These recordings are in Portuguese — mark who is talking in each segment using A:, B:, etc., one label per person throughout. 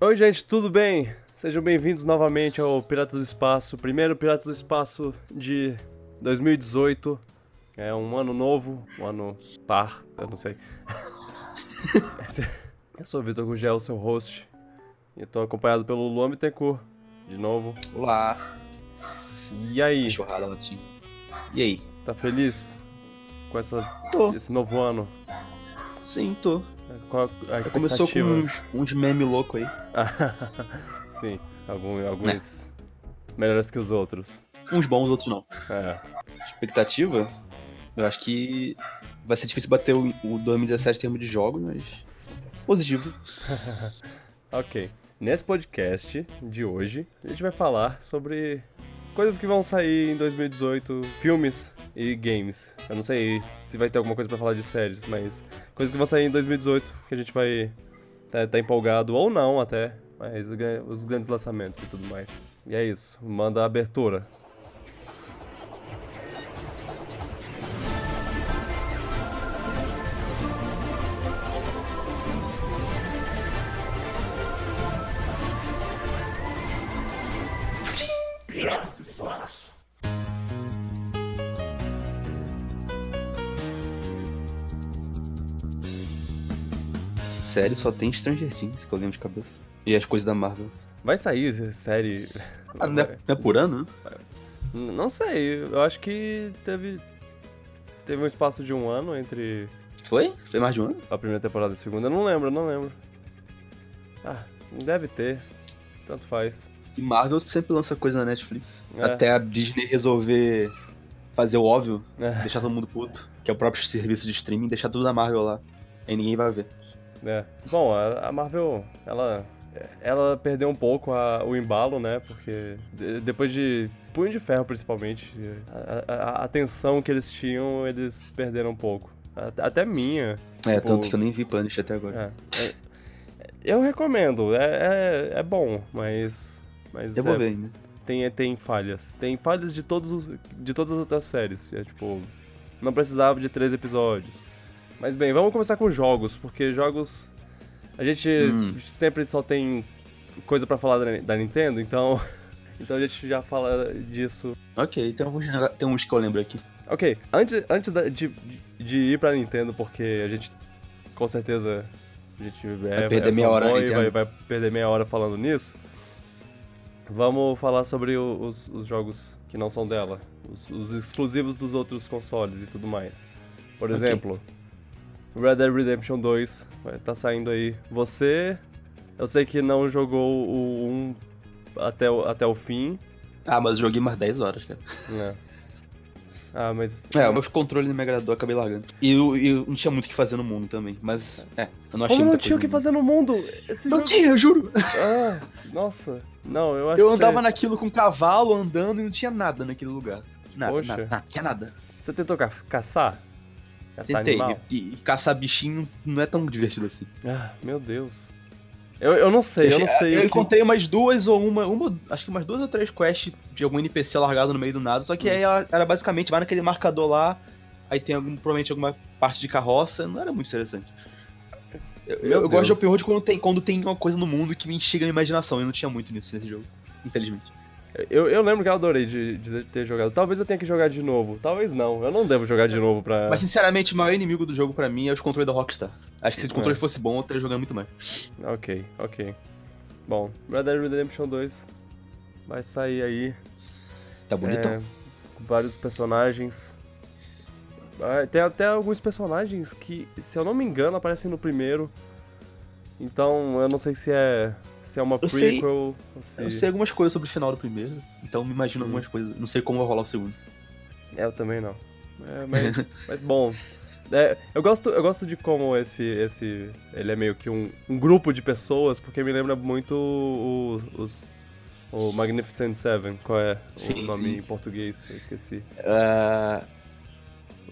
A: Oi, gente, tudo bem? Sejam bem-vindos novamente ao Piratas do Espaço, primeiro Piratas do Espaço de 2018. É um ano novo, um ano par, eu não sei. eu sou o Vitor Gugel, seu host, e tô acompanhado pelo Luan Bittencourt, de novo.
B: Olá,
A: E aí,
B: churrada latim. E aí?
A: tá feliz com essa,
B: Tô,
A: esse novo ano?
B: sim, tô.
A: Qual a expectativa?
B: Começou com um. uns, uns memes loucos aí.
A: Sim, algum- alguns melhores que os outros.
B: Uns bons, outros não.
A: É.
B: Expectativa? Eu acho que vai ser difícil bater o, o 2017 em termos de jogos, mas. Positivo.
A: Ok. Nesse podcast de hoje, a gente vai falar sobre coisas que vão sair em 2018, filmes e games. Eu não sei se vai ter alguma coisa pra falar de séries, mas coisas que vão sair em 2018 que a gente vai tá, tá empolgado ou não até, mas o gra- os grandes lançamentos e tudo mais. E é isso, manda a abertura.
B: Sério, só tem Stranger Things que eu lembro de cabeça. E as coisas da Marvel.
A: Vai sair essa série.
B: Ah, não é, não é por ano, né?
A: N- Não sei, eu acho que teve teve um espaço de um ano entre
B: Foi? Foi mais de um ano?
A: a primeira temporada e a segunda. Eu não lembro, eu não lembro. Ah, deve ter. Tanto faz.
B: E Marvel sempre lança coisa na Netflix.
A: É.
B: Até a Disney resolver fazer o óbvio,
A: É.
B: deixar todo mundo puto, que é o próprio serviço de streaming, deixar tudo da Marvel lá. Aí ninguém vai ver.
A: É. Bom, a a Marvel, ela, ela perdeu um pouco a- o embalo, né? Porque de- depois de Punho de Ferro, principalmente, a, a- a atenção que eles tinham, eles perderam um pouco. A- Até minha.
B: É,
A: Tipo-
B: tanto que eu nem vi Punish até agora.
A: É. É. Eu recomendo, é, é, é bom, mas. mas
B: eu vou
A: é-
B: ver ainda.
A: tem, tem falhas. Tem falhas de, todos os- de todas as outras séries. É tipo, não precisava de três episódios. Mas bem, vamos começar com jogos, porque jogos. A gente
B: Hum.
A: sempre só tem coisa pra falar da, da Nintendo, então. Então a gente já fala disso.
B: Ok, então eu vou generar. Tem uns que eu lembro aqui.
A: Ok, antes, antes da- de, de, de ir pra Nintendo, porque a gente com certeza. A gente é,
B: Vai perder meia hora,
A: fanboy, vai,
B: Nintendo.
A: vai perder meia hora falando nisso. Vamos falar sobre o- os, os jogos que não são dela, os, os exclusivos dos outros consoles e tudo mais. Por
B: Ok.
A: exemplo, Red Dead Redemption 2 vai- tá saindo aí. Você, eu sei que não jogou o 1 até o, até o fim,
B: Ah, mas eu joguei mais 10 horas, cara.
A: né? Ah, mas
B: É, o meu controle não me agradou, eu acabei largando. E eu, eu não tinha muito o que fazer no mundo também, mas. É, eu não achei
A: Como não
B: muita
A: tinha o
B: coisa
A: que
B: no
A: fazer no mundo? Esse
B: mundo. Não
A: jogo-
B: tinha, eu juro.
A: Ah, nossa. Não, eu acho
B: Eu
A: que
B: andava
A: você...
B: naquilo com cavalo andando e não tinha nada naquele lugar. Nada,
A: Poxa.
B: nada, nada, tinha nada.
A: Você tentou ca- caçar? Caçar
B: Tentei.
A: animal?
B: E, e caçar bichinho não é tão divertido assim.
A: Ah, meu Deus. Eu, eu não sei, eu não sei. o que-
B: encontrei umas duas ou uma, uma. Acho que umas duas ou três quests de algum NPC largado no meio do nada.
A: Hum.
B: Só que aí ela era basicamente, vai naquele marcador lá, aí tem algum, provavelmente alguma parte de carroça. Não era muito interessante. Eu,
A: Meu
B: eu- eu gosto de
A: Deus.
B: open world quando tem, quando tem uma coisa no mundo que me instiga a imaginação. Eu não tinha muito nisso nesse jogo, infelizmente.
A: Eu, eu lembro que eu adorei de, de ter jogado. Talvez eu tenha que jogar de novo. Talvez não. Eu não devo jogar de novo pra.
B: Mas sinceramente, o maior inimigo do jogo pra mim é os controles da Rockstar. Acho que se o
A: É.
B: controle fosse bom, eu estaria jogando muito mais.
A: Ok, ok. Bom, Red Dead Redemption 2 vai sair aí.
B: Tá bonitão.
A: É, com vários personagens. Ah, Tem até alguns personagens que, se eu não me engano, aparecem no primeiro. Então eu não sei se é. se é uma
B: Eu sei.
A: prequel. ou se-
B: É, Eu sei algumas coisas sobre o final do primeiro, então me imagino
A: Hum.
B: algumas coisas. Não sei como vai rolar o segundo.
A: É, eu também não. É, mas, mas bom. É, eu, gosto, eu gosto de como esse. esse ele é meio que um, um grupo de pessoas, porque me lembra muito o, os, o Magnificent Seven, qual é o
B: Sim,
A: nome
B: sim.
A: em português? Eu esqueci.
B: Ah,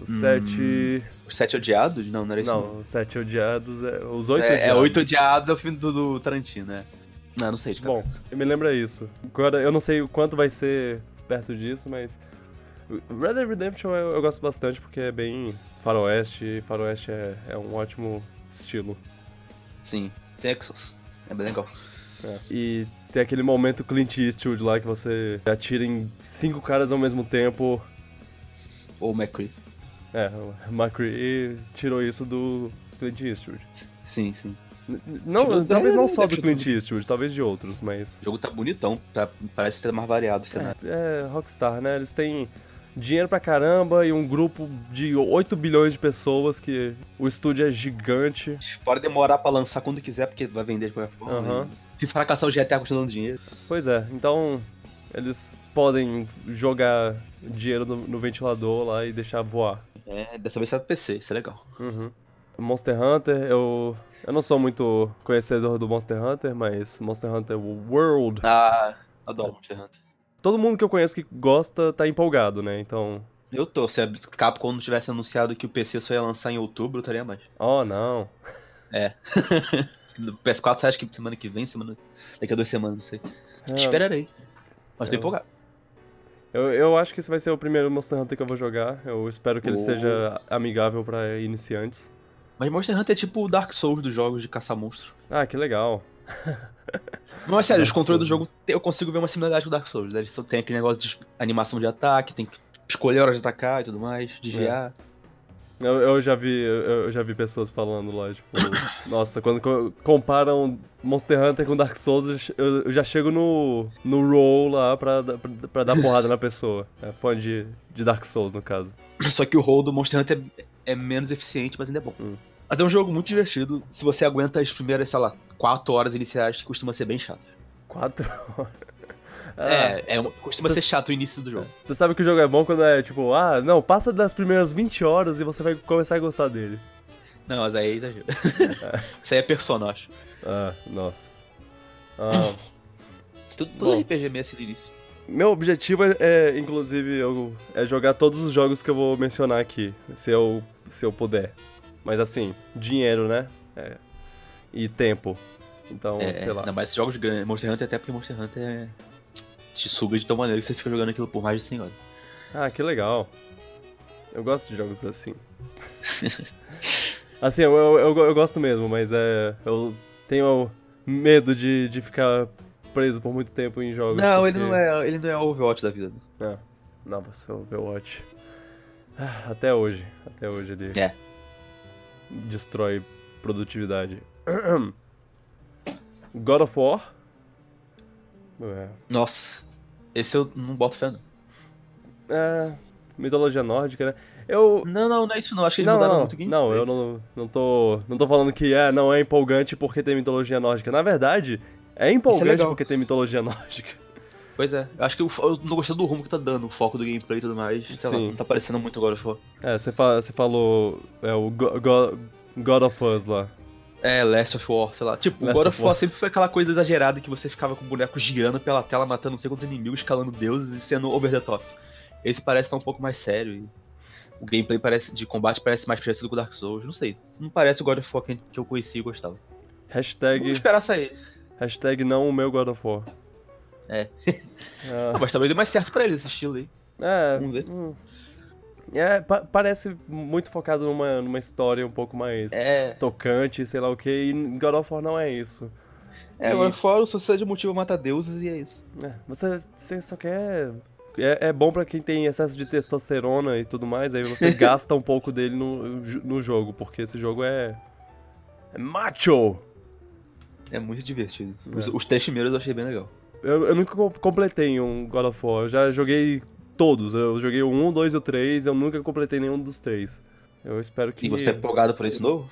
A: Os sete.
B: os sete odiados? Não, hum, não era isso.
A: Não, os sete odiados. É, os oito
B: é,
A: odiados.
B: é oito odiados é o filme do, do Tarantino, né? Não, não sei de
A: Bom,
B: cabeça.
A: me lembra isso. Agora, eu não sei o quanto vai ser perto disso, mas. Red Dead Redemption eu, eu gosto bastante porque é bem faroeste, e faroeste é, é um ótimo estilo.
B: Sim, Texas. É bem legal.
A: E tem aquele momento Clint Eastwood lá que você atira em cinco caras ao mesmo tempo.
B: Ou McCree.
A: É, o McCree tirou isso do Clint Eastwood.
B: Sim, sim.
A: N- Não,
B: Tirou
A: talvez
B: dele,
A: não só
B: né,
A: do
B: tirou
A: Clint Eastwood, talvez de outros, mas.
B: O jogo tá bonitão, tá, parece ser mais variado o cenário.
A: É, Rockstar, né? Eles têm dinheiro pra caramba e um grupo de 8 bilhões de pessoas que o estúdio é gigante.
B: Pode demorar pra lançar quando quiser, porque vai vender de qualquer forma.
A: Aham.
B: E Se fracassar o GTA continuando dinheiro.
A: Pois é, então eles podem jogar dinheiro no, no ventilador lá e deixar voar.
B: É, dessa vez sai pro PC, isso é legal.
A: Monster Hunter, eu. Eu não sou muito conhecedor do Monster Hunter, mas Monster Hunter World.
B: Ah, adoro Monster Hunter.
A: Todo mundo que eu conheço que gosta tá empolgado, né? Então.
B: Eu tô, se a Capcom não tivesse anunciado que o PC só ia lançar em outubro, eu estaria mais.
A: Oh, não.
B: Do PS4 você acha que semana que vem, semana. Daqui a duas semanas, não sei.
A: É,
B: Esperarei. Mas tô
A: Eu-
B: empolgado.
A: Eu, eu acho que esse vai ser o primeiro Monster Hunter que eu vou jogar. Eu espero que ele
B: Boa.
A: seja amigável pra iniciantes.
B: Mas Monster Hunter é tipo o Dark Souls dos jogos de caçar monstro.
A: Ah, que legal.
B: Não, é sério, os
A: Dark
B: controles do
A: Souls. né?
B: jogo eu consigo ver uma similaridade com o Dark Souls. né? Eles só tem aquele negócio de animação de ataque, tem que escolher a hora de atacar e tudo mais,
A: É.
B: desviar.
A: Eu, eu já vi eu, eu já vi pessoas falando lá, tipo, nossa, quando co- comparam Monster Hunter com Dark Souls, eu, eu já chego no, no roll lá pra, dar- pra, pra dar porrada na pessoa. É fã de, de Dark Souls, no caso.
B: Só que o roll do Monster Hunter é, é menos eficiente, mas ainda é bom.
A: Hum.
B: Mas é um jogo muito divertido. Se você aguenta as primeiras, sei lá, 4 horas iniciais, que costuma ser bem chato.
A: Quatro horas. Ah,
B: é, é um- costuma
A: Você-
B: ser chato o início do jogo.
A: Você sabe que o jogo é bom quando é tipo, ah, não, passa das primeiras 20 horas e você vai começar a gostar dele.
B: Não, mas aí é exagero. Isso aí é persona, eu acho.
A: Ah, nossa. Ah,
B: Tudo,
A: Bom.
B: todo RPG meio assim no início.
A: meu objetivo é, é, inclusive, eu, é jogar todos os jogos que eu vou mencionar aqui, se eu, se eu puder. Mas assim, dinheiro, né? É. E tempo. Então,
B: é,
A: sei lá.
B: Ainda mais esses jogos grandes. Monster Hunter, até porque Monster Hunter é- te suga de tal maneira que você fica jogando aquilo por mais de 100 horas.
A: Ah, que legal. Eu gosto de jogos assim. assim, eu, eu, eu, eu gosto mesmo, mas é, eu tenho medo de, de ficar preso por muito tempo em jogos.
B: Não, ele
A: porque-
B: não, é, ele não é o Overwatch da vida.
A: Nossa, é o Overwatch. Ah, Até hoje. Até hoje ele.
B: É.
A: Destrói produtividade. God of War. É.
B: Nossa, esse eu não boto fé, não.
A: é, Mitologia nórdica, né? Eu.
B: Não, não, não é isso não. Acho que eles
A: Não,
B: mudaram
A: não,
B: muito o gameplay.
A: não, eu não, não tô. Não tô falando que é, não é empolgante porque tem mitologia nórdica. Na verdade, é empolgante
B: legal.
A: porque tem mitologia nórdica.
B: Pois é, eu acho que eu, eu não gostei do rumo que tá dando, o foco do gameplay e tudo mais. Sei lá,
A: Sim.
B: não tá parecendo muito agora. Só.
A: É, você fa você falou. É o Go- Go- God of Us lá.
B: É, Last of War, sei lá. Tipo,
A: Last
B: agora
A: of
B: of War
A: War.
B: sempre foi aquela coisa exagerada que você ficava com o boneco girando pela tela, matando não sei quantos inimigos, escalando deuses e sendo over the top. Esse parece estar um pouco mais sério. E o gameplay parece, de combate parece mais parecido com o Dark Souls. Não sei. Não parece o God of War que que eu conheci e gostava. Vamos
A: Hashtag.
B: esperar sair.
A: Hashtag não o meu God of War.
B: É.
A: Ah,
B: Ah, mas talvez dê mais certo pra ele esse estilo aí.
A: é.
B: Vamos ver.
A: hum. É, pa- parece muito focado numa, numa história um pouco mais
B: É.
A: tocante, sei lá o que, e God of War não é isso.
B: É, agora fora o sucesso de motivo mata deuses e é isso.
A: É, você, você só quer. É, é bom pra quem tem excesso de testosterona e tudo mais, aí você gasta um pouco dele no, ju- no jogo, porque esse jogo é. É macho!
B: É muito divertido.
A: É.
B: Os, os três primeiros eu achei bem legal.
A: Eu, eu nunca com- completei um God of War. Eu já joguei todos. Eu joguei o 1, o 2 e o 3. Eu nunca completei nenhum dos três. Eu espero que.
B: E você tá empolgado por esse novo?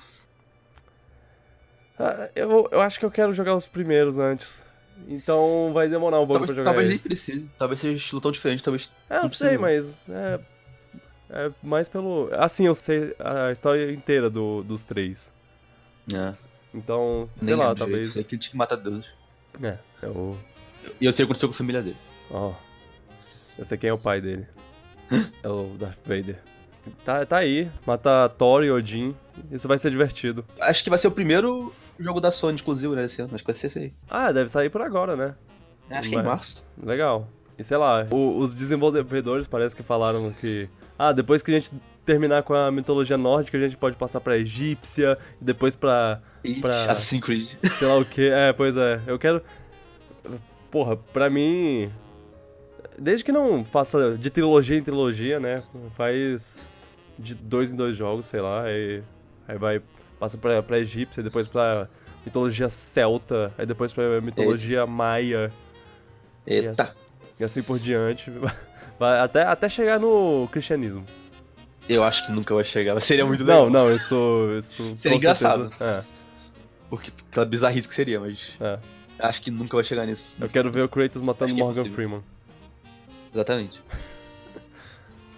A: Ah, eu, eu acho que eu quero jogar os primeiros antes. Então vai demorar um pouco pra
B: Talvez,
A: jogar
B: talvez nem
A: eles.
B: precise. Talvez seja um estilo tão diferente, talvez
A: É, eu
B: não
A: sei,
B: precisa.
A: mas. É, é mais pelo. Assim, eu sei a história inteira do, dos três.
B: É,
A: Então,
B: nem
A: sei lá,
B: lembro direito,
A: talvez.
B: sei que ele tinha que matar Deus.
A: É, eu.
B: E eu sei o que aconteceu com a família dele.
A: Ó. Eu sei quem é o pai dele. É o Darth Vader. Tá, tá aí. Matar Thor e Odin. Isso vai ser divertido.
B: Acho que vai ser o primeiro jogo da Sony exclusivo, né, esse ano. Acho que vai ser esse aí.
A: Ah, deve sair por agora, né?
B: É, acho que é em
A: Vai.
B: março.
A: Legal. E sei lá, o- os desenvolvedores parece que falaram que. Ah, depois que a gente terminar com a mitologia nórdica, a gente pode passar pra egípcia, e depois pra,
B: Ixi,
A: pra-
B: Assassin's Creed.
A: sei lá o que. É, pois é. Eu quero. Porra, pra mim. Desde que não faça de trilogia em trilogia, né? Faz de dois em dois jogos, sei lá. Aí, aí vai. Passa pra, pra egípcia, depois pra mitologia celta, aí depois pra mitologia maia
B: Eita.
A: e assim por diante. Vai até, até chegar no cristianismo.
B: Eu acho que nunca vai chegar, mas seria muito legal. é
A: Não, não, isso. isso
B: Seria
A: com certeza-
B: Porque pela bizarrice que seria, mas
A: É, é.
B: acho que nunca vai chegar nisso.
A: Eu quero ver o Kratos matando
B: Acho que é
A: Morgan
B: impossível.
A: Freeman.
B: Exatamente.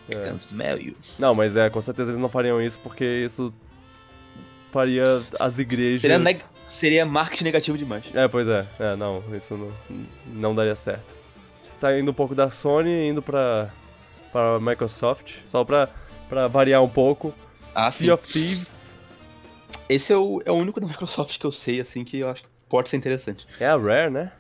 A: É.
B: I can smell you.
A: Não, mas é, com certeza eles não fariam isso porque isso faria as igrejas.
B: Seria, neg- seria marketing negativo demais.
A: É, pois é. É, não, isso não, não daria certo. Saindo um pouco da Sony e indo pra, pra Microsoft, só pra, pra variar um pouco.
B: Ah, sim.
A: sea of Thieves
B: Esse é o, é o único da Microsoft que eu sei, assim, que eu acho que pode ser interessante.
A: é a Rare, né?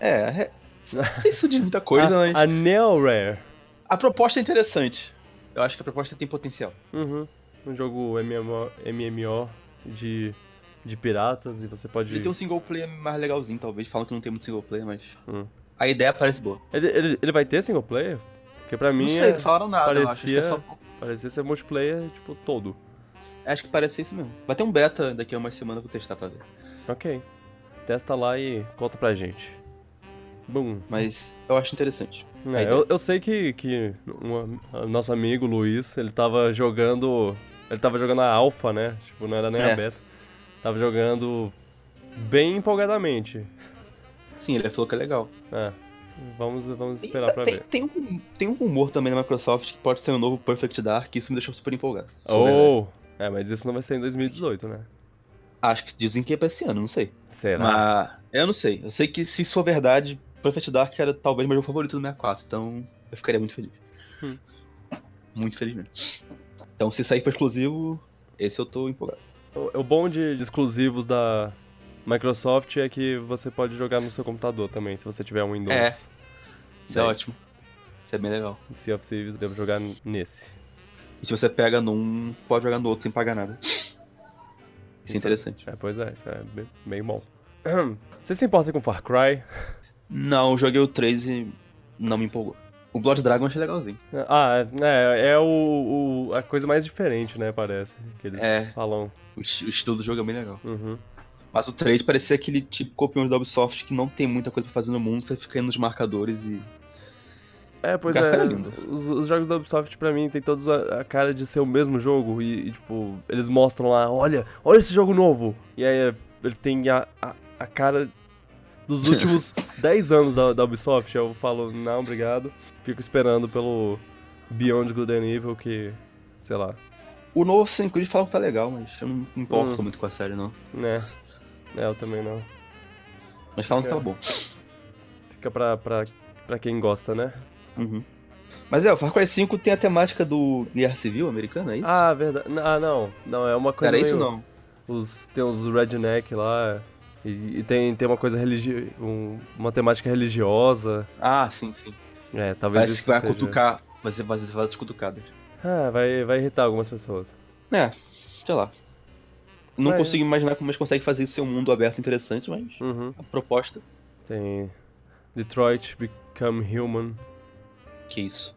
B: É, é- não sei se isso diz muita coisa,
A: a,
B: mas
A: a Neo Rare.
B: a proposta é interessante. Eu acho que a proposta tem potencial.
A: Uhum. Um jogo MMO, MMO de, de piratas e você pode.
B: Ele tem um single player mais legalzinho, talvez. Falam que não tem muito single player, mas.
A: Hum.
B: A ideia parece boa.
A: Ele, ele, ele vai ter single player? Porque pra mim
B: não sei,
A: é,
B: não falaram nada, eu
A: parecia-
B: acho. Acho que, é
A: parecia ser multiplayer, tipo, todo.
B: só- acho que parece ser isso mesmo. Vai ter um beta daqui a uma semana pra eu testar pra ver.
A: Ok. Testa lá e conta pra gente. Bom,
B: Mas eu acho interessante.
A: é, eu, eu sei que, que um am- nosso amigo Luiz, ele tava jogando. Ele tava jogando a Alpha, né? Tipo, não era nem a
B: É.
A: beta. Tava jogando bem empolgadamente.
B: Sim, ele falou que é legal.
A: É. Vamos, vamos esperar pra
B: tem,
A: ver.
B: Tem um, tem um rumor também na Microsoft que pode ser um novo Perfect Dark, e isso me deixou super empolgado. Isso é verdade.
A: Ou. é, mas isso não vai ser em 2018, né?
B: Acho que dizem que é pra esse ano, não sei.
A: Será?
B: Mas eu não sei. Eu sei que se isso for verdade, Perfect Dark era talvez meu jogo favorito do 64, então eu ficaria muito feliz.
A: Hum.
B: Muito feliz mesmo. Então se isso aí for exclusivo, esse eu tô empolgado.
A: O, o bom de, de exclusivos da Microsoft é que você pode jogar no seu computador também, se você tiver um Windows.
B: É. Isso é
A: 10.
B: ótimo. Isso é bem legal.
A: Sea of Thieves, devo jogar nesse.
B: E se você pega num, pode jogar no outro sem pagar nada. Isso,
A: Isso é-
B: é interessante.
A: É, pois é, isso é bem, bem bom. Você se importa com Far Cry?
B: Não, eu joguei o 3 e não me empolgou. O Blood Dragon eu achei legalzinho.
A: Ah, é, é o, o- a coisa mais diferente, né, parece, que eles
B: É.
A: falam.
B: O, esti- o estilo do jogo é bem legal.
A: Uhum.
B: Mas o 3 parecia aquele tipo copião da Ubisoft que não tem muita coisa pra fazer no mundo, você fica indo nos marcadores e.
A: É, pois
B: O
A: é,
B: gráfico era lindo.
A: os, os jogos da Ubisoft pra mim tem todos a, a cara de ser o mesmo jogo e, e, tipo, eles mostram lá, olha, olha esse jogo novo! E aí é, ele tem a, a, a cara dos últimos 10 anos da, da Ubisoft, eu falo, não, obrigado. Fico esperando pelo Beyond Good and Evil que, sei lá,
B: O novo Assassin's Creed falam que tá legal, mas eu não me
A: Hum.
B: importo muito com a série, não.
A: né, é, eu também não.
B: Mas falam que
A: É.
B: tá bom.
A: Fica pra, pra, pra quem gosta, né?
B: Uhum. Mas é, o Far Cry 5 tem a temática do Guerra Civil americana, é isso?
A: Ah, verdade. Ah, não. Não, é uma coisa
B: Era isso
A: meio-
B: não?
A: Os, tem os redneck lá. E, e tem, tem uma coisa religiosa. Um, uma temática religiosa.
B: Ah, sim, sim.
A: É, talvez
B: Parece
A: isso
B: que vai
A: seja...
B: cutucar. Vai ser vai ser várias cutucadas.
A: Ah, vai, vai irritar algumas pessoas.
B: É, sei lá. Não
A: Vai.
B: consigo imaginar como eles conseguem fazer isso ser um mundo aberto interessante, mas
A: Uhum.
B: a proposta.
A: Tem Detroit Become Human.
B: Que isso.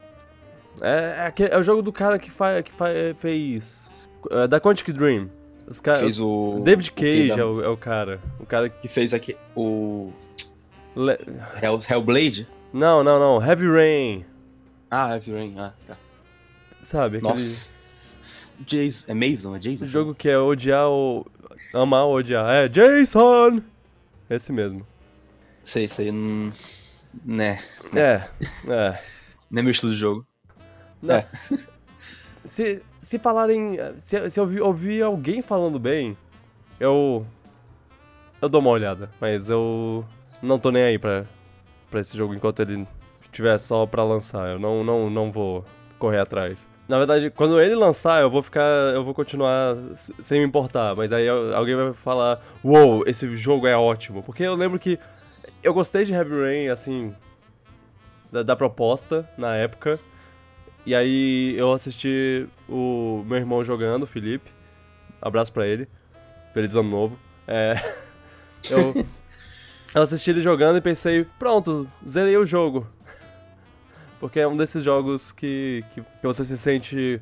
A: É, é, aque- é o jogo do cara que, fa, que fa, fez... É, da Quantic Dream. Os cara,
B: fez o.
A: É, David
B: o
A: Cage
B: que da-
A: é, o, é o cara. O cara que...
B: Que fez aqui o.
A: le-
B: Hell, Hellblade?
A: Não, não, não. Heavy Rain.
B: Ah, Heavy Rain, ah, tá.
A: Sabe? Aquele...
B: Nossa. Jason. É Mason? É Jason?
A: Esse jogo que é odiar ou. Amar ou odiar. É Jason! Esse mesmo.
B: Sei, sei. Não... Né.
A: É, é.
B: Não é meu estilo de jogo.
A: Não.
B: É.
A: Se, se falarem. Se, se eu vi- ouvir alguém falando bem, eu. Eu dou uma olhada. Mas eu. Não tô nem aí pra, pra esse jogo enquanto ele estiver só pra lançar. Eu não, não, não vou correr atrás. Na verdade, quando ele lançar, eu vou ficar. Eu vou continuar s- sem me importar. Mas aí al- alguém vai falar: Uou, esse jogo é ótimo. Porque eu lembro que eu gostei de Heavy Rain, assim. Da, da proposta na época. E aí eu assisti o meu irmão jogando, o Felipe. Abraço pra ele. Feliz ano novo. É, eu, eu assisti ele jogando e pensei, pronto, zerei o jogo. Porque é um desses jogos que, que, que você se sente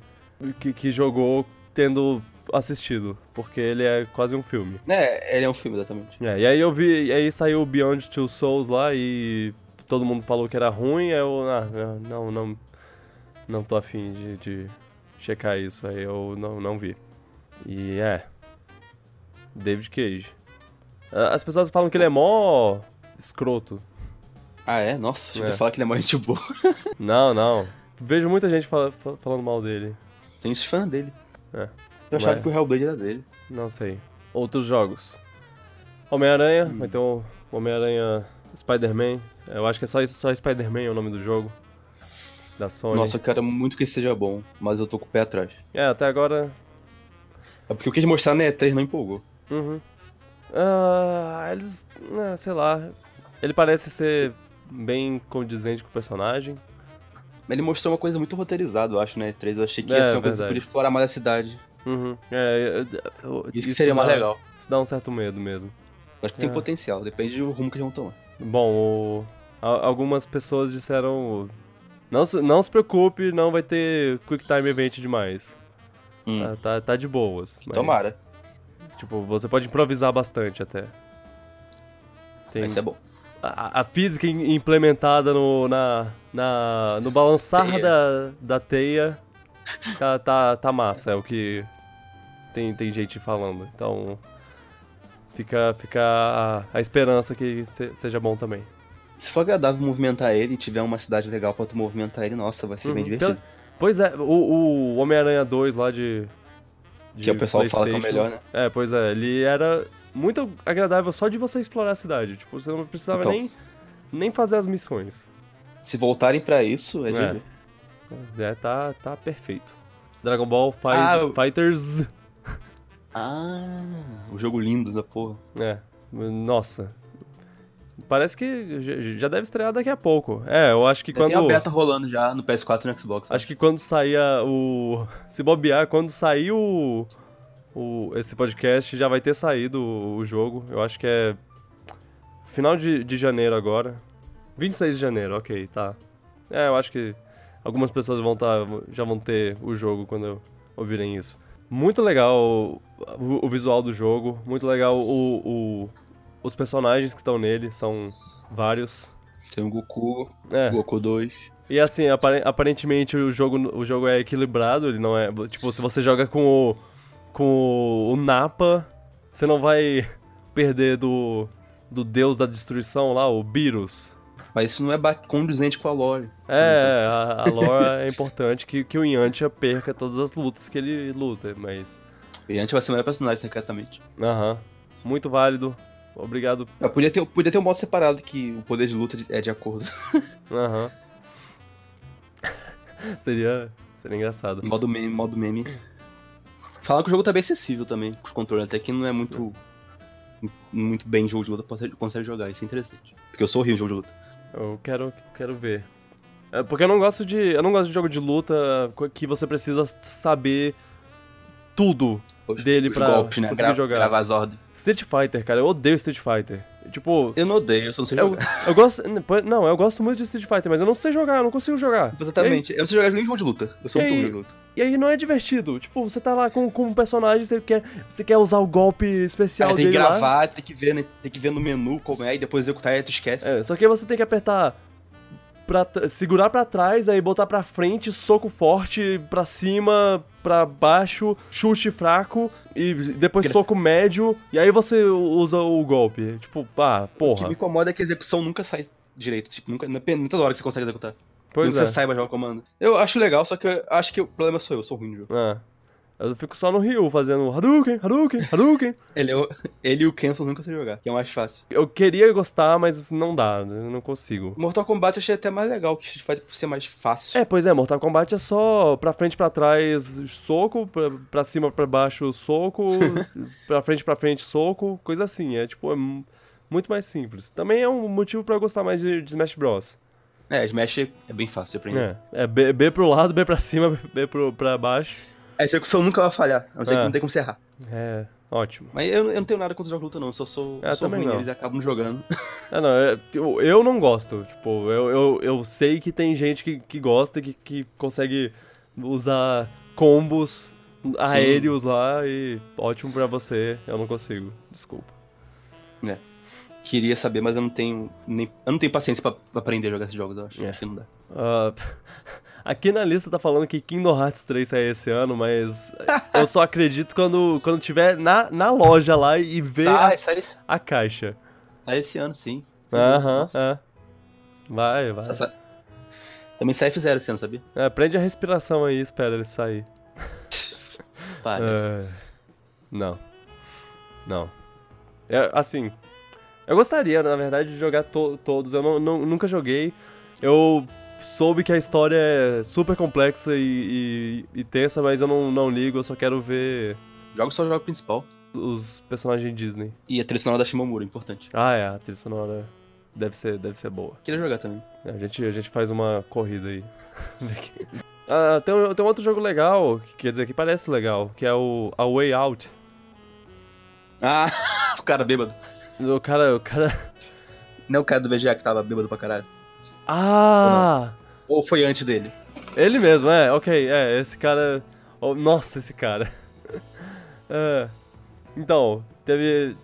A: que, que jogou tendo assistido. Porque ele é quase um filme.
B: É, ele é um filme, exatamente.
A: É, e aí eu vi, e aí saiu o Beyond Two Souls lá e todo mundo falou que era ruim, aí eu, ah, não, não, não tô afim de, de checar isso, aí eu não, não vi. E é, David Cage. Ah, As pessoas falam que ele é mó escroto.
B: Ah, é? Nossa, deixa eu
A: É.
B: até falar que ele é mó gente boa.
A: Não, não. Vejo muita gente fala- fa- falando mal dele.
B: Tem os fãs dele.
A: É.
B: Eu achava
A: Ué.
B: que o Hellblade era dele.
A: Não sei. Hum. Outros jogos. Homem-Aranha, vai ter o Homem-Aranha Spider-Man. Eu acho que é só, só Spider-Man é o nome do jogo. Da Sony.
B: Nossa, eu quero muito que seja bom, mas eu tô com o pé atrás.
A: É, até agora.
B: É porque o que eles mostraram na E3 não empolgou.
A: Uhum. Ah, eles. ah, sei lá. Ele parece ser bem condizente com o personagem.
B: Ele mostrou uma coisa muito roteirizada, eu acho, na E3. Eu achei que
A: É,
B: ia ser uma coisa
A: verdade.
B: que podia explorar mais a cidade.
A: Uhum. É, eu- eu-
B: Isso, que seria mais
A: dá-
B: legal.
A: Isso dá um certo medo mesmo.
B: Acho que tem
A: É.
B: potencial, depende do rumo que eles vão tomar.
A: Bom, o- a- algumas pessoas disseram. Não se, não se preocupe, não vai ter Quick Time Event demais.
B: Hum.
A: Tá, tá, tá de boas. mas,
B: Tomara.
A: Tipo, você pode improvisar bastante até. Tem
B: Isso é bom.
A: a, a física im- implementada no, na, na- no balançar
B: Teia.
A: Da, da teia tá, tá, tá massa, é o que tem, tem gente falando. Então fica, fica a, a esperança que se- seja bom também.
B: Se for agradável movimentar ele e tiver uma cidade legal pra tu movimentar ele, nossa, vai ser bem
A: Uhum.
B: divertido.
A: Pois é, o, o Homem-Aranha 2 lá de. de
B: Que o pessoal fala que é o
A: PlayStation,
B: melhor, né?
A: É, pois é, ele era muito agradável só de você explorar a cidade. Tipo, você não precisava
B: Então.
A: nem, nem fazer as missões.
B: Se voltarem pra isso, é, de-
A: É. É, tá, tá perfeito. Dragon Ball Fi-
B: Ah, eu-
A: Fighters.
B: Ah, o jogo lindo da porra.
A: É, nossa. Parece que j- já deve estrear daqui a pouco. É, eu acho que
B: Já Tem a
A: quando.
B: beta rolando já no PS4 e no Xbox.
A: Acho que quando sair a- o. Se bobear, quando sair o, o- Esse podcast já vai ter saído o, o jogo. Eu acho que é. Final de, de janeiro agora. 26 de janeiro, ok, tá. É, eu acho que algumas pessoas vão tá, já vão ter o jogo quando ouvirem isso. Muito legal o, o visual do jogo, muito legal o- o- os personagens que estão nele, são vários.
B: Tem o Goku,
A: É.
B: Goku 2.
A: E assim, apare- aparentemente o jogo, o jogo é equilibrado, ele não é. Tipo, se você joga com o. com o, o Napa, você não vai perder do. do deus da destruição lá, o Beerus.
B: Mas isso não é ba- condizente com a lore.
A: É, a, a lore é importante que, que o Yantia perca todas as lutas que ele luta, mas.
B: E antes vai ser o melhor personagem, secretamente.
A: Aham. Muito válido. Obrigado.
B: Eu podia, ter, podia ter um modo separado que o poder de luta de- é de acordo.
A: Aham. seria. Seria engraçado.
B: modo meme, modo meme. Falar que o jogo tá bem acessível também, com os controles. Até que não é muito. Muito bem jogo de luta, consegue- consegue jogar. Isso é interessante. Porque eu sou horrível em jogo de luta.
A: Eu quero, quero ver. É, porque eu não gosto de. Eu não gosto de jogo de luta co- que você precisa s- saber tudo
B: Os-
A: dele
B: os
A: pra
B: golpes, né?
A: conseguir
B: Gra-
A: jogar.
B: Gravar as ordens.
A: Street Fighter, cara, eu odeio Street Fighter. Tipo,
B: Eu não odeio, eu só não sei
A: eu,
B: jogar.
A: eu gosto. Não, eu gosto muito de Street Fighter, mas eu não sei jogar, eu não consigo jogar.
B: Exatamente. Eu não sei jogar nem jogo de luta. Eu sou
A: E
B: muito
A: aí-
B: ruim de luta.
A: E aí não é divertido. Tipo, você tá lá com, com um personagem, você quer, você quer usar o golpe especial
B: Aí tem que
A: dele lá.
B: gravar, tem que ver, né? Tem que ver no menu como é, e depois executar e aí tu esquece.
A: É, só que aí você tem que apertar. Pra, tr- segurar pra trás, aí botar pra frente, soco forte, pra cima, pra baixo, chute fraco, e depois
B: Gra-
A: soco médio, e aí você usa o golpe. Tipo, ah,
B: O que
A: porra.
B: me incomoda é que a execução nunca sai direito. Tipo, nunca, não é não é toda hora que você consegue executar.
A: Pois
B: não
A: é.
B: que você saiba jogar o comando. Eu acho legal, só que eu acho que o problema sou eu, sou ruim no jogo.
A: É. Eu fico só no Ryu fazendo Hadouken, Hadouken, Hadouken.
B: Ele, é o- ele e o Kenson nunca sei jogar, que é o mais fácil.
A: eu queria gostar, mas não dá, eu não consigo.
B: Mortal Kombat eu achei até mais legal que Street Fighter por ser mais fácil.
A: É, pois é, Mortal Kombat é só pra frente, pra trás, soco, pra, pra cima, pra baixo, soco, pra frente, pra frente, soco, coisa assim. É tipo, é mu- muito mais simples. Também é um motivo pra eu gostar mais de, de Smash Bros.
B: É, Smash é bem fácil de aprender.
A: É, é B, B pro lado, B pra cima, B pro, pra baixo.
B: A execução nunca vai falhar, a não ser que
A: É.
B: não tem como você errar.
A: É, ótimo.
B: Mas eu, eu não tenho nada contra os jogos de luta, não. Eu só sou,
A: É,
B: sou
A: também
B: ruim
A: não.
B: neles e acabo jogando.
A: Ah, não, é- eu, eu não gosto. Tipo, eu, eu, eu sei que tem gente que, que gosta, que, que consegue usar combos aéreos lá e ótimo pra você. Eu não consigo, desculpa.
B: Queria saber, mas eu não tenho nem, eu não tenho paciência pra, pra aprender a jogar esses jogos, eu acho.
A: É.
B: Acho que não dá.
A: Ah, aqui na lista tá falando que Kingdom Hearts 3 sai esse ano, mas eu só acredito quando, quando tiver na, na loja lá e ver a,
B: Sai, sai, esse-
A: a caixa.
B: sai esse ano, sim.
A: Aham,
B: Nossa.
A: é. Vai, vai.
B: Sa- sa- Também sai F0 esse ano, sabia?
A: É, prende a respiração aí, espera ele sair.
B: Parece.
A: É. Não. Não. É, assim, eu gostaria, na verdade, de jogar to- todos. Eu não- não- nunca joguei. Eu soube que a história é super complexa e, e- e tensa, mas eu não, não ligo. Eu só quero ver
B: Jogo só o jogo principal.
A: os personagens Disney.
B: E a trilha sonora da Shimomura, importante.
A: Ah, é, a trilha sonora deve ser, deve ser boa.
B: Queria jogar também.
A: A gente, a gente faz uma corrida aí. ah, tem, um- tem um outro jogo legal, que quer dizer, que parece legal, que é o A Way Out.
B: Ah, o cara bêbado.
A: O cara, o cara.
B: Não é o cara do VGA que tava bêbado pra caralho.
A: Ah!
B: Ou foi antes dele?
A: Ele mesmo, é, ok, é, esse cara. oh, nossa, esse cara. É, então, teve.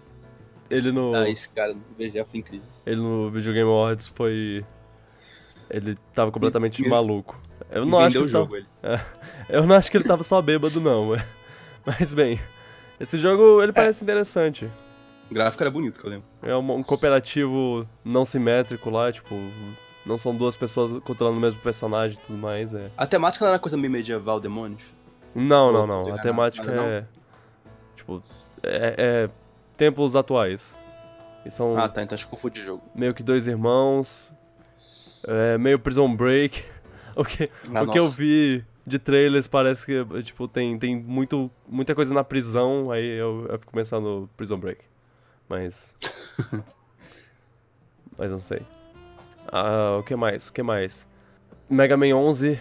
A: Ele no.
B: Ah, esse cara do VGA foi incrível.
A: Ele no Videogame Awards foi. Ele tava completamente
B: Me-
A: maluco. Eu
B: E
A: não, acho
B: vendeu
A: que tá.
B: o
A: ele tava,
B: jogo, é. ele.
A: eu não acho que ele tava só bêbado, não. é. Mas bem, esse jogo
B: É.
A: ele parece interessante.
B: O gráfico era bonito, que eu lembro.
A: É um, um cooperativo não simétrico lá, tipo. Não são duas pessoas controlando o mesmo personagem e tudo mais, é.
B: A temática não era coisa meio medieval, demônios?
A: Não, não,
B: Ou
A: não. A
B: pegar
A: temática
B: nada, não?
A: é. Tipo, é, é templos atuais. E são
B: Ah, tá, então acho que eu confundi o jogo.
A: meio que dois irmãos. É meio Prison Break. O que,
B: Ah,
A: o que eu
B: nossa.
A: vi de trailers parece que tipo, tem, tem muito, muita coisa na prisão, aí eu, eu fico pensando no Prison Break. Mas. mas não sei. Ah, o que mais? O que mais? Mega Man 11,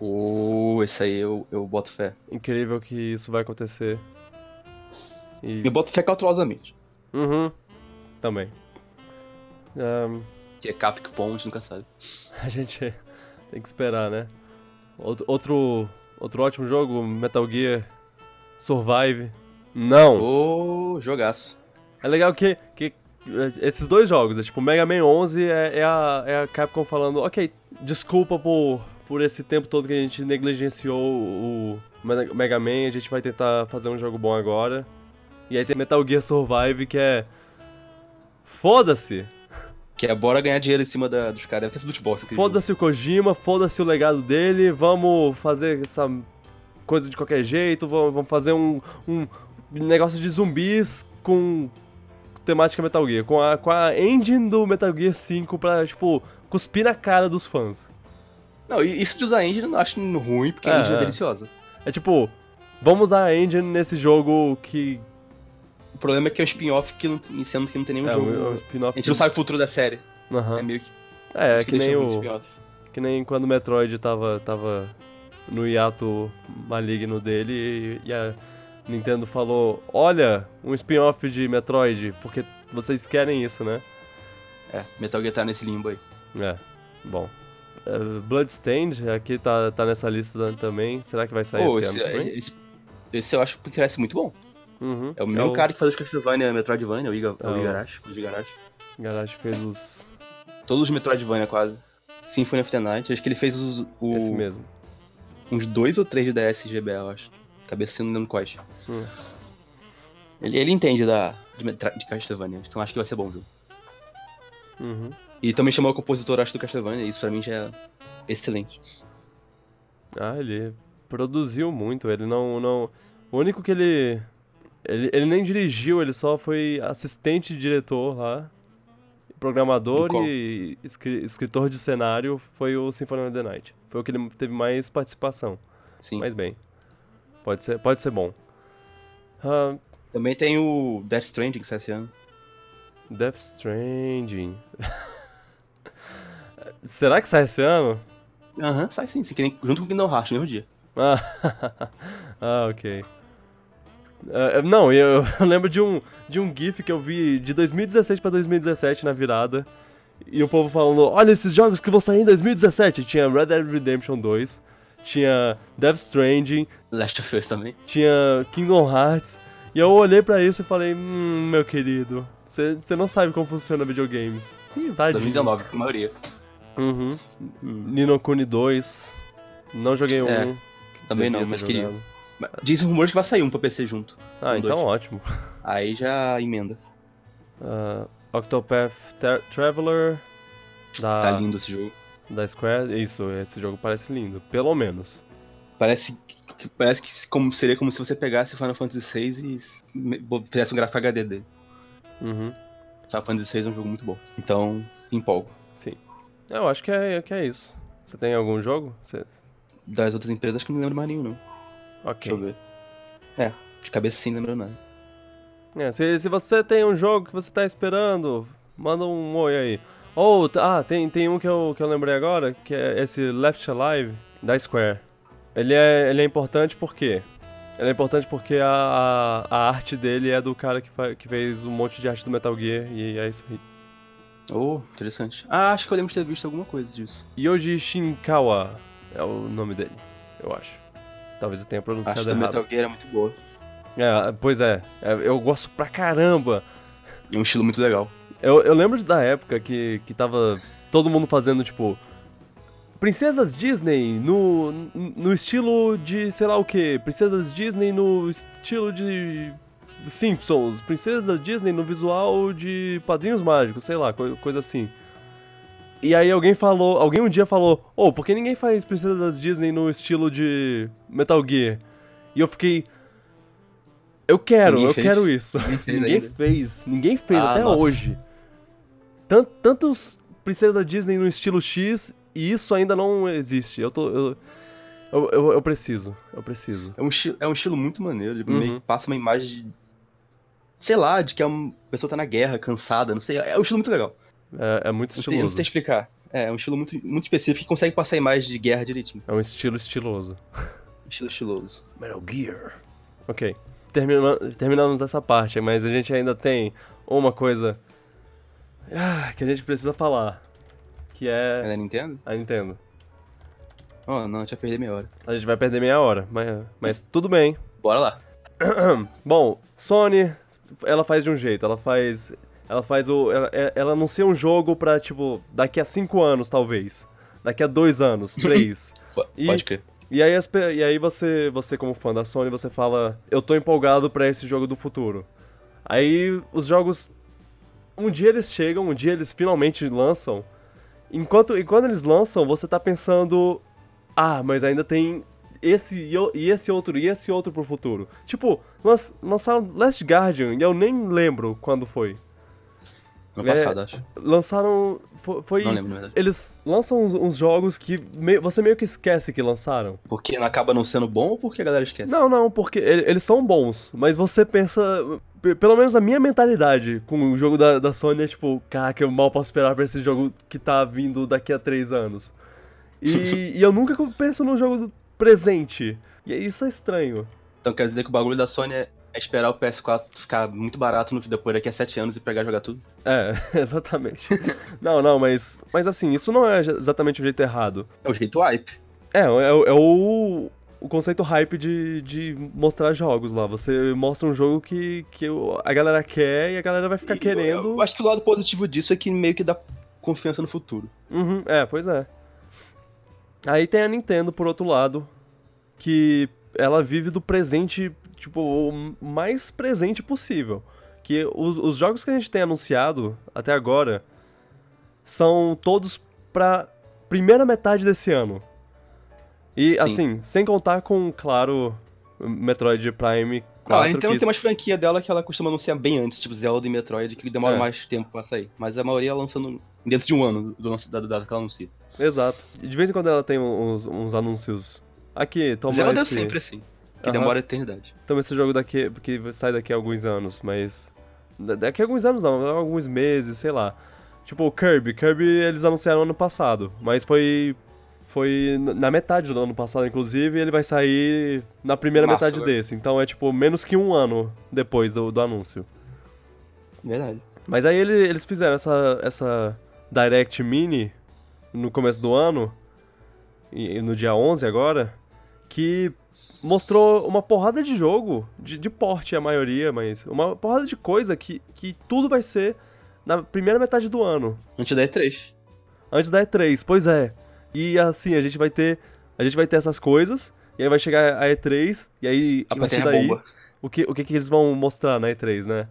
B: Ô, esse aí eu, eu boto fé.
A: incrível que isso vai acontecer. E
B: Eu boto fé cautelosamente.
A: Uhum. Também. Ahn,
B: Que é Capcom, a gente nunca sabe.
A: a gente tem que esperar, né? Outro, outro, outro ótimo jogo, Metal Gear Survive. Não!
B: Ô, jogaço.
A: É legal que, que eh, esses dois jogos, é tipo Mega Man 11 é, é a, é a Capcom falando, ok, desculpa por, por esse tempo todo que a gente negligenciou o Me- Mega Man, a gente vai tentar fazer um jogo bom agora. E aí tem Metal Gear Survive que é... Foda-se!
B: Que é bora ganhar dinheiro em cima da- dos caras. Deve ter futebol, isso aqui.
A: Foda-se o Kojima, foda-se o legado dele, vamos fazer essa coisa de qualquer jeito, vamos, vamos fazer um, um negócio de zumbis com temática Metal Gear, com a, com a engine do Metal Gear 5 pra, tipo, cuspir na cara dos fãs.
B: Não, e isso de usar engine eu não acho ruim, porque a
A: É,
B: engine é
A: é.
B: deliciosa.
A: É tipo, vamos usar a engine nesse jogo que
B: O problema é que é um spin-off que não, tem- sendo que não tem nenhum
A: é
B: jogo.
A: um, um
B: A
A: spin-off.
B: gente não sabe o futuro da série.
A: Aham.
B: É meio que.
A: É,
B: isso
A: que nem
B: deixa muito
A: o...
B: spin-off.
A: Que nem quando o Metroid tava, tava no hiato maligno dele e, e a Nintendo falou: Olha, um spin-off de Metroid, porque vocês querem isso, né?
B: É, Metal Gear tá nesse limbo aí.
A: É, bom. Eh, Bloodstained aqui tá, tá nessa lista da- também. Será que vai sair
B: Pô,
A: Tá esse,
B: esse, é,
A: ano também?
B: esse, esse eu acho que parece muito bom.
A: Uhum.
B: É o mesmo cara que faz os Castlevania, Metroidvania, o Iga- é
A: É o-
B: o Igarashi. o Igarashi.
A: Garage fez os.
B: Todos os Metroidvania quase. Symphony of the Night. Acho que ele fez os, o-
A: Esse mesmo.
B: uns dois ou três da SGB, eu acho. Cabecinho não lembro quais.
A: Hum.
B: Ele, ele entende da, de, Metra- de Castlevania, então acho que vai ser bom o jogo.
A: Uhum.
B: E também chamou o compositor, acho, do Castlevania, e isso pra mim já é excelente.
A: Ah, ele produziu muito, ele não. não... O único que ele, ele. Ele nem dirigiu, ele só foi assistente de diretor lá. Programador
B: Do qual?
A: e escri- escritor de cenário foi o Symphony of the Night. Foi o que ele teve mais participação.
B: Sim.
A: Mas bem. Pode ser, pode ser bom. Ah,
B: Também tem o Death Stranding que sai esse ano.
A: Death Stranding. Será que sai esse ano?
B: Aham, sai sim, sim, que nem- junto com o Kingdom Hearts, no mesmo dia.
A: Ah, ah ok. Ah, não, eu, eu lembro de um, de um GIF que eu vi de 2016 pra 2017 na virada. E o povo falando: Olha esses jogos que vão sair em 2017. Tinha Red Dead Redemption 2, tinha Death Stranding,
B: Last of Us também.
A: tinha Kingdom Hearts. E eu olhei pra isso e falei: Hum, meu querido, você não sabe como funciona videogames. Ih, Tadinho.
B: 2019, com a maioria.
A: Uhum. Nino Kuni 2. Não joguei um.
B: É,
A: devia
B: também não,
A: ter
B: mas queria.
A: jogado.
B: Mas Dizem rumores que vai sair um pra PC junto.
A: Ah,
B: Um,
A: então
B: dois.
A: ótimo.
B: Aí já emenda.
A: Ah, Octopath Tra- Traveler
B: Tá
A: da,
B: lindo esse jogo.
A: da Square. Isso, esse jogo parece lindo, pelo menos.
B: Parece que, parece que se- como, seria como se você pegasse Final Fantasy VI e s- me- bo- fizesse um gráfico HD dele.
A: Uhum,
B: Final Fantasy VI é um jogo muito bom. Então, empolgo.
A: sim. Eu acho que é, que é isso. Você tem algum jogo? Você-
B: Das outras empresas, acho que não lembro mais nenhum, não. Deixa
A: Ok.
B: eu ver. É, de cabeça sim, lembro nada.
A: É, se, se você tem um jogo que você tá esperando, manda um oi aí. Ou, t- ah, tem, tem um que eu, que eu lembrei agora, que é esse Left Alive da Square. Ele é, ele é importante por quê? Ele é importante porque a, a, a arte dele é do cara que, fa- que fez um monte de arte do Metal Gear, e é isso aí.
B: Oh, interessante. Ah, acho que eu lembro de ter visto alguma coisa disso.
A: Yoji Shinkawa é o nome dele, eu acho. Talvez eu tenha pronunciado
B: acho que o
A: errado.
B: Metal Gear é muito boa.
A: É, pois é, é, eu gosto pra caramba
B: É um estilo muito legal.
A: Eu, eu lembro da época que, que tava todo mundo fazendo, tipo. Princesas Disney no, no estilo de sei lá o que. Princesas Disney no estilo de Simpsons. Princesa Disney no visual de Padrinhos Mágicos, sei lá, co- coisa assim. E aí alguém falou, alguém um dia falou, ô, por que ninguém faz Princesas Disney no estilo de Metal Gear? E eu fiquei. Eu quero,
B: Ninguém
A: eu
B: fez.
A: quero isso. Ninguém fez. Ninguém fez
B: Ah,
A: até
B: nossa.
A: hoje. Tan- Tantos princesas da Disney no estilo X e isso ainda não existe. Eu tô. Eu, eu, eu- eu preciso. Eu preciso.
B: É um, esti- é um estilo muito maneiro. Ele
A: Uhum.
B: meio que passa uma imagem de. Sei lá, de que é uma a pessoa tá na guerra, cansada, não sei. É um estilo muito legal.
A: É, é muito
B: Não sei, eu não
A: estiloso.
B: sei explicar. É, é um estilo muito, muito específico que consegue passar a imagem de guerra direitinho.
A: É um estilo estiloso.
B: Estilo estiloso.
A: Metal Gear. Ok. Termina- terminamos essa parte, mas a gente ainda tem uma coisa ah, que a gente precisa falar. Que
B: É
A: é
B: da Nintendo?
A: a Nintendo.
B: Oh, não, já perdi meia hora.
A: A gente vai perder meia hora, mas, mas tudo bem.
B: Bora lá.
A: Bom, Sony, ela faz de um jeito, ela faz. Ela faz o. Ela, ela anuncia um jogo pra, tipo, daqui a cinco anos, talvez. Daqui a dois anos, três.
B: Po-
A: E-
B: Pode crer.
A: e aí, as pe- e aí você, você, como fã da Sony, você fala, eu tô empolgado pra esse jogo do futuro. Aí os jogos. Um dia eles chegam, um dia eles finalmente lançam. Enquanto, e quando eles lançam, você tá pensando. Ah, mas ainda tem esse e, o- e esse outro e esse outro pro futuro. Tipo, lanç- lançaram Last Guardian e eu nem lembro quando foi.
B: Ano
A: É-
B: passado, acho.
A: Lançaram. fo- Foi.
B: Não lembro, na verdade.
A: eles lançam uns, uns jogos que meio- você meio que esquece que lançaram.
B: Porque não acaba não sendo bom ou porque a galera esquece?
A: Não, não, porque ele- eles são bons, mas você pensa. pe- Pelo menos a minha mentalidade com o jogo da, da Sony é tipo, caraca, eu mal posso esperar pra esse jogo que tá vindo daqui a três anos. E, e eu nunca co- penso num jogo do presente. E isso é estranho.
B: Então quer dizer que o bagulho da Sony é é esperar o PS4 ficar muito barato no depois daqui a 7 anos e pegar e jogar tudo.
A: É, exatamente. Não, não, mas. Mas assim, isso não é exatamente o jeito errado.
B: É o jeito hype.
A: É, é, o- é o, o conceito hype de, de mostrar jogos lá. Você mostra um jogo que, que o- a galera quer e a galera vai ficar
B: E eu-
A: querendo.
B: Eu acho que o lado positivo disso é que meio que dá confiança no futuro.
A: Uhum, é, pois é. Aí tem a Nintendo, por outro lado, que ela vive do presente, tipo, o mais presente possível. Que os, os jogos que a gente tem anunciado até agora são todos pra primeira metade desse ano. E,
B: Sim.
A: assim, sem contar com, claro, Metroid Prime 4.
B: Ah, a Nintendo
A: que
B: tem umas franquias dela que ela costuma anunciar bem antes, tipo Zelda e Metroid, que demora
A: É.
B: mais tempo pra sair. Mas a maioria ela lança no- dentro de um ano do lance- da data que ela anuncia.
A: Exato. De vez em quando ela tem uns, uns anúncios. Aqui, toma
B: Zelda
A: esse...
B: é sempre assim, que
A: Aham.
B: demora a eternidade.
A: Então esse jogo daqui, porque sai daqui a alguns anos, mas da- daqui a alguns anos não, alguns meses, sei lá. Tipo, o Kirby. Kirby eles anunciaram ano passado, mas foi. Foi n- na metade do ano passado, inclusive, e ele vai sair na primeira
B: Março,
A: metade
B: né?
A: desse. Então é tipo menos que um ano depois do, do anúncio.
B: Verdade.
A: Mas aí ele- eles fizeram essa, essa Direct Mini no começo do ano, e, e no dia 11 agora, que mostrou uma porrada de jogo, de, de porte a maioria, mas uma porrada de coisa que, que tudo vai ser na primeira metade do ano,
B: Antes da E3.
A: antes da E3, pois é. E assim, a gente vai ter, a gente vai ter essas coisas, e aí vai chegar a E3, e aí a
B: que vai ter
A: partir daí,
B: Tipo, é bomba.
A: o que, o que que eles vão mostrar na E3, né?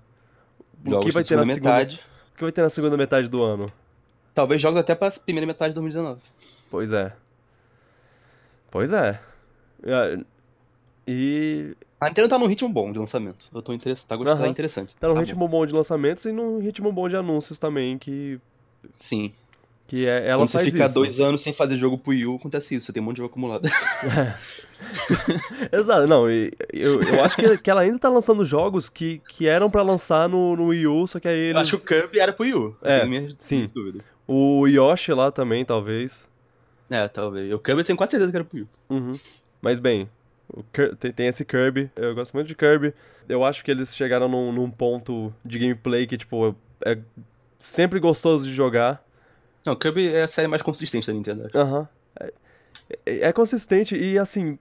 A: O que
B: Jogos
A: vai
B: da
A: ter na
B: segunda
A: segunda
B: metade.
A: o que vai ter na segunda metade do ano?
B: Talvez jogos até pra primeira metade de 2019.
A: Pois é. Pois é. É, E
B: A Nintendo tá num ritmo bom de lançamento. Eu tô interessado, tá, gostando, tá
A: Aham.
B: interessante.
A: tá num
B: bom.
A: ritmo bom de lançamentos e num ritmo bom de anúncios também, que,
B: Sim.
A: que é, ela
B: Quando
A: faz
B: você fica
A: isso.
B: dois anos sem fazer jogo pro Wii U, acontece isso. Você tem um monte de jogo acumulado.
A: Exato, não, e- eu, eu acho que, que ela ainda tá lançando jogos que, que eram pra lançar no, no Wii U, só que aí
B: Eu
A: eles...
B: acho que o Kirby era pro Wii U.
A: É,
B: Eu tenho minhas
A: sim.
B: dúvidas.
A: O Yoshi lá também, talvez.
B: É, talvez. O Kirby eu tenho quase certeza que era pro Wii U.
A: Uhum. Mas bem, o Kir- tem, tem esse Kirby, eu gosto muito de Kirby. Eu acho que eles chegaram num, num ponto de gameplay que, tipo, é é sempre gostoso de jogar.
B: Não, o Kirby é a série mais consistente da Nintendo. eu acho.
A: Aham. É, é- é consistente e assim.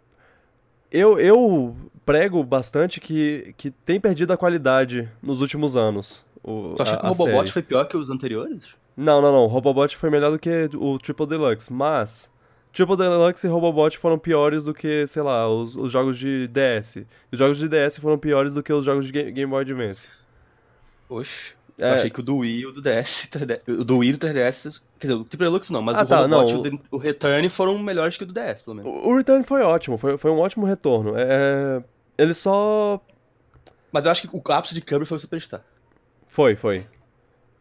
A: Eu, eu prego bastante que, que tem perdido a qualidade nos últimos anos. O,
B: Tu acha
A: a-
B: que o
A: a
B: Robobot
A: série.
B: foi pior que os anteriores?
A: Não, não, não. O Robobot foi melhor do que o Triple Deluxe, mas. Triple Deluxe e Robobot foram piores do que, sei lá, os, os jogos de DS. E Os jogos de DS foram piores do que os jogos de Ga- Game Boy Advance.
B: Oxe.
A: É.
B: Eu achei que o do Wii e o do DS. 3D O do Wii e o 3DS. Quer dizer, o Triple Lux não, mas
A: Ah,
B: o
A: tá, não.
B: Robobot e o, de- o Return foram melhores que o do DS, pelo menos.
A: O, o Return foi ótimo, foi, foi um ótimo retorno. É, ele só
B: Mas eu acho que o ápice de Kirby foi o Superstar.
A: Foi, foi.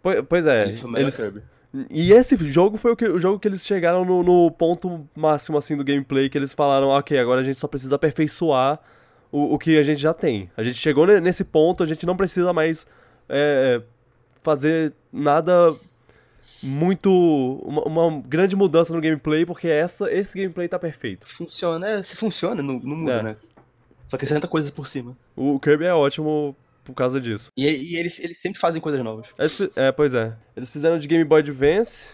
A: Po- Pois é,
B: Ele foi o melhor
A: eles-
B: Kirby.
A: e esse jogo foi o, que- o jogo que eles chegaram no, no ponto máximo assim do gameplay, que eles falaram, ok, agora a gente só precisa aperfeiçoar o, o que a gente já tem. A gente chegou ne- nesse ponto, a gente não precisa mais é, fazer nada muito. Uma, uma grande mudança no gameplay, porque essa, esse gameplay tá perfeito.
B: Funciona, é, se funciona, não, não muda,
A: É.
B: né? Só acrescenta coisas por cima.
A: O Kirby é ótimo por causa disso.
B: E, e eles, eles sempre fazem coisas novas.
A: Eles fi- é, pois é. Eles fizeram de Game Boy Advance.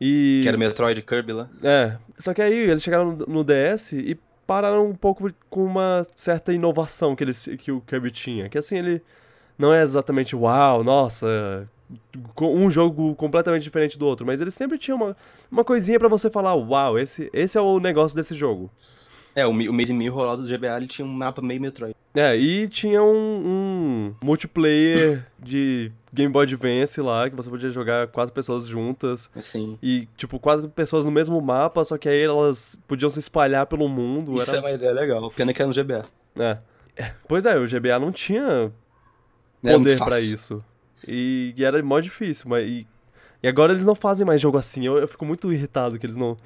A: E.
B: Que era o Metroid Kirby lá.
A: É, só que aí eles chegaram no- no DS e pararam um pouco com uma certa inovação que, eles, que o Kirby tinha. Que assim, ele não é exatamente uau, nossa, co- um jogo completamente diferente do outro, mas ele sempre tinha uma, uma coisinha pra você falar, uau, esse, esse é o negócio desse jogo.
B: É, o, Mi- o Maze Mirror lá do GBA ele tinha um mapa meio Metroid.
A: É, e tinha um, um multiplayer de Game Boy Advance lá, que você podia jogar quatro pessoas juntas.
B: Assim.
A: E, tipo, quatro pessoas no mesmo mapa, só que aí elas podiam se espalhar pelo mundo.
B: Isso
A: era
B: é uma ideia legal. Pena que era no GBA.
A: É. Pois é, o GBA não tinha
B: Era muito
A: poder
B: fácil.
A: pra isso. E, e era mó difícil, mas. E, e agora eles não fazem mais jogo assim. Eu, eu fico muito irritado que eles não.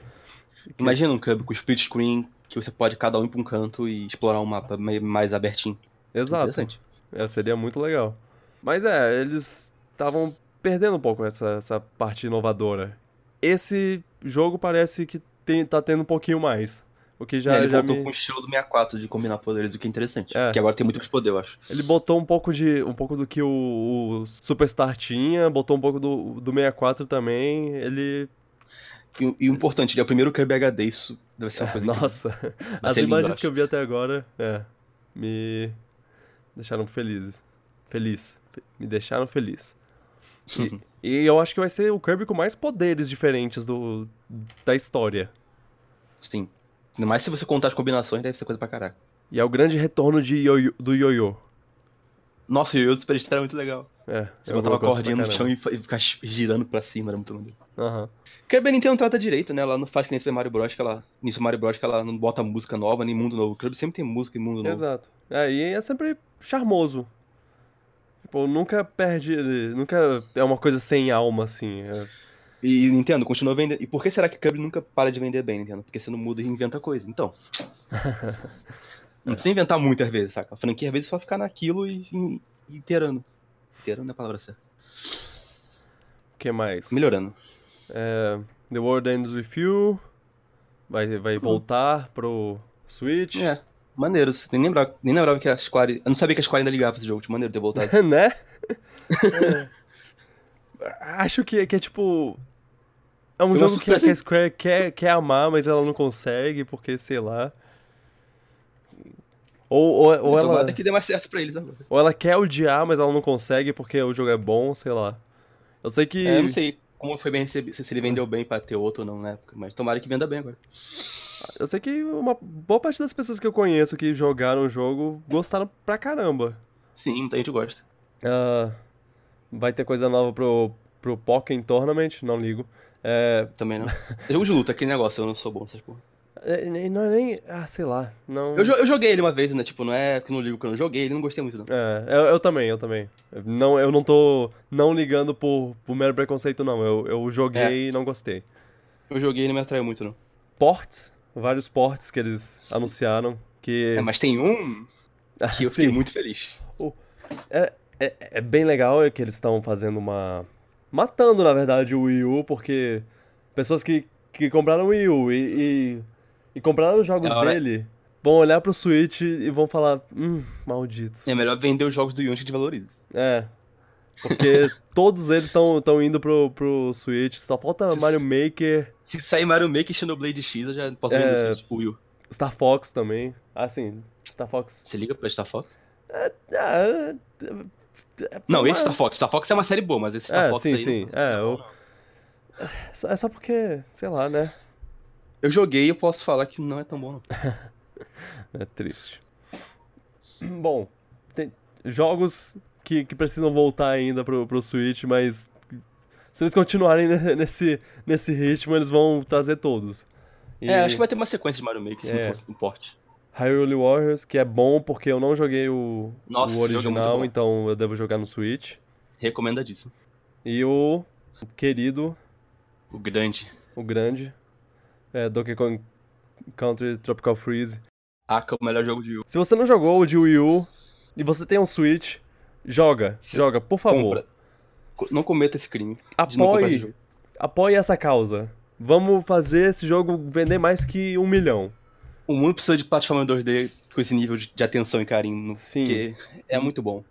B: Imagina um Kirby com split screen, que você pode cada um ir pra um canto e explorar um mapa meio mais abertinho.
A: Exato.
B: Interessante.
A: É, seria muito legal. Mas é, eles estavam perdendo um pouco essa, essa parte inovadora. Esse jogo parece que tem, tá tendo um pouquinho mais. O que já,
B: É, ele
A: já
B: voltou
A: me...
B: com o estilo do 64 de combinar poderes, o que é interessante.
A: É.
B: Que agora tem muito mais poder, eu acho.
A: Ele botou um pouco de um pouco do que o, o Superstar tinha, botou um pouco do, do 64 também. Ele
B: E, e o importante, ele é o primeiro Kirby HD, isso deve ser uma coisa. incrível.
A: É, Nossa, as
B: ser lindo,
A: imagens
B: acho.
A: que eu vi até agora, é, me deixaram felizes. Feliz. Fe- Me deixaram feliz. E, e eu acho que vai ser o Kirby com mais poderes diferentes do, da história.
B: Sim. Ainda mais se você contar as combinações, deve ser coisa pra caraca.
A: E é o grande retorno de ioiô- do Yoyo.
B: Nossa, e o Yoyo do Superstar era muito legal.
A: É,
B: Você
A: eu
B: botava a
A: gosto pra
B: cordinha no
A: caramba.
B: chão e, fa- e ficar girando pra cima, era muito legal.
A: Aham.
B: Kirby a Nintendo trata direito, né? Ela não faz que nem Super Mario Bros. Que ela, nem Super Mario Bros. que ela não bota música nova, nem mundo novo. Kirby sempre tem música e mundo novo.
A: Exato. É, e é sempre charmoso. Tipo, nunca perde. Nunca é uma coisa sem alma, assim. É,
B: E Nintendo continua vendendo. E por que será que Kirby nunca para de vender bem, Nintendo? Porque você não muda e inventa coisa. Então. não precisa inventar muitas vezes, saca? A franquia às vezes é só ficar naquilo e, e e iterando. Iterando é a palavra certa.
A: que mais?
B: Melhorando.
A: É, The World Ends With You. Vai,
B: Hum.
A: vai voltar pro Switch.
B: É, maneiro. você Nem lembrava, nem lembrava que a Square... Eu não sabia que a Square ainda ligava pra esse jogo. Tipo, maneiro ter voltado.
A: né? É. Acho que, que é tipo. É um
B: Foi uma
A: jogo que,
B: surpresa,
A: que a Square quer, quer amar, mas ela não consegue, porque sei lá. Ou, ou, ou,
B: Então, Tomara
A: ela,
B: que dê mais certo pra eles agora.
A: ou ela quer odiar, mas ela não consegue porque o jogo é bom, sei lá. Eu sei que.
B: É, eu não sei como foi bem recebido, se ele vendeu bem pra ter outro ou não na época, mas tomara que venda bem agora.
A: Eu sei que uma boa parte das pessoas que eu conheço que jogaram o jogo gostaram pra caramba.
B: Sim, muita gente gosta.
A: Ah, vai ter coisa nova pro, pro Pokémon Tournament, não ligo. É,
B: Também não. É jogo de luta, aquele negócio, eu não sou bom nessas porra.
A: é, nem- não é nem. Ah, sei lá. Não.
B: Eu, jo- eu joguei ele uma vez, né? Tipo, não é que eu não ligo que eu não joguei, ele não gostei muito, não.
A: É, eu, eu também, eu também. Eu Não, eu não tô não ligando por, por mero preconceito, não. Eu, eu joguei e não gostei.
B: Eu joguei ele não me atraiu muito, não.
A: Ports, vários ports que eles anunciaram. Que,
B: É, mas tem um que eu
A: Assim,
B: fiquei muito feliz.
A: é, é bem legal é que eles estão fazendo uma. Matando, na verdade, o Wii U, porque pessoas que, que compraram o Wii U e, e, e compraram os jogos
B: Agora- é-
A: dele vão olhar pro Switch e vão falar: hum, malditos.
B: É melhor vender os jogos do Yonji que te valoriza.
A: É. Porque todos eles estão indo pro, pro Switch, só falta Mario Maker,
B: Se sair Mario Maker e Xenoblade X, eu já posso
A: É.
B: vender esse tipo, Will.
A: Star Fox também. Ah, sim, Star Fox.
B: Você liga pra Star Fox?
A: Ah, é-
B: Não, esse Star Fox. Star Fox é uma série boa, mas esse Star
A: É,
B: Fox
A: sim,
B: aí
A: sim.
B: não-
A: É,
B: não,
A: eu-
B: não.
A: é só- é só porque, sei lá, né?
B: Eu joguei e eu posso falar que não é tão bom, não.
A: É triste. Bom, tem jogos que, que precisam voltar ainda pro, pro Switch, mas se eles continuarem ne- nesse, nesse ritmo, eles vão trazer todos. E
B: É, acho que vai ter uma sequência de Mario Maker, se
A: É.
B: não fosse um porte.
A: Hyrule Warriors, que é bom porque eu não joguei o,
B: Nossa,
A: o
B: esse jogo é muito
A: original,
B: bom.
A: então eu devo jogar no Switch.
B: Recomendadíssimo.
A: E o querido,
B: O grande.
A: o grande, é, Donkey Kong Country Tropical Freeze.
B: Aka é o melhor jogo de Wii. U.
A: Se você não jogou o de Wii U e você tem um Switch, joga,
B: Sim.
A: joga, por favor.
B: Compra. Co- Não cometa esse crime. de não comprar esse
A: Apoie,
B: jogo.
A: apoie essa causa. Vamos fazer esse jogo vender mais que um milhão.
B: O mundo precisa de plataforma 2D com esse nível de, de atenção e carinho. no-
A: Sim.
B: Porque é muito bom.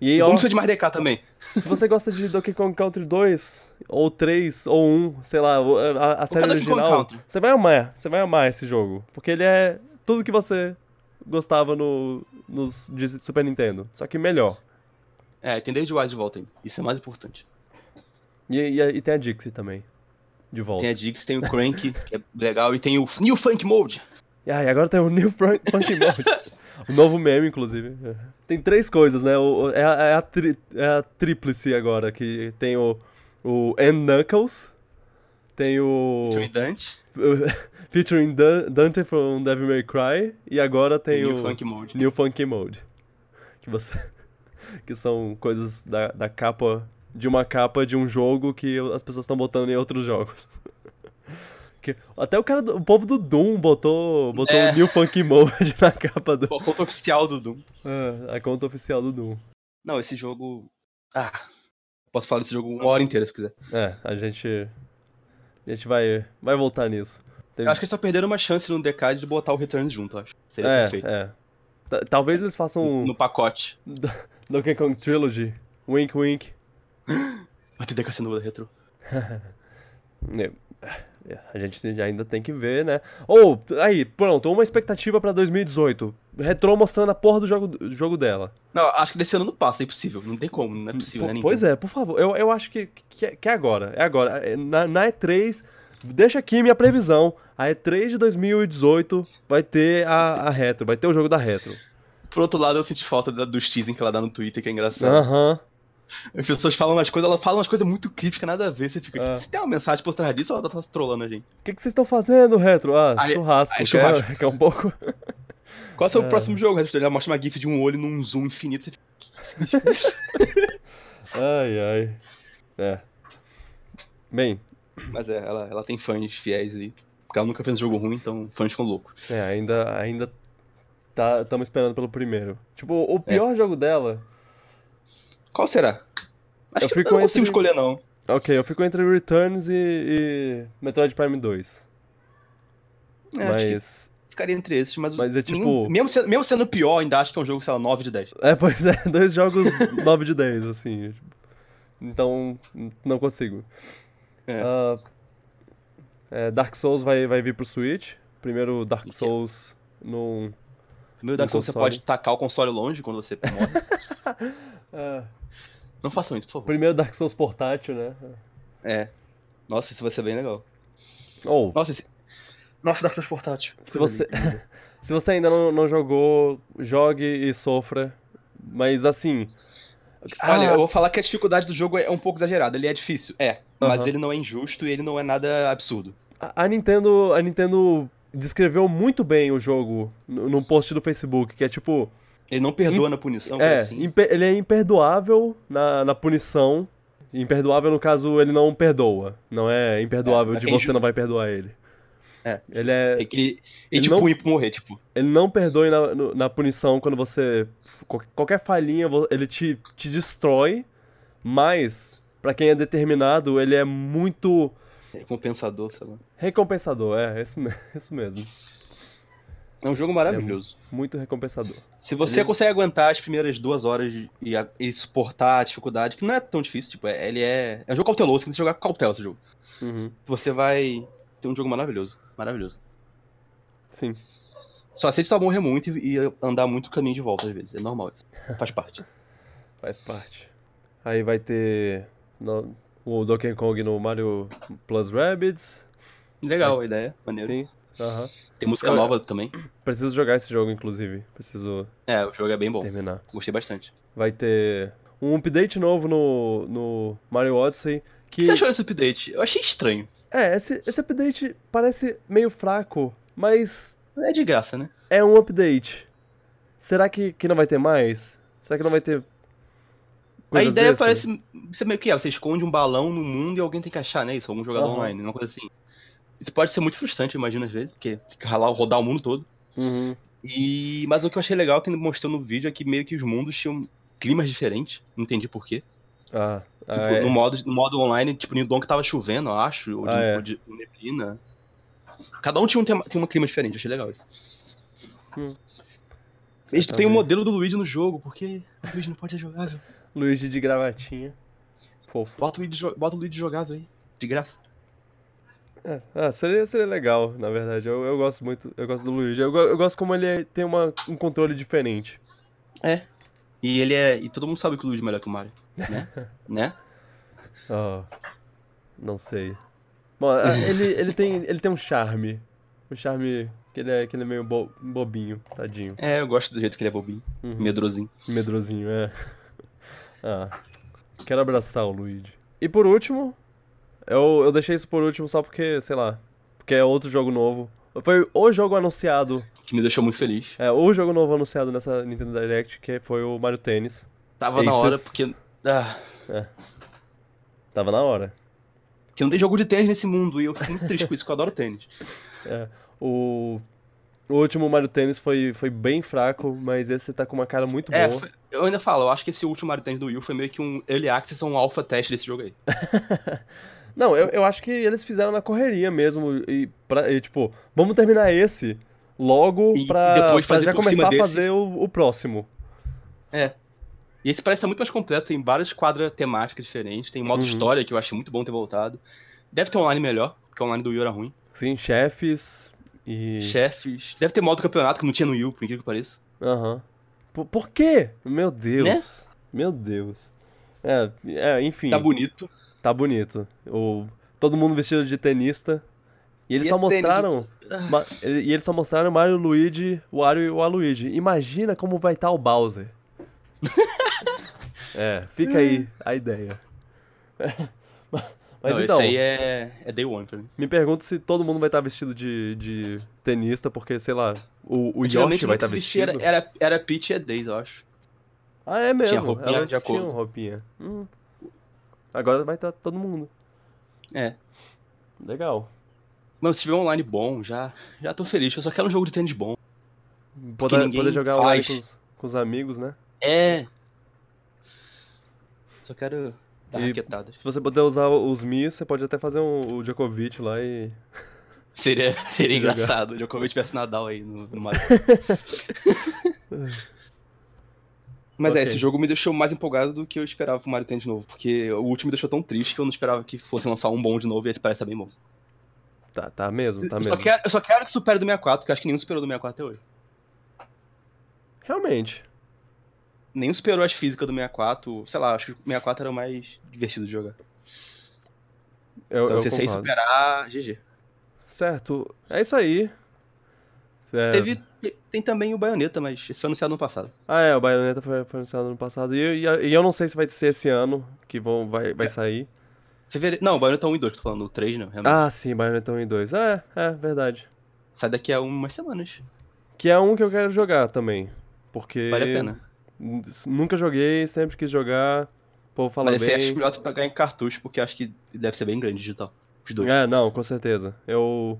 A: E aí,
B: O
A: ó,
B: mundo precisa de mais DK também.
A: se você gosta de Donkey Kong Country 2, ou 3, ou 1, sei lá, o- a, a série
B: Donkey Kong
A: original,
B: Country.
A: você vai amar, você vai amar esse jogo. Porque ele é tudo que você gostava no, nos de Super Nintendo, só que melhor.
B: É, tem David Wise de volta ainda. Isso é mais importante.
A: E, e, e tem a Dixie também, de volta.
B: Tem a Dix, tem o Crank, que é legal, e tem o New Funk Mode.
A: E aí, agora tem o New Fran- Funky Mode. o novo meme, inclusive. Tem três coisas, né? O- o- é, a, é, a tri- é a tríplice agora, que tem o, o N Knuckles, tem o.
B: Joey Dante,
A: featuring Dan- Dante from Devil May Cry, e agora tem
B: e
A: o
B: New Funk Mode.
A: New Funky Mode. Que você. que são coisas da, da capa. De uma capa de um jogo que as pessoas estão botando em outros jogos. Que- até o cara. do- O povo do Doom botou, botou
B: É.
A: o New Funky Mode na capa do.
B: Pô, a Conta oficial do Doom.
A: Ah, a conta oficial do Doom.
B: Não, esse jogo. Ah. Posso falar desse jogo uma hora inteira se quiser.
A: É, a gente. A gente vai, vai voltar nisso. Teve-
B: Eu acho que eles só perderam uma chance no DK de botar o Returns junto, eu acho. Seria
A: é,
B: perfeito.
A: é. Ta- Talvez eles façam um
B: No pacote.
A: Donkey Kong Trilogy. Wink wink.
B: Vai ter DK sendo retro.
A: É, A gente tem- ainda tem que ver, né? Ou, aí, pronto, uma expectativa pra 2018. Retro mostrando a porra do jogo, do jogo dela.
B: Não, acho que desse ano não passa, é impossível. Não tem como, não é possível, né?
A: Po- pois é, por favor. Eu, eu acho que, que, é- que é agora. É agora. É Na, na E3, deixa aqui minha previsão. A E3 de 2018 vai ter a, a retro, vai ter o jogo da retro. né?
B: Por outro lado, eu senti falta da- dos teasing que ela dá no Twitter, que é engraçado.
A: Aham.
B: As pessoas falam umas coisas, ela fala umas coisas muito críticas, nada a ver. Você fica,
A: Ah.
B: se tem uma mensagem por trás disso, ela tá trollando a gente.
A: O que que vocês estão fazendo, retro? Ah,
B: Aí-
A: churrasco. Quer,
B: aí churrasco.
A: quer um pouco?
B: Qual é o seu
A: É.
B: próximo jogo? Ela mostra uma gif de um olho num zoom infinito. Você fica, "Que que significa isso?"
A: Ai, ai. É. Bem,
B: Mas é, ela, ela tem fãs fiéis e. Porque ela nunca fez um jogo ruim, então fãs ficam loucos.
A: É, ainda, ainda tá, tamo esperando pelo primeiro. Tipo, o pior jogo dela,
B: Qual será? Acho
A: Eu
B: que
A: fico
B: eu não consigo
A: entre-
B: escolher, não.
A: Ok, eu fico entre Returns e, e Metroid Prime 2.
B: É, acho que
A: mas.
B: ficaria entre esses, mas.
A: Mas é
B: nenhum-
A: tipo.
B: mesmo, sendo, mesmo sendo pior, ainda acho que é um jogo, sei lá, 9 de 10.
A: É, pois é, dois jogos 9 de 10, assim. Então, não consigo.
B: É.
A: Ah, é, Dark Souls vai, vai vir pro Switch. Primeiro Dark
B: Isso.
A: Souls num.
B: Primeiro da
A: No
B: Souls, você
A: console.
B: pode tacar o console longe quando você morre.
A: ah,
B: Não façam isso, por favor.
A: primeiro Dark Souls portátil, né?
B: É. Nossa, isso vai ser bem legal.
A: Ou,
B: Nossa, esse... Nossa, Dark Souls portátil.
A: se você. Se você ainda não, não jogou, jogue e sofra. Mas assim.
B: Olha,
A: Ah.
B: eu vou falar que a dificuldade do jogo é um pouco exagerada. Ele é difícil, é. Mas
A: Aham.
B: ele não é injusto e ele não é nada absurdo.
A: A a Nintendo, a Nintendo descreveu muito bem o jogo no- num post do Facebook, que é tipo,
B: Ele não perdoa na punição,
A: é,
B: coisa assim.
A: impe- ele é imperdoável na, na punição. Imperdoável, no caso, ele não perdoa. Não é imperdoável
B: É,
A: de
B: quem
A: você
B: ju-
A: não vai perdoar ele.
B: É.
A: Ele é.
B: É que ele, ele,
A: Ele
B: tipo,
A: não-
B: ir pra morrer, tipo.
A: Ele não perdoe na, no- na punição quando você. qual- Qualquer falhinha, vo- ele te, te destrói, mas, pra quem é determinado, ele é muito
B: É compensador, sei lá.
A: recompensador. É, isso, me- isso mesmo.
B: É um jogo maravilhoso.
A: Muito recompensador.
B: Se você
A: Ele-
B: consegue aguentar as primeiras duas horas e, a- e suportar a dificuldade, que não é tão difícil, tipo, é- ele é. É um jogo cauteloso, você tem que jogar com cautela esse jogo.
A: Uhum.
B: Você vai ter um jogo maravilhoso. Maravilhoso.
A: Sim.
B: Só aceita só morrer muito e, e andar muito caminho de volta, às vezes. É normal isso. Faz parte.
A: Faz parte. Aí vai ter no- o Donkey Kong no Mario Plus Rabbids.
B: Legal a ideia, maneiro.
A: Sim. Aham.
B: Tem música
A: Eu-
B: nova também.
A: Preciso jogar esse jogo, inclusive. Preciso
B: É, o jogo é bem bom.
A: terminar.
B: Gostei bastante.
A: Vai ter um update novo no, no Mario Odyssey.
B: O
A: Que.
B: que você achou desse update? Eu achei estranho.
A: É, esse, esse update parece meio fraco, mas
B: É de graça, né?
A: é um update. Será que, que não vai ter mais? Será que não vai ter.
B: a
A: coisas
B: ideia
A: extras?
B: parece. Você meio que é, você esconde um balão no mundo e alguém tem que achar, né? Isso, algum jogador
A: Aham.
B: online, uma coisa assim. Isso pode ser muito frustrante, eu imagino, às vezes, porque tem que ralar, rodar o mundo todo.
A: Uhum.
B: E. Mas o que eu achei legal que ele mostrou no vídeo é que meio que os mundos tinham climas diferentes. Não entendi porquê.
A: Ah, ah,
B: Tipo,
A: é.
B: no, modo, no modo online, tipo, no Donk tava chovendo, eu acho, ou de,
A: Ah, é.
B: ou de neblina. Cada um tinha um, tema, tinha um clima diferente, eu achei legal isso.
A: Hum.
B: Eles
A: É,
B: tem o
A: talvez.
B: modelo do Luigi no jogo, porque o Luigi não pode ser jogável.
A: Luigi de gravatinha. Fofo.
B: Bota o Luigi, jo- bota o Luigi jogável aí, de graça.
A: É, ah, seria, seria legal, na verdade. Eu, eu gosto muito, eu gosto do Luigi. Eu, go- eu gosto como ele é- tem uma, um controle diferente.
B: E ele é. E todo mundo sabe que o Luigi é melhor que o Mario. Né? né?
A: Ah, não sei. Bom, ah, ele, ele, tem, ele tem um charme. Um charme que ele é, que ele é meio bo- bobinho, tadinho.
B: É, eu gosto do jeito que ele é bobinho,
A: Uhum,
B: medrosinho.
A: Medrosinho, é. Ah, quero abraçar o Luigi. E por último, eu, eu deixei isso por último só porque, sei lá, porque é outro jogo novo. Foi o jogo anunciado
B: Que me deixou muito feliz.
A: É, o jogo novo anunciado nessa Nintendo Direct, que foi o Mario Tennis.
B: Tava na hora,
A: Aces.
B: porque. Ah,
A: Tava na hora.
B: porque não tem jogo de tênis nesse mundo. E eu fico muito triste com isso, porque eu adoro tênis.
A: O, o último Mario Tennis foi, foi bem fraco, mas esse tá com uma cara muito
B: É,
A: boa.
B: foi- eu ainda falo, eu acho que esse último Mario Tennis do Wii foi meio que um early access ou um alpha teste desse jogo aí.
A: Não, eu, eu acho que eles fizeram na correria mesmo. E, pra- e, tipo, vamos terminar esse logo
B: E
A: pra,
B: depois
A: pra
B: fazer
A: já
B: por cima
A: começar a
B: desse.
A: fazer o, o próximo.
B: E esse parece estar muito mais completo, tem várias quadras temáticas diferentes, tem modo
A: Uhum.
B: história que eu achei muito bom ter voltado. Deve ter um online melhor, porque o online do Wii era ruim.
A: Sim, chefes e.
B: Chefes. Deve ter modo campeonato que não tinha no Wii, por incrível que pareça.
A: Aham. Por, por quê? Meu
B: Né?
A: Deus. Meu Deus. É, é, enfim.
B: Tá bonito.
A: Tá bonito. O, todo mundo vestido de tenista. E eles
B: E
A: só
B: é tênis, Ah.
A: mostraram. ma- e e eles só mostraram o Mario o Luigi, o Wario e o Aluigi. Imagina como vai estar o Bowser. é, fica
B: Hum.
A: aí a ideia. Mas- Mas
B: não,
A: então,
B: Esse aí é, é Day One pra mim.
A: me pergunto se todo mundo vai estar vestido de, de tenista, porque, sei lá, o, o Yoshi
B: Antigamente, tá
A: vai
B: o que
A: estar
B: se vestia
A: vestido.
B: Era, era, era Peach e a Daisy, eu acho.
A: Ah, é
B: Tinha
A: mesmo.
B: roupinha
A: Elas
B: de acordo.
A: tinham roupinha. Hum. Agora vai estar todo mundo.
B: É.
A: Legal.
B: Mano, se tiver um online bom, já, já tô feliz. Eu só quero um jogo de tênis bom.
A: Poder,
B: ninguém
A: poder jogar online
B: faz.
A: com os, com os amigos, né?
B: É. Só quero Dá
A: E-
B: raquetadas.
A: Se você puder usar os Mis, você pode até fazer um, o Djokovic lá e.
B: Seria, seria
A: Jogar.
B: engraçado, o Djokovic tivesse Nadal aí no, no Mario. Mas é,
A: Ok.
B: esse jogo me deixou mais empolgado do que eu esperava pro Mario Tennis de novo, porque o último me deixou tão triste que eu não esperava que fosse lançar um bom de novo e esse parece estar bem bom.
A: Tá, tá mesmo, tá
B: eu, só
A: mesmo.
B: quero, eu só quero que é- supere do 64, que eu acho que nenhum superou do 64 até hoje.
A: Realmente.
B: Nenhum superou as físicas do 64, sei lá, acho que o 64 era o mais divertido de jogar.
A: Eu,
B: Então
A: eu
B: você sem
A: concordo.
B: superar, GG.
A: Certo. É isso aí. É,
B: Teve, te- tem também o Bayonetta, mas esse foi anunciado no passado.
A: Ah, é, o Bayonetta foi foi anunciado ano passado. E, e- e eu não sei se vai ser esse ano que vão, vai,
B: É.
A: vai sair.
B: Fevereiro, não, o Bayonetta 1 e 2 que eu tô falando, o 3 não, realmente.
A: Ah, sim, Bayonetta 1 e 2. É, é, verdade.
B: Sai daqui a umas semanas,
A: Que é um que eu quero jogar também. Porque.
B: vale a pena.
A: n- Nunca joguei, sempre quis jogar. O povo fala
B: Mas esse
A: bem.
B: eu acho é melhor tu pegar em cartucho, porque eu acho que deve ser bem grande digital, os dois.
A: É, não, com certeza. Eu.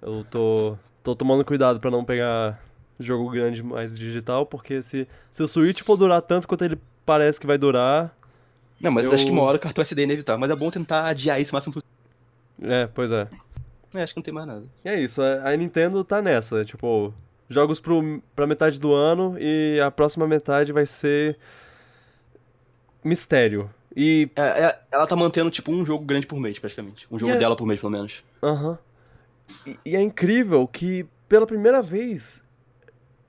A: Eu tô. tô tomando cuidado pra não pegar jogo grande mais digital, porque se, se o Switch for durar tanto quanto ele parece que vai durar.
B: Não, mas
A: Eu-
B: acho que uma hora o cartão SD é inevitável, mas é bom tentar adiar isso o máximo possível.
A: É, pois é.
B: É, acho que não tem mais nada.
A: E é isso, a a Nintendo tá nessa, tipo, jogos pro, pra metade do ano e a próxima metade vai ser. Mistério. E.
B: É, é- ela tá mantendo, tipo, um jogo grande por mês, praticamente. Um jogo
A: Yeah.
B: dela por mês, pelo menos.
A: Aham. E, e é incrível que, pela primeira vez,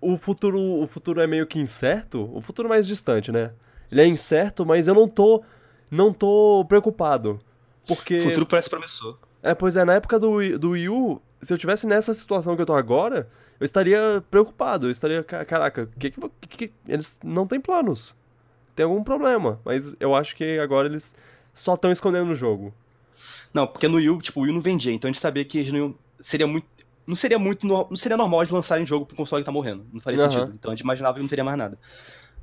A: o futuro, o futuro é meio que incerto. O futuro mais distante, né? Ele é incerto, mas eu não tô. Não tô preocupado. Porque.
B: O futuro parece promissor.
A: É, pois é, na época do, Wii- do Wii U, se eu tivesse nessa situação que eu tô agora, eu estaria preocupado, eu estaria, "Ca- caraca, que que, vo- que que- eles não têm planos, tem algum problema, mas eu acho que agora eles só estão escondendo o jogo.
B: Não, porque no Wii, U, tipo, o Wii não vendia, então a gente sabia que eles não iam- seria muito. Não seria muito. no- Não seria normal eles lançarem jogo pro console que tá morrendo. Não faria
A: Aham.
B: sentido. Então a gente imaginava que não teria mais nada.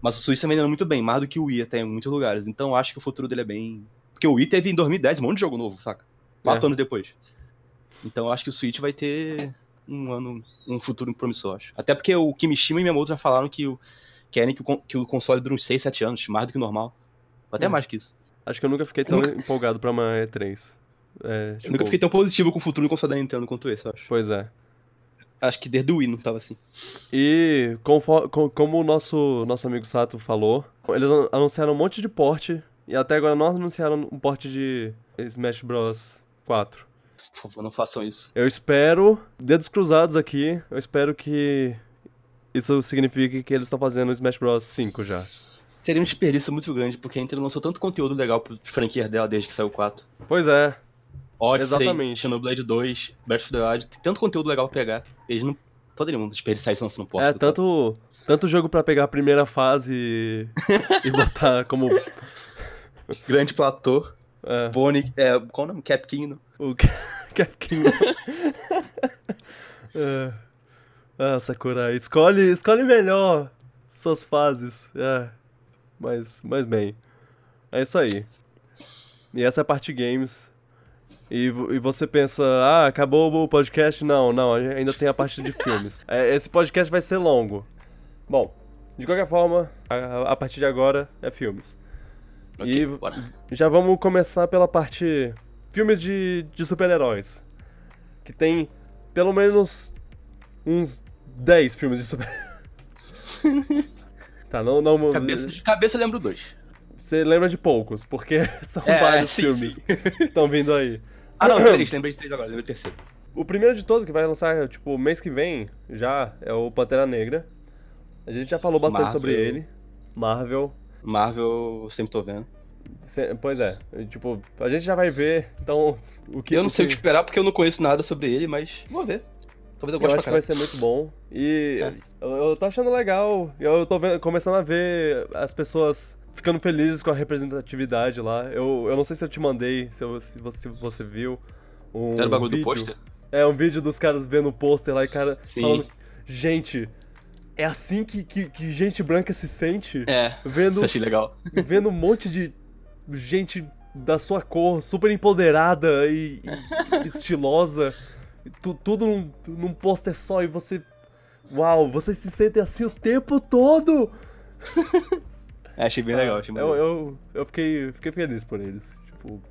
B: Mas o Switch tá vendendo muito bem, mais do que o Wii até em muitos lugares. Então eu acho que o futuro dele é bem. Porque o Wii teve em 2010 um monte de jogo novo, saca?
A: É.
B: Quatro anos depois. Então eu acho que o Switch vai ter um ano. um futuro promissor, acho. Até porque o Kimishima e Miyamoto já falaram que o, querem que o, con- que o console dure uns 6, 7 anos, mais do que o normal. Ou Até
A: É.
B: mais que isso.
A: Acho que eu nunca fiquei tão
B: Nunca-
A: empolgado pra uma E3. É,
B: Eu
A: tipo,
B: nunca fiquei tão um positivo com o futuro do console da Nintendo quanto esse, eu acho.
A: Pois é.
B: Acho que desde o Wii não tava assim.
A: E confo- co- como o nosso, nosso amigo Sato falou, eles an- anunciaram um monte de porte, e até agora não anunciaram um porte de Smash Bros 4.
B: Por favor, não façam isso.
A: Eu espero, dedos cruzados aqui, eu espero que isso signifique que eles estão fazendo o Smash Bros 5 já.
B: Seria um desperdício muito grande, porque a Nintendo lançou tanto conteúdo legal pro franquia dela desde que saiu o 4.
A: Pois é,
B: Odyssey,
A: Exatamente.
B: Xenoblade 2, Breath of the Wild, tem tanto conteúdo legal pra pegar. Eles não poderiam desperdiçar isso lançando porta.
A: é tanto, tanto jogo pra pegar a primeira fase e, e botar como
B: Grande platô,
A: é,
B: Bonnie, é, qual o nome? Cap Kingdom.
A: o Cap King. É. Ah, Sakurai, escolhe, escolhe melhor suas fases. É. Mas, mas bem, é isso aí. E essa é a parte games. E, vo- e você pensa, ah, acabou o podcast? Não, não, ainda tem a parte de filmes. É, esse podcast vai ser longo. Bom, de qualquer forma, a, a partir de agora é filmes.
B: Ok,
A: E-
B: bora.
A: Já vamos começar pela parte filmes de, de super-heróis. Que tem pelo menos uns 10 filmes de super Tá, não, não.
B: Cabeça, de cabeça eu lembro dois.
A: Você lembra de poucos, porque são
B: É,
A: vários
B: sim,
A: filmes que estão vindo aí.
B: Ah não, três, lembrei de três agora, lembrei do terceiro.
A: O primeiro de todos que vai lançar, tipo, mês que vem já é o Pantera Negra. A gente já falou bastante
B: Marvel.
A: sobre ele. Marvel.
B: Marvel, eu sempre tô vendo.
A: Se- Pois é, tipo, a gente já vai ver, então o que
B: eu não sei o que esperar, porque eu não conheço nada sobre ele, mas vou ver. Talvez eu
A: Eu
B: goste
A: acho que
B: pra
A: vai
B: caralho.
A: ser muito bom. E
B: É.
A: eu, eu tô achando legal. Eu tô vendo- começando a ver as pessoas ficando felizes com a representatividade lá. Eu, eu não sei se eu te mandei, se, eu- se você, se você viu. Um
B: Era o Tá bagulho do
A: vídeo.
B: pôster?
A: É, um vídeo dos caras vendo o pôster lá e cara
B: Sim.
A: falando. Gente, é assim que, que, que gente branca se sente?
B: É,
A: Vendo,
B: achei legal.
A: vendo um monte de gente da sua cor, super empoderada e, e estilosa, e tu- tudo num, num pôster só e você. Uau, vocês se sentem assim o tempo todo!
B: É, achei bem legal, achei
A: Eu,
B: legal.
A: eu, eu fiquei, fiquei feliz por eles. Tipo,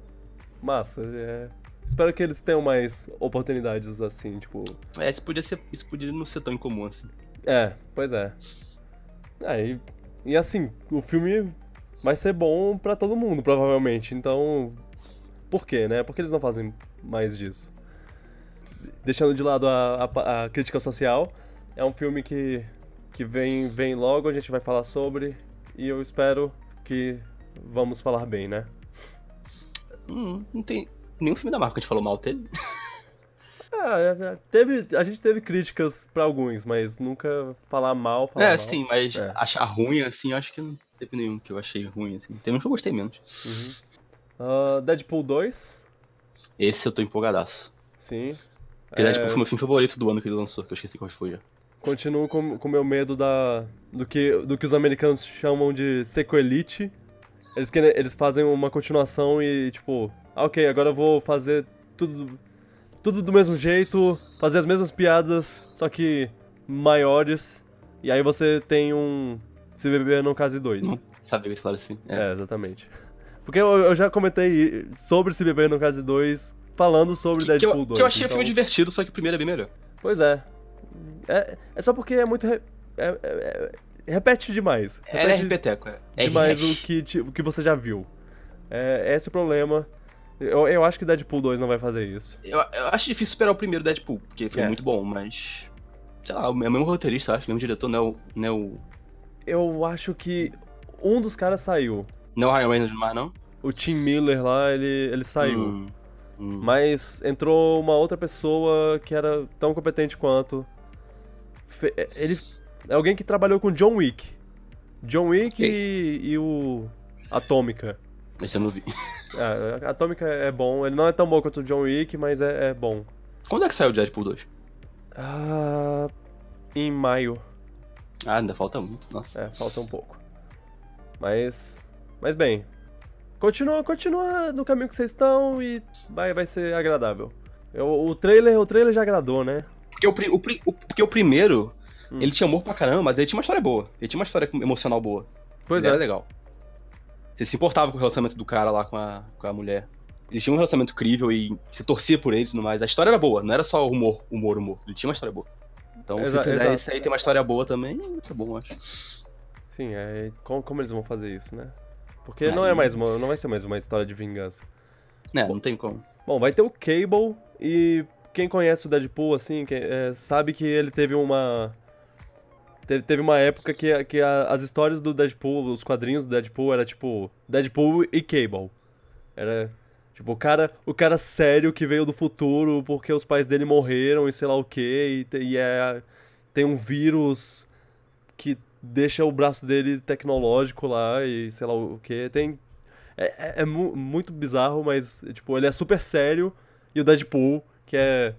A: massa. é. Espero que eles tenham mais oportunidades assim, tipo.
B: É, isso podia, ser, isso podia não ser tão incomum assim.
A: É, pois é. É, e, e assim, o filme vai ser bom pra todo mundo, provavelmente. Então, por quê, né? Por que eles não fazem mais disso? Deixando de lado a, a pa- a crítica social, é um filme que, que vem, vem logo, a gente vai falar sobre, e eu espero que vamos falar bem, né?
B: Hum, não tem nenhum filme da Marvel que a gente falou mal dele.
A: Ah, é, é, teve, a gente teve críticas pra alguns, mas nunca falar mal, falar
B: é,
A: mal.
B: sim, mas
A: É.
B: achar ruim, assim, eu acho que não teve nenhum que eu achei ruim, assim. Tem um que eu gostei menos.
A: Uhum. Ah, Deadpool 2,
B: Esse eu tô empolgadaço.
A: Sim.
B: Apesar
A: É,
B: de que foi tipo, o meu filme favorito do ano que ele lançou, que eu esqueci qual foi já.
A: Continuo com o meu medo da, do, que, do que os americanos chamam de sequelite. Eles, querem, eles fazem uma continuação e, tipo, ah, ok, agora eu vou fazer tudo, tudo do mesmo jeito, fazer as mesmas piadas, só que maiores. E aí você tem um Se Beber Não Case 2.
B: Não sabia que eles falaram assim. Hum, É.
A: É, exatamente. Porque eu, eu já comentei sobre Se Beber Não Case 2, falando sobre
B: Que, que
A: Deadpool
B: eu,
A: 2.
B: que eu achei o
A: então-
B: filme divertido, só que o primeiro é bem melhor.
A: Pois é. É, é só porque é muito. re- é- é- é- repete demais.
B: Era RPTeco, é. É
A: demais o
B: rehash.
A: que, te- o que você já viu. É, esse é o problema. Eu, eu acho que Deadpool 2 não vai fazer isso.
B: Eu, eu acho difícil superar o primeiro Deadpool, porque foi
A: É.
B: muito bom, mas. Sei lá, é o mesmo roteirista, eu acho, o mesmo diretor, não é o. Não é o,
A: Eu acho que um dos caras saiu.
B: não é o Ryan Reynolds mais, não?
A: O Tim Miller lá, ele, ele saiu.
B: Hum, hum.
A: Mas entrou uma outra pessoa que era tão competente quanto. Fe- é- Ele é alguém que trabalhou com John Wick. John Wick e, e o Atômica.
B: Esse eu não vi.
A: É, Atômica é bom. Ele não é tão bom quanto o John Wick, mas é, é bom.
B: Quando é que saiu o Deadpool 2?
A: Ah, em maio.
B: Ah, ainda falta muito, nossa.
A: É, falta um pouco. Mas. Mas bem. Continua, continua no caminho que vocês estão e vai, vai ser agradável. Eu- o trailer, o trailer já agradou, né?
B: Porque o, pri- o pri- o- porque o primeiro,
A: Hum.
B: ele tinha humor pra caramba, mas ele tinha uma história boa. Ele tinha uma história emocional boa.
A: Pois
B: ele
A: é.
B: era legal. Você se importava com o relacionamento do cara lá com a, com a mulher. Eles tinham um relacionamento incrível e você torcia por eles e tudo mais. A história era boa, não era só humor, humor, humor. Ele tinha uma história boa. Então,
A: Exa-
B: se fizer
A: exato.
B: isso aí, tem uma história boa também, isso é bom, eu acho.
A: Sim, é, e como, como eles vão fazer isso, né? Porque
B: É,
A: não é
B: e-
A: mais uma, não vai ser mais uma história de vingança.
B: Né, não tem como.
A: Bom, vai ter o Cable e quem conhece o Deadpool, assim, que- é, sabe que ele teve uma. Teve, teve uma época que, a- que a- as histórias do Deadpool, os quadrinhos do Deadpool era tipo. Deadpool e Cable. Era. Tipo, o cara, o cara sério que veio do futuro porque os pais dele morreram e sei lá o quê, e, te- e é, tem um vírus que deixa o braço dele tecnológico lá e sei lá o quê. Tem, é, é- é mu- muito bizarro, mas, tipo, ele é super sério. E o Deadpool, que é.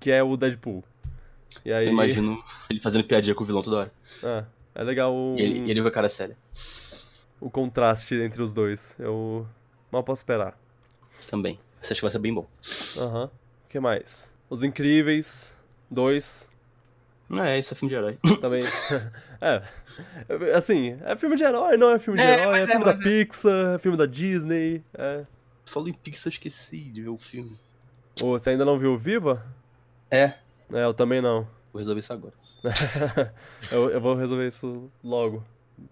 A: Que é o Deadpool. E aí.
B: Eu imagino ele fazendo piadinha com o vilão toda hora.
A: Ah, é legal o,
B: E ele, e ele vai cara séria
A: o contraste entre os dois. Eu mal posso esperar.
B: também. Você acha que vai ser bem bom.
A: Aham. O que mais? Os Incríveis. Dois.
B: Não, é, isso é filme de herói.
A: Também. é. Assim, é filme de herói, não é filme de
B: É,
A: herói. É,
B: mas é,
A: filme da
B: mas é.
A: Pixar, é filme da Disney. É.
B: Falou em Pixar, eu esqueci de ver o filme.
A: Ô, você ainda não viu o Viva?
B: É,
A: É, eu também não.
B: vou resolver isso agora.
A: eu, eu vou resolver isso logo.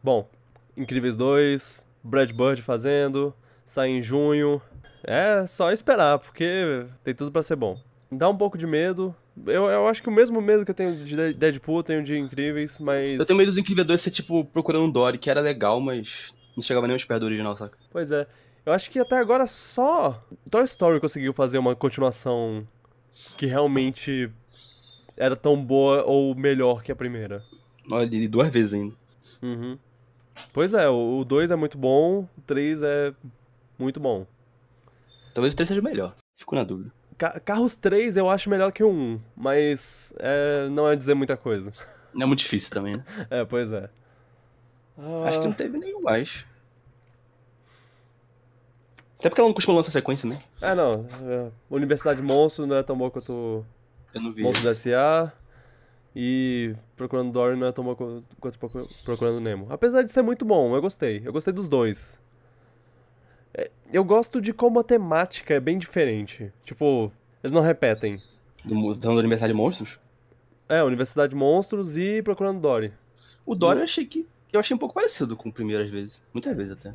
A: Bom, Incríveis 2, Brad Bird fazendo, sai em junho. É só esperar, porque tem tudo pra ser bom. Dá um pouco de medo. Eu, eu acho que o mesmo medo que eu tenho de Dead- Deadpool, eu tenho de Incríveis, mas.
B: Eu tenho medo dos Incríveis 2 ser, tipo, procurando um Dory, que era legal, mas não chegava nem aos pés do original, saca?
A: Pois é. Eu acho que até agora só Toy Story conseguiu fazer uma continuação que realmente era tão boa ou melhor que a primeira.
B: Olha, e duas vezes ainda.
A: Uhum. Pois é, o 2 é muito bom, o 3 é muito bom.
B: Talvez o 3 seja o melhor. Fico na dúvida.
A: Ca- Carros 3 eu acho melhor que o 1, mas é, não é dizer muita coisa.
B: Não é muito difícil também, né?
A: É, pois é.
B: Acho que não teve nenhum mais. Até porque ela não costuma lançar sequência, né?
A: É, não. é, Universidade Monstro não é tão boa quanto
B: Eu não vi.
A: Monstro da S.A. E Procurando Dory não é tão bom qu- quanto Procu- Procurando Nemo. Apesar de ser muito bom, eu gostei. Eu gostei dos dois. É, Eu gosto de como a temática é bem diferente. Tipo, eles não repetem.
B: Do, mu- do aniversário de monstros.
A: É, Universidade de Monstros e Procurando Dory.
B: O Dory
A: No-
B: eu achei que. Eu achei um pouco parecido com o primeiro, às vezes. Muitas vezes até.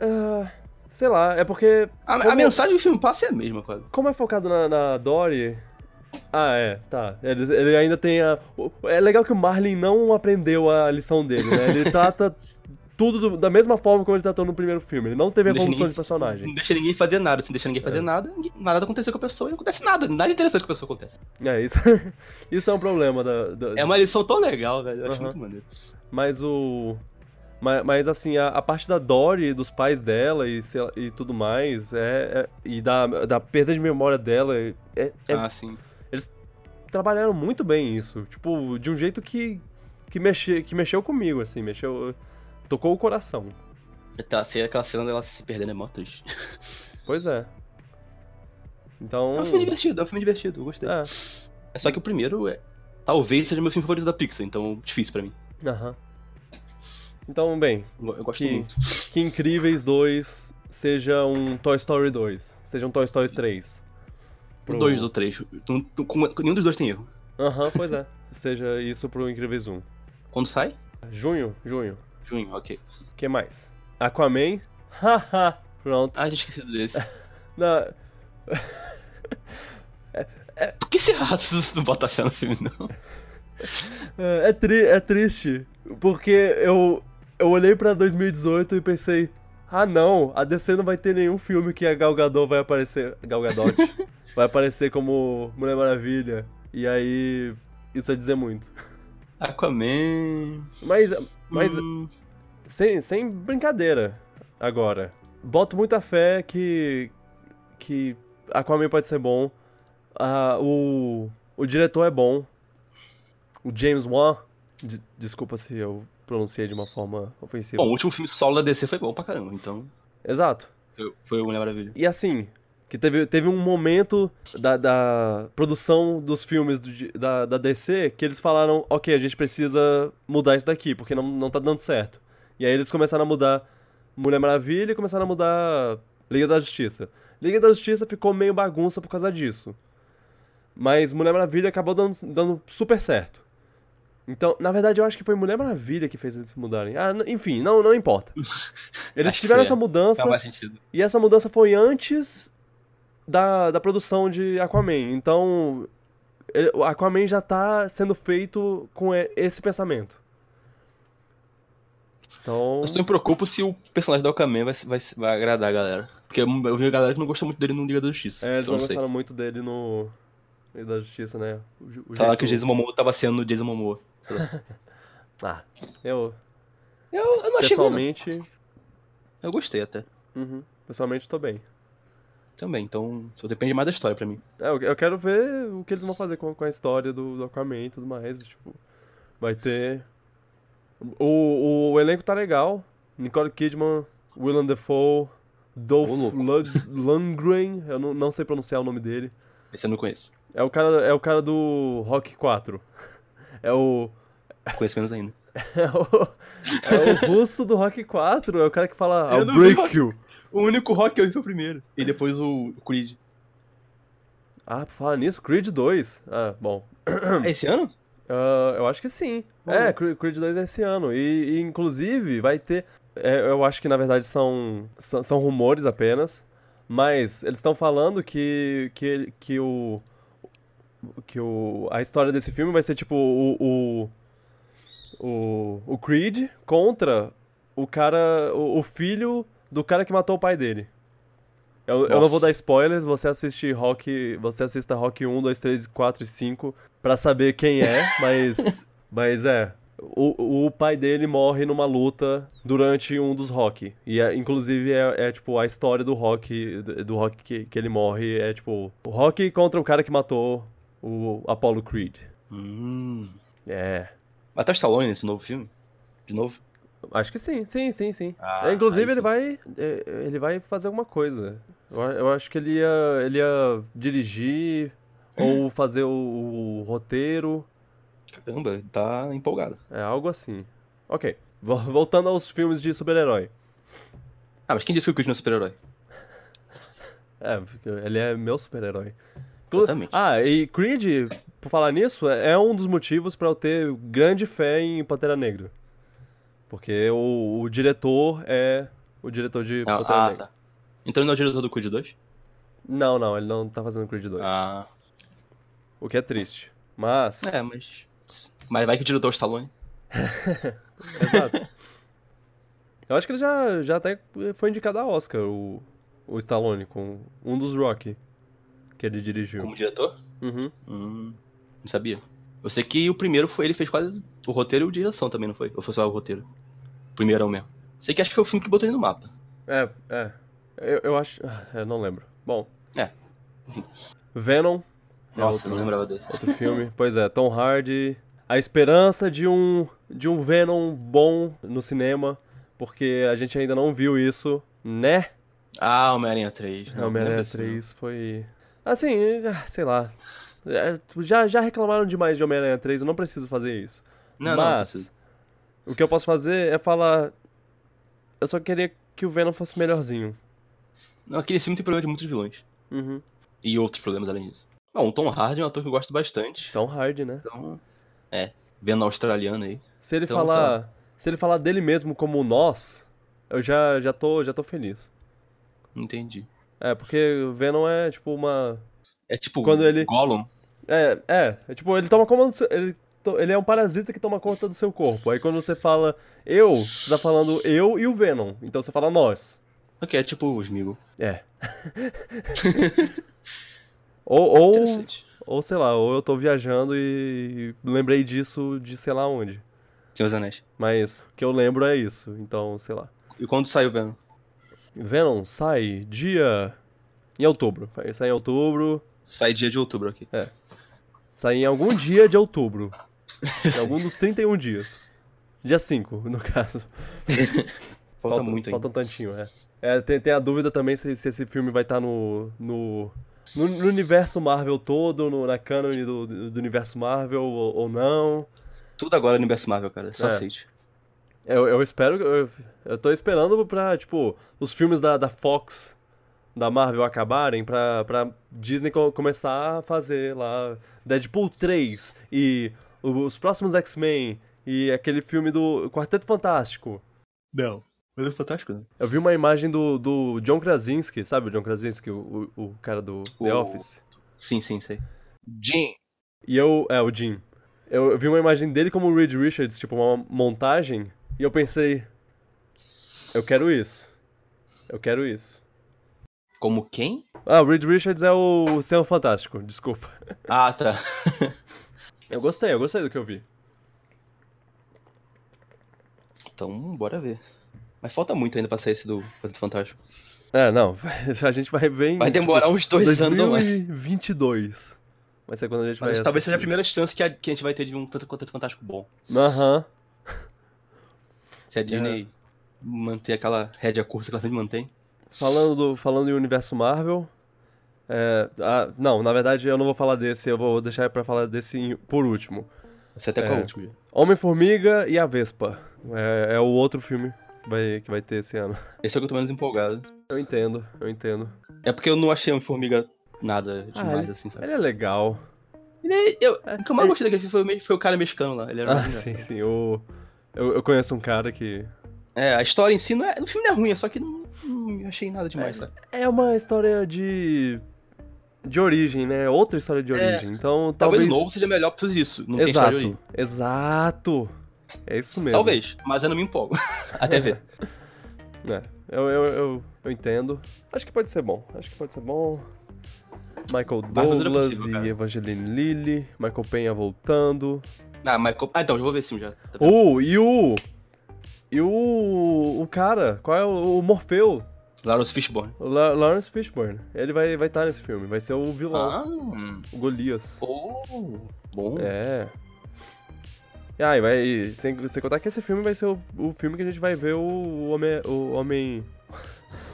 A: Ah, sei lá, é porque
B: A, a
A: Como-
B: mensagem do filme passa é a mesma, quase.
A: Como é focado na, na Dory. Ah, é, tá. Ele, ele ainda tem a. o- É legal que o Marlin não aprendeu a lição dele, né? Ele trata tudo do- da mesma forma como ele tratou no primeiro filme. Ele não teve
B: Não deixa
A: evolução
B: ninguém-
A: de personagem. É.
B: Não deixa ninguém fazer nada. Se não deixa ninguém fazer nada, ninguém- nada aconteceu com a pessoa e não acontece nada. Nada interessante com a pessoa acontece.
A: É, isso, isso é um problema da. da-
B: É uma lição tão legal, velho. Eu acho
A: Aham.
B: muito maneiro.
A: Mas o. ma- Mas, assim, a, a parte da Dory, dos pais dela e, sei lá- e tudo mais, é, é- e da, da perda de memória dela, é- é
B: Ah, sim.
A: trabalharam muito bem isso. Tipo, de um jeito que, que, mexe, que mexeu comigo, assim, mexeu. Tocou o coração.
B: Tá, sei, aquela cena dela se perdendo é mó triste.
A: Pois é. Então.
B: É um filme divertido, é um filme divertido, eu gostei.
A: É,
B: É só que o primeiro é. Talvez seja meu filme favorito da Pixar, então difícil pra mim.
A: aham. Então, bem,
B: Eu, eu gosto
A: Que-
B: muito.
A: que Incríveis 2 seja um Toy Story 2, seja um Toy Story 3. Pro-
B: Um, Dois ou três. Não- não- com- Nenhum dos dois tem erro.
A: Aham, pois é. Seja isso pro Incríveis 1.
B: Quando sai?
A: Junho, junho.
B: Junho, ok.
A: O que mais? Aquaman? Haha! Pronto.
B: Ah, tinha esquecido desse.
A: Na-
B: Por que será que isso não bota fé no filme, não?
A: É, é tri- é triste, porque eu, eu olhei pra 2018 e pensei, ah não, a DC não vai ter nenhum filme que a Gal Gadot vai aparecer, Gal Gadot, vai aparecer como Mulher Maravilha, e aí isso é dizer muito.
B: Aquaman.
A: Mas, mas
B: Hum,
A: sem, sem brincadeira, agora, boto muita fé que, que Aquaman pode ser bom, Ah, o, o diretor é bom, o James Wan, de- desculpa se eu pronunciei de uma forma ofensiva.
B: Bom, o último filme solo da DC foi bom pra caramba, então.
A: Exato.
B: eu- Foi o Mulher Maravilha.
A: E assim, que teve, teve um momento da, da produção dos filmes do di- da, da DC que eles falaram, ok, a gente precisa mudar isso daqui, porque não, não tá dando certo. E aí eles começaram a mudar Mulher Maravilha e começaram a mudar Liga da Justiça. Liga da Justiça ficou meio bagunça por causa disso. Mas Mulher Maravilha acabou dando, dando super certo. Então, na verdade, eu acho que foi Mulher Maravilha que fez eles mudarem. Ah, n- enfim, não, não importa. Eles
B: Acho que
A: tiveram
B: foi,
A: essa
B: é.
A: mudança.
B: Não faz sentido.
A: E essa mudança foi antes da, da produção de Aquaman. Então, ele- o Aquaman já tá sendo feito com e- esse pensamento. Então,
B: Eu só me preocupo se o personagem do Aquaman vai, vai, vai agradar a galera. Porque eu eu vi a galera que não gosta muito dele no Liga da Justiça.
A: é, eles
B: então
A: não
B: não sei.
A: gostaram muito dele no Lei da Justiça, né? O, ju- o
B: Falaram
A: jeito-
B: que o Jason Momoa tava sendo o Jason Momoa.
A: Ah, eu
B: Eu, eu não achei ruim, não.
A: pessoalmente,
B: Eu gostei até.
A: uhum, pessoalmente tô bem.
B: Também, então só depende mais da história pra mim.
A: É, eu, eu quero ver o que eles vão fazer com, com a história do, do Aquaman e tudo mais. Tipo, vai ter. O, o elenco tá legal. Nicole Kidman, Willem Dafoe, Dolph
B: Ô, louco.
A: Lund- Lundgren, eu não, não sei pronunciar o nome dele.
B: Esse eu não conheço.
A: É o cara, é o cara do Rock 4. É o,
B: Conheço menos ainda.
A: é o. É o russo do Rock 4. É o cara que fala.
B: Eu
A: I'll
B: não vi
A: break you.
B: O único rock que eu vi foi o primeiro. E depois o Creed.
A: Ah, por falar nisso, Creed 2. Ah, bom.
B: É esse ano?
A: Ah, eu acho que sim.
B: Bom.
A: É, Cre- Creed 2 é esse ano. E, e, inclusive, vai ter. é, eu acho que na verdade são, são, são rumores apenas. Mas eles estão falando que, que, ele- que o. Que o, a história desse filme vai ser tipo o. O, o, o Creed contra o cara. O, o filho do cara que matou o pai dele. Eu, eu não
B: Nossa.
A: vou dar spoilers, você assiste Rock. Você assista Rock 1, 2, 3, 4 e 5 Pra saber quem é, mas. mas é. O, o pai dele morre numa luta durante um dos rock. E é- inclusive é, é, tipo a história do rock. Do, do rock que, que ele morre. É tipo. O rock contra o cara que matou o Apollo Creed.
B: Hum.
A: É.
B: Até o Stallone nesse novo filme? De novo?
A: Acho que sim, sim, sim, sim.
B: Ah,
A: É, inclusive
B: aí
A: ele
B: sim.
A: vai. é, Ele vai fazer alguma coisa. Eu, a- eu acho que ele ia. Ele ia dirigir. Ou fazer o, o roteiro.
B: Caramba, tá empolgado.
A: É algo assim. Ok. Vo- Voltando aos filmes de super-herói.
B: Ah, mas quem disse que o Chris não é super-herói?
A: É, porque ele é meu super-herói. Inclu-
B: Exatamente.
A: Ah, e Creed, por falar nisso, é é um dos motivos pra eu ter grande fé em Pantera Negra. Porque o, o diretor é o diretor de
B: Ah,
A: Pantera
B: ah,
A: Negra.
B: tá. Então ele não é o diretor do Creed 2?
A: Não, não, ele não tá fazendo Creed 2.
B: Ah.
A: O que é triste. Mas.
B: É, mas. Mas vai que o diretor é o Stallone.
A: Exato.
B: é.
A: Eu acho que ele já, já até foi indicado a Oscar, o, o Stallone, com um dos Rock que ele dirigiu.
B: Como diretor?
A: Uhum.
B: Hum. Não sabia. Eu sei que o primeiro foi. Ele fez quase o roteiro e a direção também, não foi? Ou foi só o roteiro? O primeirão mesmo. Sei que acho que foi o filme que botou ele no mapa.
A: É, é. Eu, eu acho. ah, Eu não lembro. Bom.
B: É.
A: Venom. é
B: Nossa,
A: outro,
B: Né, não lembrava desse.
A: Outro filme. Pois é, Tom Hardy. A esperança de um, de um Venom bom no cinema, porque a gente ainda não viu isso, né?
B: Ah, Homem-Aranha 3.
A: Não, É, Homem-Aranha
B: lembro disso,
A: 3 foi. Assim, eh, ah, sei lá. É, Já, já reclamaram demais de Homem-Aranha 3, eu não preciso fazer isso.
B: Não, não, não
A: Mas,
B: precisa.
A: o que eu posso fazer é falar. Eu só queria que o Venom fosse melhorzinho.
B: Não, aquele filme tem problema de muitos vilões.
A: Uhum.
B: E outros problemas além disso. Bom, o Tom Hardy é um ator que eu gosto bastante.
A: Tão hard, né?
B: Então, é. Vendo a australiana aí.
A: Se ele
B: Então, sei
A: falar. Se ele falar dele mesmo como nós, eu já, já, tô, já tô feliz.
B: Entendi.
A: É, porque o Venom é tipo uma.
B: É tipo
A: Quando ele-
B: Gollum.
A: É, é, é tipo, ele toma conta do seu, ele, to- ele é um parasita que toma conta do seu corpo. Aí quando você fala eu, você tá falando eu e o Venom. Então você fala nós.
B: Ok, é tipo o Smeagol.
A: É. ou, ou,
B: Interessante.
A: ou sei lá, ou eu tô viajando e lembrei disso de sei lá onde.
B: Senhor dos Anéis.
A: Mas o que eu lembro é isso. Então, sei lá.
B: E quando saiu Venom?
A: Venom sai dia. Em outubro. Vai sair em outubro.
B: Sai dia de outubro aqui.
A: Sai em algum dia de outubro. Em algum dos 31 dias. Dia 5, no caso.
B: Falta, muito
A: Falta
B: ainda.
A: um tantinho, é. É, tem, tem a dúvida também se, se esse filme vai estar no, no, no. no universo Marvel todo, no- na canon do, do universo Marvel ou, ou não.
B: Tudo agora no universo Marvel, cara. Só
A: É.
B: aceite.
A: Eu, eu espero. Eu, eu tô esperando pra, tipo, os filmes da, da Fox, da Marvel acabarem, pra, pra Disney co- começar a fazer lá Deadpool 3 e os próximos X-Men e aquele filme do Quarteto Fantástico.
B: Não. Mas é fantástico, né?
A: Eu vi uma imagem do, do John Krasinski, sabe o John Krasinski, o, o, o cara do The
B: O-
A: Office?
B: Sim, sim, sei. Jim.
A: E eu. É, o Jim. Eu, eu vi uma imagem dele como o Reed Richards, tipo, uma montagem, e eu pensei. Eu quero isso. Eu quero isso.
B: Como quem?
A: Ah, o Reed Richards é o Senhor Fantástico, desculpa.
B: Ah, tá.
A: Eu gostei, eu gostei do que eu vi.
B: Então, bora ver. Mas falta muito ainda pra sair esse do Quarteto Fantástico.
A: É, não, a gente vai ver em.
B: Vai demorar uns dois anos ou mais.
A: 2022. Vai ser quando a gente vai.
B: Mas talvez seja a
A: assistir.
B: primeira chance que a, que a gente vai ter de um Quarteto Fantástico bom.
A: Aham.
B: Se a Disney manter aquela rédea curta que ela sempre mantém.
A: Falando, do, falando em universo Marvel. é, ah, não, na verdade eu não vou falar desse, eu vou deixar pra falar desse em- por último.
B: Você até
A: É.
B: com a última. já.
A: Homem-Formiga e a Vespa. É, é o outro filme que vai, que vai ter esse ano.
B: Esse é o que eu tô menos empolgado.
A: Eu entendo, eu entendo.
B: É porque eu não achei um formiga nada
A: Ah,
B: demais, assim, sabe?
A: Ele é legal.
B: Ele- eu-
A: É,
B: o que eu mais gostei daquele filme foi, o me- foi o cara mexicano lá. Ele era
A: Ah,
B: mais
A: sim,
B: engraçado.
A: sim. Eu, eu, eu conheço um cara que.
B: É, a história em si não é. O filme não é ruim, é só que não, não achei nada demais,
A: É,
B: sabe?
A: É uma história de. de origem, né? Outra história de
B: É.
A: origem. Então
B: Talvez,
A: talvez.
B: o novo seja melhor por isso. Não tem história
A: Exato,
B: de origem.
A: exato. É isso mesmo.
B: Talvez, mas eu não me empolgo. até ver.
A: É, eu, eu, eu, eu entendo. Acho que pode ser bom. Acho que pode ser bom. Michael
B: Douglas é
A: Douglas
B: possível,
A: e
B: cara.
A: Evangeline Lilly. Michael Penha voltando.
B: Ah, mas. co- Ah, então, já vou ver esse filme já. Tá vendo?
A: Uh, e o. E o. O cara. Qual é o, o Morfeu?
B: Lawrence Fishburne.
A: O La- Lawrence Fishburne. Ele vai vai estar nesse filme. Vai ser o vilão.
B: Ah, hum.
A: O Golias.
B: oh, bom.
A: É. E aí, vai. Sem, sem contar que esse filme vai ser o, o filme que a gente vai ver o, o Homem. O Homem.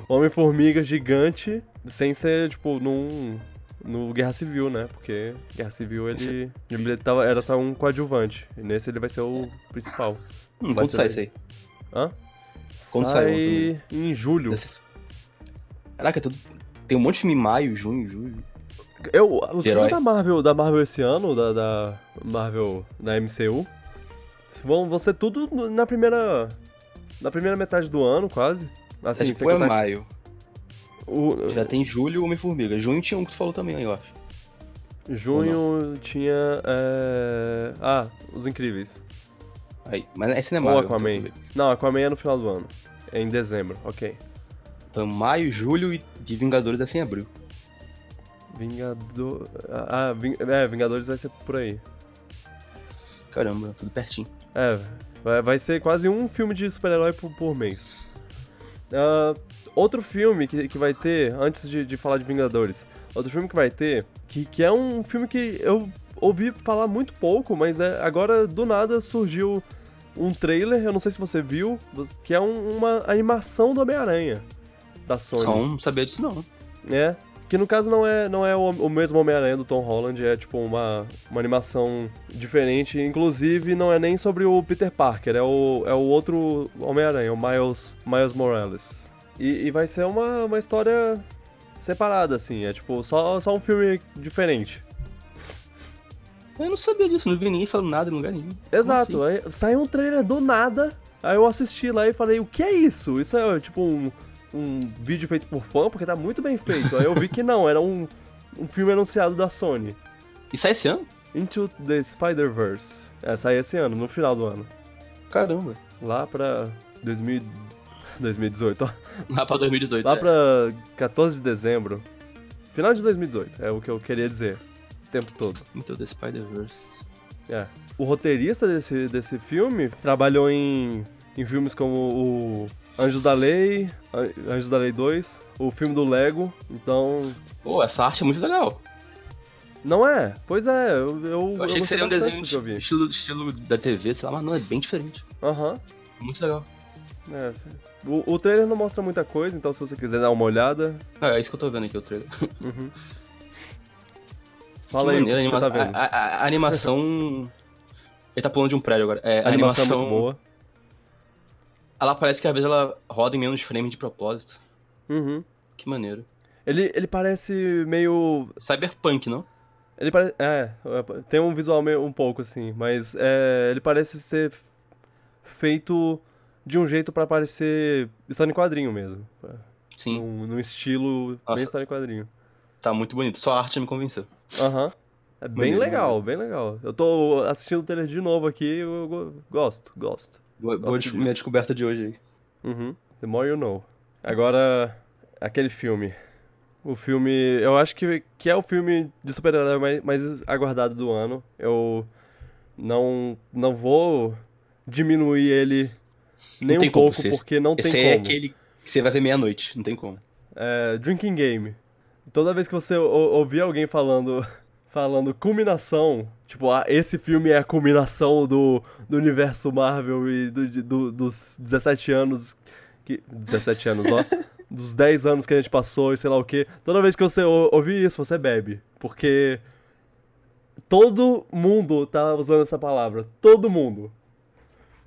A: o Homem-Formiga gigante. Sem ser, tipo, num. no Guerra Civil, né? Porque Guerra Civil ele, ele tava, era só um coadjuvante. E nesse ele vai ser o principal.
B: Hum,
A: Vai
B: quando
A: ser
B: sai isso aí?
A: Hã?
B: Quando
A: sai
B: saiu
A: em julho.
B: Desse- Caraca, tudo... tem um monte de filme em maio, junho, julho.
A: Eu, os
B: Herói.
A: filmes da Marvel, da Marvel esse ano, da, da Marvel da MCU, vão, vão ser tudo no- na primeira. Na primeira metade do ano, quase. Assim,
B: Acho que
A: sem
B: foi
A: contar-
B: maio.
A: o-
B: É tipo Já tem julho o Homem-Formiga. Junho tinha um que tu falou também, eu acho.
A: junho tinha. é, Ah, Os Incríveis.
B: Aí, mas esse não é
A: Ou
B: maio.
A: Aquaman.
B: então-
A: Não, Aquaman é no final do ano. É em dezembro, ok.
B: Então, maio, julho e de Vingadores é sem abril.
A: Vingador. Ah, Ving... é, Vingadores vai ser por aí.
B: Caramba, tudo pertinho.
A: É, vai, vai ser quase um filme de super-herói por, por mês. Ah, outro filme que, que vai ter, antes de, de falar de Vingadores, outro filme que vai ter, que, que é um filme que eu ouvi falar muito pouco, mas é, agora do nada surgiu um trailer, eu não sei se você viu, que é um- uma animação do Homem-Aranha, da Sony.
B: Então, não sabia disso não.
A: É. Que no caso não é, não é o, o mesmo Homem-Aranha do Tom Holland, é tipo uma, uma animação diferente. Inclusive, não é nem sobre o Peter Parker, é o, é o outro Homem-Aranha, o Miles, Miles Morales. E, e vai ser uma, uma história separada, assim, é tipo só, só um filme diferente.
B: Eu não sabia disso, não vi ninguém falando nada em lugar nenhum.
A: Exato, aí saiu um trailer do nada, aí eu assisti lá e falei, o que é isso? Isso é tipo um, um vídeo feito por fã, porque tá muito bem feito. Aí eu vi que não, era um, um filme anunciado da Sony.
B: E sai esse ano?
A: Into the Spider-Verse. É, sai esse ano, no final do ano.
B: Caramba.
A: Lá pra 2000 2018, ó.
B: Lá pra 2018.
A: Lá
B: é.
A: pra 14 de dezembro. Final de 2018, é o que eu queria dizer. O tempo todo.
B: Into the Spider-Verse.
A: É. O roteirista desse, desse filme trabalhou em, em filmes como o Anjos da Lei, An- Anjos da Lei 2, o filme do Lego. Então,
B: Pô, essa arte é muito legal.
A: não é? Pois é, eu, eu,
B: Eu achei que
A: gostei
B: seria um
A: bastante
B: desenho
A: do que eu vi.
B: estilo, estilo da TV, sei lá, mas não, é bem diferente.
A: Aham.
B: Muito legal.
A: É, o, o trailer não mostra muita coisa, então se você quiser dar uma olhada.
B: Ah, é isso que eu tô vendo aqui, o trailer.
A: uhum. Fala aí
B: maneiro,
A: o que
B: a
A: você tá
B: anima-
A: vendo.
B: A, a- a animação... Ele tá pulando de um prédio agora. É, a
A: animação,
B: animação,
A: é muito boa.
B: Ela parece que às vezes ela roda em menos frame de propósito.
A: Uhum.
B: Que maneiro.
A: Ele, ele parece meio.
B: Cyberpunk, não?
A: Ele pare... É, é, tem um visual meio um pouco assim, mas é, ele parece ser feito de um jeito pra parecer história em quadrinho mesmo. É,
B: Sim,
A: Num, num estilo
B: Nossa.
A: bem história em quadrinho.
B: tá muito bonito. Só a arte me convenceu.
A: Aham. É bem
B: Maneiro,
A: legal, bem legal. Eu tô assistindo o trailer de novo aqui, eu go- gosto, gosto.
B: Boa, boa
A: Gosto
B: des-
A: disso.
B: minha descoberta de hoje aí.
A: Uhum. The More You Know. Agora, aquele filme. O filme, eu acho que, que é o filme de super-herói mais, mais aguardado do ano. Eu não, não vou diminuir ele nem
B: tem
A: um
B: como
A: pouco,
B: ser.
A: porque não
B: Esse
A: tem
B: aí é
A: como.
B: aquele que você vai ver meia-noite, não tem como.
A: É, Drinking Game. Toda vez que você ou- ouvir alguém falando falando culminação, tipo, ah, esse filme é a culminação do, do universo Marvel e do- de- do- dos 17 anos que 17 anos, ó, dos 10 anos que a gente passou e sei lá o quê. Toda vez que você ou- ouvir isso, você bebe, porque todo mundo tá usando essa palavra, todo mundo.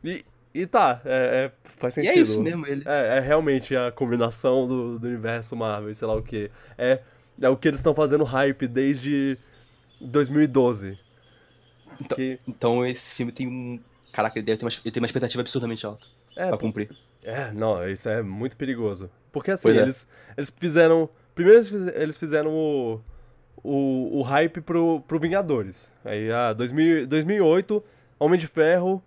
A: E, e tá, é- é- faz
B: E
A: sentido.
B: é isso mesmo, ele.
A: É, é realmente a combinação do, do universo Marvel, e sei lá o que. É, é o que eles estão fazendo hype desde 2012.
B: Então-
A: Que-
B: Então esse filme tem um. Caraca, ele deve ter uma, ele tem uma expectativa absurdamente alta
A: é,
B: pra cumprir.
A: é, não, isso é muito perigoso. Porque assim,
B: Pois é.
A: eles, eles fizeram. Primeiro eles fiz- eles fizeram o, o, o hype pro, pro Vingadores. Aí, ah, 2000, 2008, Homem de Ferro,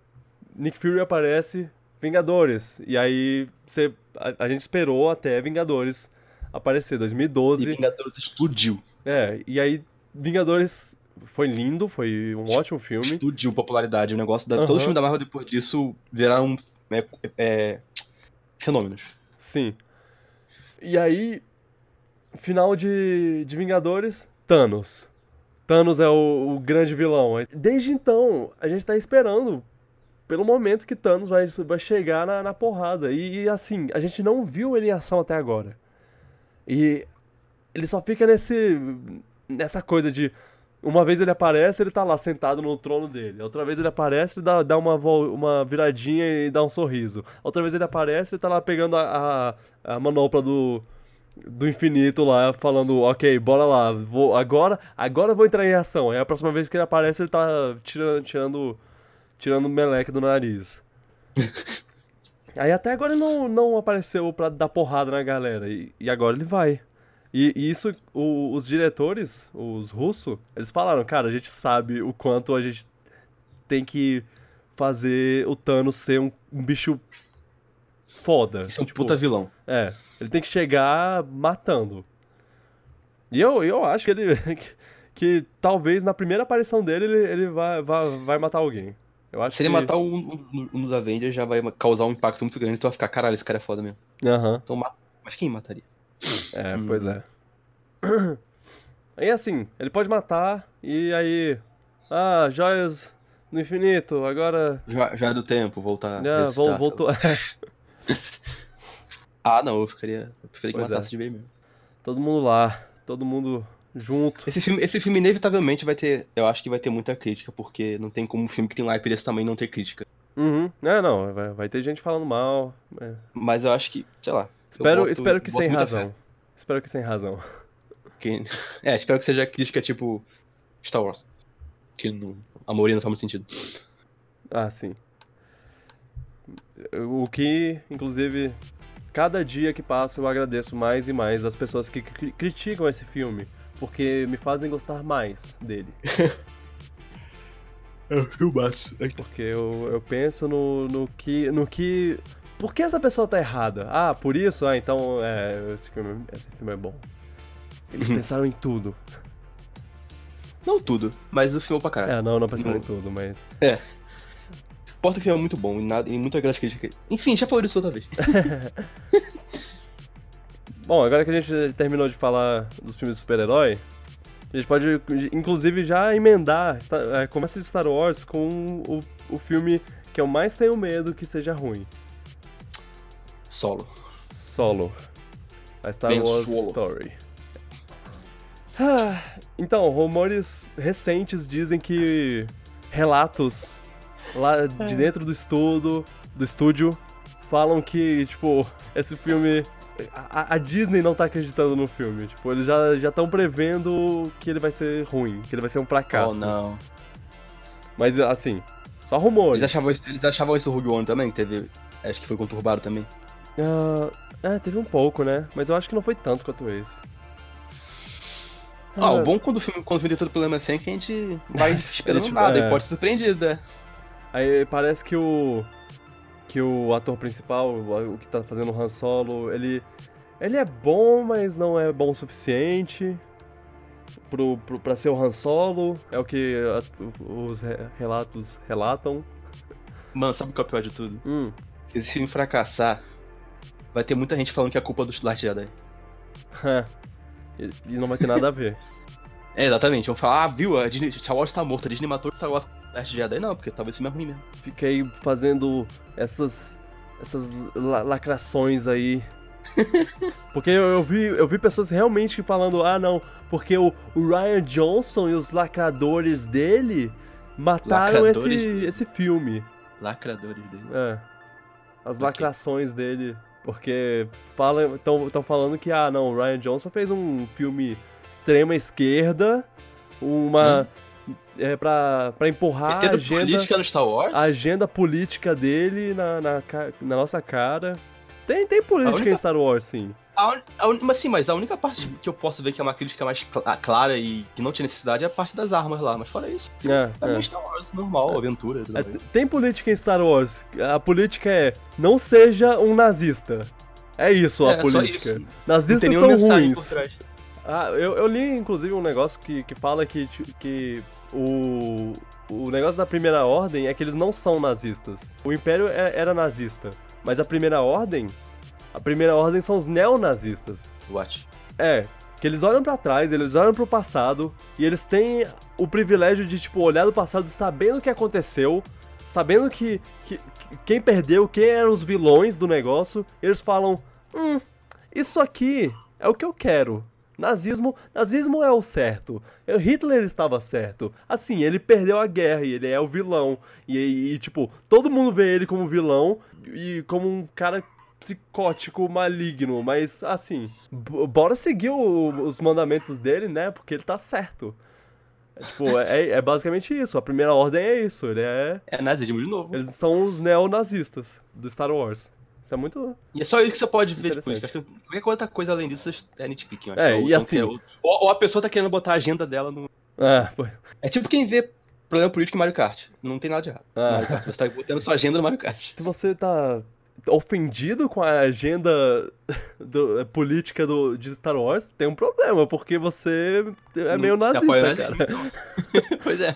A: Nick Fury aparece, Vingadores. E aí, você, a, a gente esperou até Vingadores aparecer,
B: E
A: 2012.
B: Vingadores explodiu.
A: É, e aí Vingadores foi lindo, foi um ótimo filme.
B: Explodiu popularidade. O negócio da.
A: Aham.
B: Todos os filmes da Marvel depois disso viraram é, é, fenômenos.
A: Sim. E aí, final de, de Vingadores, Thanos. Thanos é o, o grande vilão. Desde então, a gente tá esperando pelo momento que Thanos vai, vai chegar na, na porrada. E, e, assim, a gente não viu ele em ação até agora. E ele só fica nesse. nessa coisa de. Uma vez ele aparece, ele tá lá sentado no trono dele. Outra vez ele aparece, ele dá, dá uma, vol- uma viradinha e dá um sorriso. Outra vez ele aparece, ele tá lá pegando a, a, a manopla do, do infinito lá, falando, ok, bora lá, vou, agora, agora eu vou entrar em ação. Aí a próxima vez que ele aparece, ele tá tirando, tirando, tirando meleque do nariz. Aí até agora ele não, não apareceu pra dar porrada na galera, e, e agora ele vai. E, e isso, o- os diretores, os russos, eles falaram, cara, a gente sabe o quanto a gente tem que fazer o Thanos ser um, um bicho foda.
B: Isso é um
A: Tipo,
B: puta vilão.
A: é, ele tem que chegar matando. E eu, eu acho que ele. Que talvez na primeira aparição dele ele, ele vai, vai, vai matar alguém. Eu acho
B: Se ele
A: que...
B: matar um, um, um dos Avengers, já vai causar um impacto muito grande. Então vai ficar, caralho, esse cara é foda mesmo.
A: Aham.
B: Então mata. Mas quem mataria?
A: É,
B: Hum.
A: pois é. Aí assim, ele pode matar e aí. Ah, joias no infinito, agora.
B: Já, já é do tempo, voltar.
A: Ah,
B: ressuscitar,
A: vou,
B: sei
A: voltou.
B: lá. Ah, não, eu ficaria. Eu preferia que
A: Pois é.
B: matasse de bem mesmo.
A: todo mundo lá, todo mundo junto.
B: Esse filme, esse filme, inevitavelmente, vai ter. Eu acho que vai ter muita crítica, porque não tem como um filme que tem um hype desse tamanho não ter crítica.
A: Uhum. É, não, vai, vai ter gente falando mal. é.
B: Mas eu acho que, sei lá. eu
A: Espero,
B: boto-
A: espero que
B: boto
A: sem
B: muita
A: razão. Espero que sem razão.
B: Que- É, espero que seja crítica tipo Star Wars. Que no... a maioria não faz muito sentido.
A: Ah, sim. O que, inclusive, cada dia que passa eu agradeço mais e mais as pessoas que cri- criticam esse filme, porque me fazem gostar mais dele.
B: É o filmaço.
A: Porque eu, eu penso no, no que. no que. Por que essa pessoa tá errada? Ah, por isso? Ah, então é, esse, filme, esse filme é bom. Eles
B: Uhum.
A: pensaram em tudo.
B: Não tudo, mas o filme é pra caralho.
A: É, não, não pensaram em tudo, mas.
B: Importa que o filme é muito bom e, nada, e muita grande crítica. Enfim, já falei isso outra vez.
A: Bom, agora que a gente terminou de falar dos filmes de super-herói, a gente pode, inclusive, já emendar Star- eh, começa de Star Wars com o, o filme que eu mais tenho medo que seja ruim,
B: Solo.
A: Solo. A Star
B: Ben
A: Wars
B: Solo.
A: Story. Ah, Então, rumores recentes dizem que relatos lá de dentro do estudo, do estúdio, falam que, tipo, esse filme. A, a Disney não tá acreditando no filme. Tipo, eles já estão prevendo que ele vai ser ruim, que ele vai ser um
B: Oh,
A: fracasso.
B: não.
A: Mas assim, só rumores.
B: Eles achavam, isso, eles achavam isso o Rogue One também, que teve. Acho que foi conturbado também.
A: Ah, é, teve um pouco, né? Mas eu acho que não foi tanto quanto esse.
B: Ah, o bom quando o filme, quando o filme tem todo problema assim é que a gente vai esperando
A: tipo,
B: nada
A: é.
B: e pode ser surpreendido, né?
A: Aí parece que o. Que o ator principal, o o que tá fazendo o Han Solo, ele. Ele é bom, mas não é bom o suficiente. Pro, pro, pra ser o Han Solo. É o que as- os re- relatos relatam.
B: Mano, sabe o que é o pior de tudo?
A: Hum.
B: Se esse filme fracassar, vai ter muita gente falando que é culpa do Last Jedi.
A: e, e não vai ter nada a ver.
B: É, exatamente. Vão falar, ah, viu, a Disney, Star Wars tá morto, a Disney matou Star Wars Last Jedi. Não, porque talvez isso é ruim mesmo.
A: Fiquei fazendo essas. essas la- lacrações aí. Porque eu, eu vi, eu vi pessoas realmente falando, ah não, porque o, o Ryan Johnson e os lacradores dele mataram
B: Lacradores
A: esse,
B: dele.
A: esse filme.
B: Lacradores dele.
A: É. As
B: Ok.
A: lacrações dele. Porque estão falando que, ah não, o Ryan Johnson fez um filme extrema esquerda, uma. É, pra, pra empurrar a
B: Meteram
A: agenda
B: política no Star Wars?
A: a agenda política dele na, na, ca- na nossa cara. Tem, tem política
B: A única-
A: em Star Wars, sim.
B: A un- a un- mas sim, mas a única parte que eu posso ver que é uma crítica mais cl- ah, clara e que não tinha necessidade é a parte das armas lá. Mas fora isso,
A: É,
B: é,
A: é.
B: meio Star Wars normal, aventura. Tudo
A: É,
B: mais.
A: tem política em Star Wars. A política é não seja um nazista. É isso a
B: É, só
A: política.
B: isso. Não tem
A: Nazistas
B: nenhuma
A: são
B: mensagem
A: ruins.
B: por trás.
A: Ah, eu, eu li inclusive um negócio que, que fala que, ti- que o, o negócio da Primeira Ordem é que eles não são nazistas. O Império é- era nazista, mas a Primeira Ordem. A Primeira Ordem são os neonazistas.
B: What?
A: É, que eles olham pra trás, eles olham pro passado e eles têm o privilégio de tipo olhar do passado sabendo o que aconteceu, sabendo que, que- que- quem perdeu, quem eram os vilões do negócio, e eles falam: "Hum, isso aqui é o que eu quero. Nazismo, nazismo é o certo. Eu- Hitler estava certo. Assim, ele perdeu a guerra e ele é o vilão. E, e, e, tipo, todo mundo vê ele como vilão e como um cara psicótico, maligno. Mas, assim, b- bora seguir o- os mandamentos dele, né? Porque ele tá certo. É, tipo, é, é basicamente isso. A primeira ordem é isso. Ele é...
B: É nazismo de novo.
A: Eles são os neonazistas do Star Wars. Isso é muito...
B: E é só isso que você pode ver depois.
A: Interessante.
B: Acho que qualquer outra coisa além disso é nitpicking. eu acho.
A: É,
B: Ou-
A: e
B: ou-
A: assim-
B: Ou, ou a pessoa tá querendo botar a agenda dela no.
A: Ah, foi...
B: É tipo quem vê problema político em Mario Kart. Não tem nada de errado.
A: Ah.
B: Mario Kart, Você tá botando sua agenda no Mario Kart.
A: Se você tá ofendido com a agenda do- política do, de Star Wars, tem um problema, porque você é meio
B: Não se
A: nazista,
B: apoia
A: cara.
B: nada. pois é.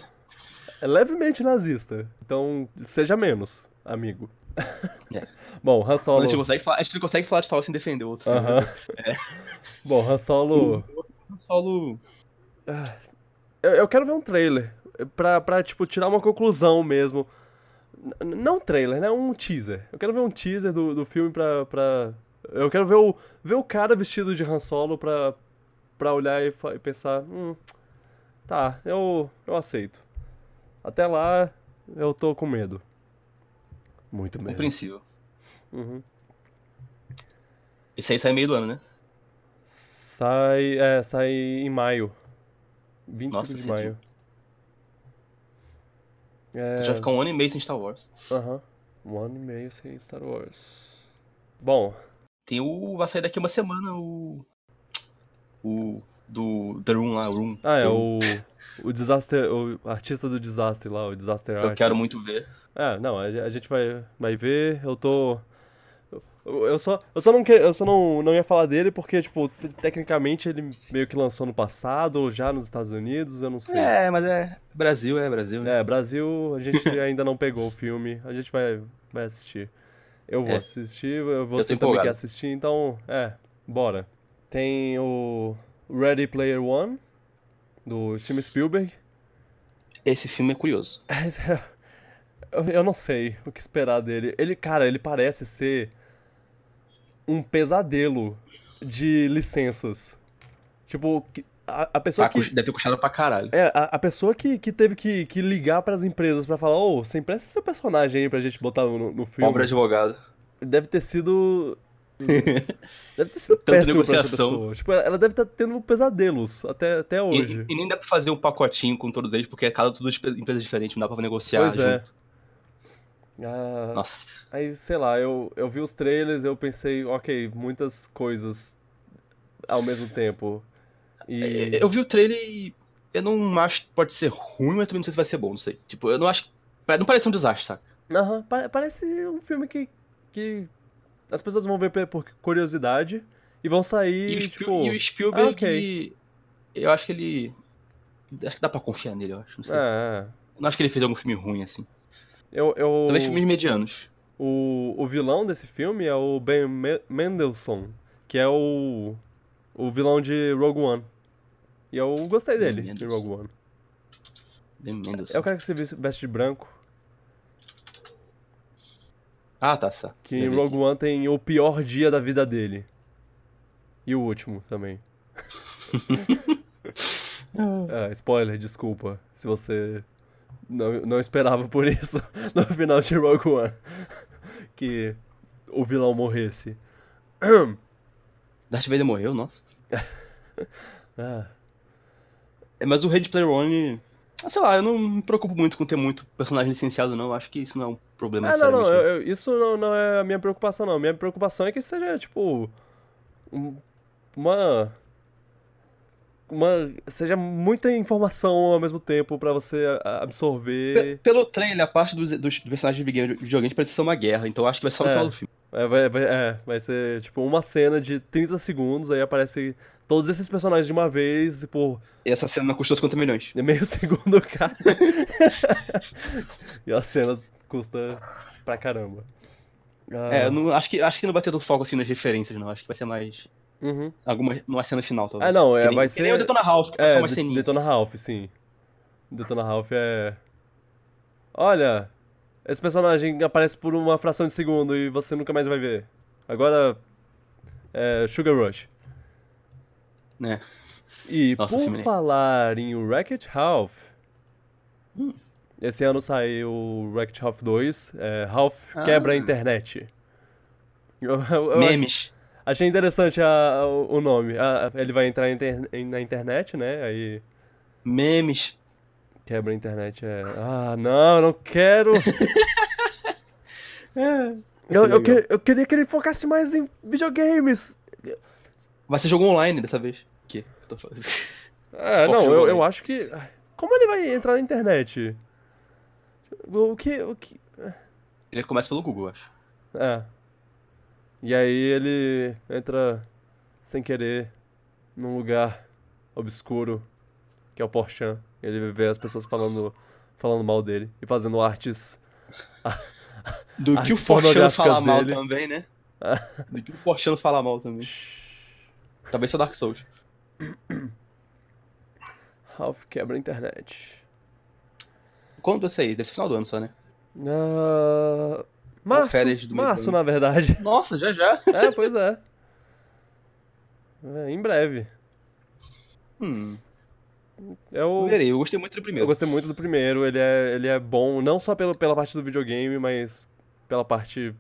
A: É levemente nazista. Então, seja menos, amigo.
B: É.
A: Bom, Han
B: A
A: Solo...
B: gente, né? não tipo, consegue falar, a gente não consegue falar de Star Wars sem defender o outro.
A: Aham. Bom, Han Solo...
B: Um solo.
A: Ah, Eu, eu quero ver um trailer. Pra, pra, tipo, tirar uma conclusão mesmo. N- não um trailer, né? Um teaser. Eu quero ver um teaser do, do filme pra, pra. Eu quero ver o, ver o cara vestido de Han Solo pra, pra olhar e, fa- e pensar: hum, tá, eu, eu aceito. Até lá, eu tô com medo. Muito medo.
B: Compreensível.
A: Uhum.
B: Esse aí sai meio do ano, né?
A: Sai, é, sai em maio. 25
B: Nossa,
A: de
B: esse
A: maio. É...
B: Já fica um ano e meio sem Star Wars.
A: Aham. Um ano e meio sem Star Wars. Bom,
B: Tem o. Vai sair daqui uma semana o. O. Do. The Room lá, o Room.
A: ah, é
B: Room,
A: o. O desastre. O artista do desastre lá, o Disaster
B: Que eu
A: Artist.
B: quero muito ver.
A: É, não, a, a gente vai, vai ver. Eu tô. Eu, eu só, eu só, não, que, eu só não, não ia falar dele porque, tipo, te- tecnicamente ele meio que lançou no passado, ou já nos Estados Unidos, eu não sei.
B: É, mas é. Brasil é Brasil, né?
A: É, Brasil, a gente ainda não pegou o filme, a gente vai, vai assistir. Eu vou
B: É.
A: assistir, eu-
B: tô
A: você também
B: empolgado.
A: quer assistir, então, é, bora. Tem o Ready Player One, do Steven Spielberg.
B: Esse filme é curioso.
A: Eu- Eu não sei o que esperar dele. Ele, cara, ele parece ser um pesadelo de licenças. Tipo, que- a, a pessoa
B: Tá,
A: que...
B: cust- Deve ter custado pra caralho.
A: É, a, a pessoa que, que teve que, que ligar pras empresas pra falar, ô, você empresta seu personagem aí pra gente botar no, no filme.
B: Pobre advogado.
A: Deve ter sido. deve ter sido péssimo
B: Tanta
A: pra essa
B: negociação.
A: pessoa. Tipo, ela ela deve estar tendo pesadelos até, até
B: E,
A: hoje.
B: e nem dá pra fazer um pacotinho com todos eles, porque é cada tudo de empresa diferente, não dá pra negociar
A: Pois é.
B: junto.
A: Ah,
B: Nossa.
A: aí, sei lá, eu, eu vi os trailers eu pensei, ok, muitas coisas ao mesmo tempo. E.
B: É, Eu vi o trailer e eu não acho que pode ser ruim, mas também não sei se vai ser bom, não sei. Tipo, eu não acho. Não parece um desastre, saca?
A: Aham, pa- parece um filme que, que as pessoas vão ver pe- por curiosidade e vão
B: E,
A: sair,
B: o,
A: tipo...
B: Spiel- e o Spielberg,
A: ah, ok.
B: eu acho que ele. Acho que dá pra confiar nele, eu acho. Não sei.
A: É, é.
B: Eu não acho que ele fez algum filme ruim, assim.
A: Eu, eu,
B: Talvez filmes medianos.
A: o, o vilão desse filme é o Ben Me- Mendelsohn, que é o, o vilão de Rogue One. E eu gostei
B: Ben
A: dele, de
B: Mendelsohn.
A: Rogue One.
B: Ben Mendelsohn.
A: É o cara que se vis- veste de branco,
B: Ah, tá, tá.
A: que em Rogue One tem o pior dia da vida dele. E o último também. Ah, spoiler, desculpa, se você não, não esperava por isso no final de Rogue One. Que o vilão morresse.
B: Darth Vader morreu, nossa.
A: Ah,
B: É, mas o Red Player One. ah, Sei lá, eu não me preocupo muito com ter muito personagem licenciado, não. Eu Acho que isso não é um problema
A: Ah, não, não,
B: necessariamente,
A: eu- eu- isso não, não é a minha preocupação, não. Minha preocupação é que seja, tipo, um- uma... Uma, seja muita informação ao mesmo tempo pra você a- a-
B: Pe-
A: absorver.
B: Pelo trailer, a parte dos, dos personagens de videogame- videogame parece ser uma guerra, então eu acho que vai ser só no
A: É.
B: final do filme.
A: É, vai, vai- é, vai ser tipo uma cena de 30 segundos, aí aparece todos esses personagens de uma vez e por
B: E essa cena custou 50 milhões.
A: meio segundo cara. e a cena custa pra caramba. Ah,
B: É, eu não, acho, que, acho que não vai ter tanto foco assim nas referências, não. Acho que vai ser mais.
A: uhum.
B: Alguma. Numa cena final, talvez.
A: Ah, não,
B: Que
A: é,
B: nem-
A: vai
B: que nem o
A: ser.
B: Detona Ralph, que é,
A: É,
B: só uma
A: De-
B: ceninha.
A: Detona Ralph, sim. Detona Ralph é. Olha, esse personagem aparece por uma fração de segundo e você nunca mais vai ver. Agora. É. Sugar Rush.
B: né?
A: E
B: Nossa,
A: por
B: esse é menino.
A: falar em Wreck-It Ralph,
B: Hum.
A: esse ano saiu o Wreck-It Ralph 2, é, Ralph
B: Ah.
A: quebra a internet. Eu, eu- eu
B: Memes.
A: achei interessante a- a- o o nome. A- ele vai entrar inter- em- na internet, né? Aí
B: Memes.
A: quebra a internet. É... Ah, não, eu não quero. É. eu, eu, que- eu queria que ele focasse mais em videogames.
B: Mas você jogou online dessa vez? O quê? que eu tô falando?
A: É,
B: Foco
A: não,
B: jogo
A: eu,
B: aí.
A: eu acho que. Como ele vai entrar na internet? O que. O que...
B: Ele começa pelo Google, eu acho.
A: É. E aí ele entra sem querer num lugar obscuro, que é o Porchan. Ele vê as pessoas falando, falando mal dele e fazendo artes.
B: Do
A: Artes
B: que o Porchano fala
A: pornográficas
B: mal
A: dele. Ah.
B: também, né? Do que o Porchano fala mal também. Talvez seja Dark Souls.
A: Ralph quebra a internet.
B: Quando vai sair? Deve ser final do ano só, né?
A: Ah, março,
B: férias do meio do
A: março
B: ano.
A: na verdade.
B: Nossa, já já.
A: É, pois é. É, em breve.
B: Hum.
A: É o.
B: Verei, eu gostei muito do
A: Eu
B: primeiro.
A: gostei muito do primeiro, ele é, ele é bom não só pelo, pela parte do videogame, mas pela parte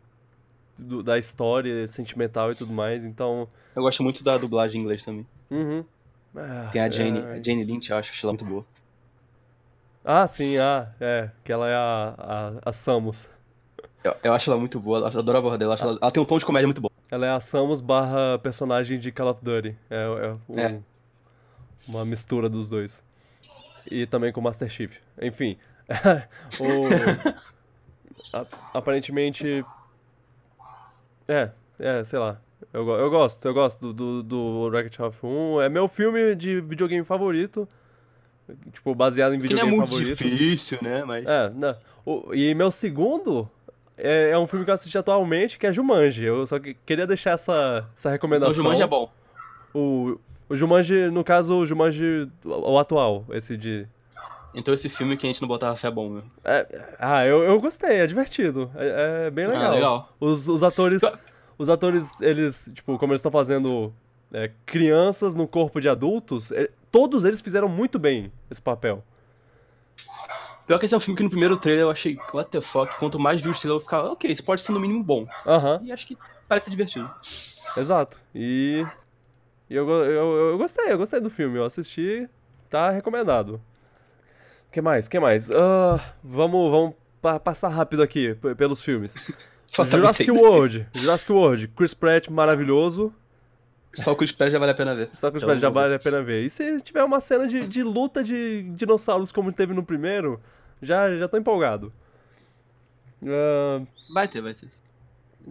A: do- da história sentimental e tudo mais, então.
B: Eu gosto muito da dublagem em inglês também.
A: Uhum. Ah,
B: Tem a Jane,
A: é.
B: a Jane Lynch, eu acho, acho ela muito boa.
A: Ah, sim, ah, é. Que ela é a, a, a Samus.
B: Eu, eu acho ela muito boa, eu adoro a voz dela. eu acho ela, ela tem um tom de comédia muito bom.
A: Ela é a Samus barra personagem de Call of Duty. É, é um-
B: É.
A: uma mistura dos dois. E também com o Master Chief. Enfim. o- a- aparentemente. É, é, sei lá. Eu, go- eu gosto, eu gosto do, do, do Rocket Ralph 1. É meu filme de videogame favorito. Tipo, baseado em
B: Que não é
A: videogame
B: muito
A: favorito.
B: difícil, né? Mas.
A: É, não. O- e meu segundo é, é um filme que eu assisti atualmente, que é Jumanji. Eu só que- queria deixar essa, essa
B: o
A: recomendação.
B: Jumanji é bom.
A: O, o Jumanji, no caso, o Jumanji, o, o atual, esse de...
B: Então esse filme que a gente não botava fé é bom, meu.
A: Ah, eu, eu gostei, é divertido. É, é bem legal.
B: Ah, legal. Então-
A: Os, os atores, os atores, eles, tipo, como eles estão fazendo é, crianças no corpo de adultos, é, todos eles fizeram muito bem esse papel.
B: Pior que esse é um filme que no primeiro trailer eu achei, what the fuck, quanto mais vi o trailer eu ficava, ok, isso pode ser no mínimo bom.
A: Aham.
B: E acho que parece divertido.
A: Exato. E e eu, go- eu, eu gostei, eu gostei do filme. Eu assisti, tá recomendado. O que mais? O que mais? Ah, vamos vamos pa- passar rápido aqui p- pelos filmes. Jurassic
B: Fatalmente.
A: World. Jurassic World. Chris Pratt, maravilhoso.
B: Só o Chris Pratt já vale a pena ver.
A: Só Chris
B: Então,
A: Pratt já
B: vamos ver.
A: vale a pena ver. E se tiver uma cena de, de luta de dinossauros como teve no primeiro, já, já tô empolgado. Ah,
B: Vai ter, vai ter.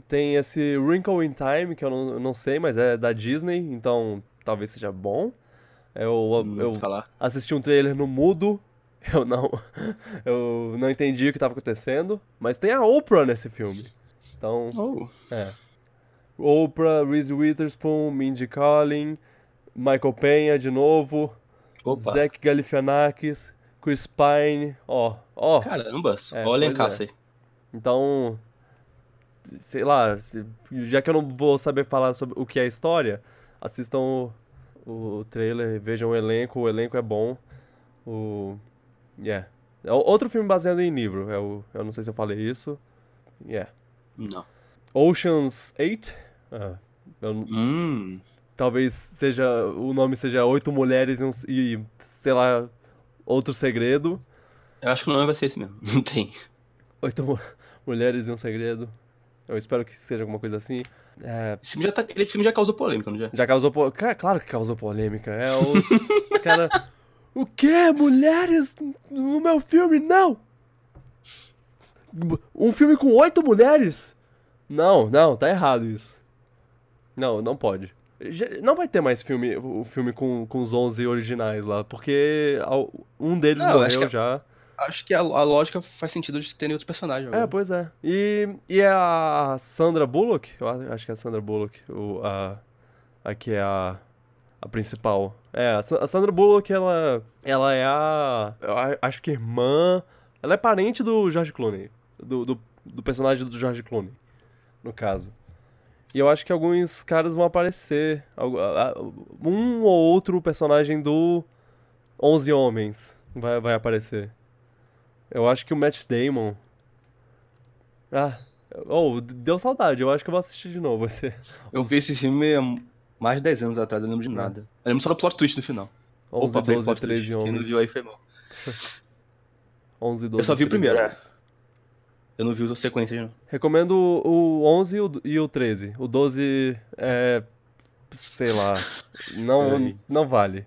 A: Tem esse Wrinkle in Time, que eu não, eu não sei, mas é da Disney, então talvez seja bom. Eu,
B: Hum,
A: eu
B: vou falar.
A: assisti um trailer no mudo, eu não, eu não entendi o que estava acontecendo, mas tem a Oprah nesse filme. Então,
B: Oh.
A: é. Oprah, Reese Witherspoon, Mindy Kaling, Michael Penha de novo,
B: Opa.
A: Zac Galifianakis, Chris Pine, ó, ó.
B: Caramba,
A: É,
B: olha
A: pois
B: em caça aí.
A: Então, sei lá, se- já que eu não vou saber falar sobre o que é a história, assistam o, o trailer, vejam o elenco, o elenco é bom. O yeah. É o- outro filme baseado em livro, eu, eu não sei se eu falei isso. Yeah.
B: Não.
A: Oceans 8. Ah, eu n-
B: Hum.
A: talvez seja o nome seja Oito Mulheres e, um, e sei lá, outro segredo.
B: Eu acho que o nome vai ser esse mesmo. Não tem.
A: Oito mu- mulheres e um segredo. Eu espero que seja alguma coisa assim. É,
B: Esse filme já, tá, esse filme já causou polêmica, não já?
A: já causou po... Ca- Claro que causou polêmica. É os, os caras. O quê? Mulheres no meu filme? Não! Um filme com oito mulheres? Não, não, tá errado isso. Não, não pode. Já- Não vai ter mais filme, o filme com, com os 11 originais lá, porque ao- um deles
B: Não, eu acho
A: morreu
B: que
A: já.
B: Acho que a, a lógica faz sentido de terem outros personagens.
A: É,
B: agora.
A: pois é. E, e a Sandra Bullock, eu a- acho que é a Sandra Bullock, o, a, a que é a, a principal. É, a, Sa- a Sandra Bullock, ela, ela é a, eu a- acho que irmã, ela é parente do George Clooney, do, do, do personagem do George Clooney, no caso. E eu acho que alguns caras vão aparecer. algu- a- a- Um ou outro personagem do 11 Homens vai, vai aparecer. Eu acho que o Matt Damon. Ah, oh, deu saudade. Eu acho que eu vou assistir de novo esse.
B: Eu vi esse filme há mais de 10 anos atrás, eu não lembro
A: É.
B: de nada. Eu lembro só do plot twist no final.
A: 11,
B: Opa, tem
A: 12,
B: plot
A: 13
B: twist. Quem não
A: Homens.
B: viu aí foi mal.
A: 11, 12,
B: só vi o
A: 13
B: primeiro, é.
A: Homens.
B: Eu não vi as sequências, não.
A: Recomendo o o 11 e o do- e o 13. O 12 é. sei lá. Não,
B: Peraí.
A: não vale.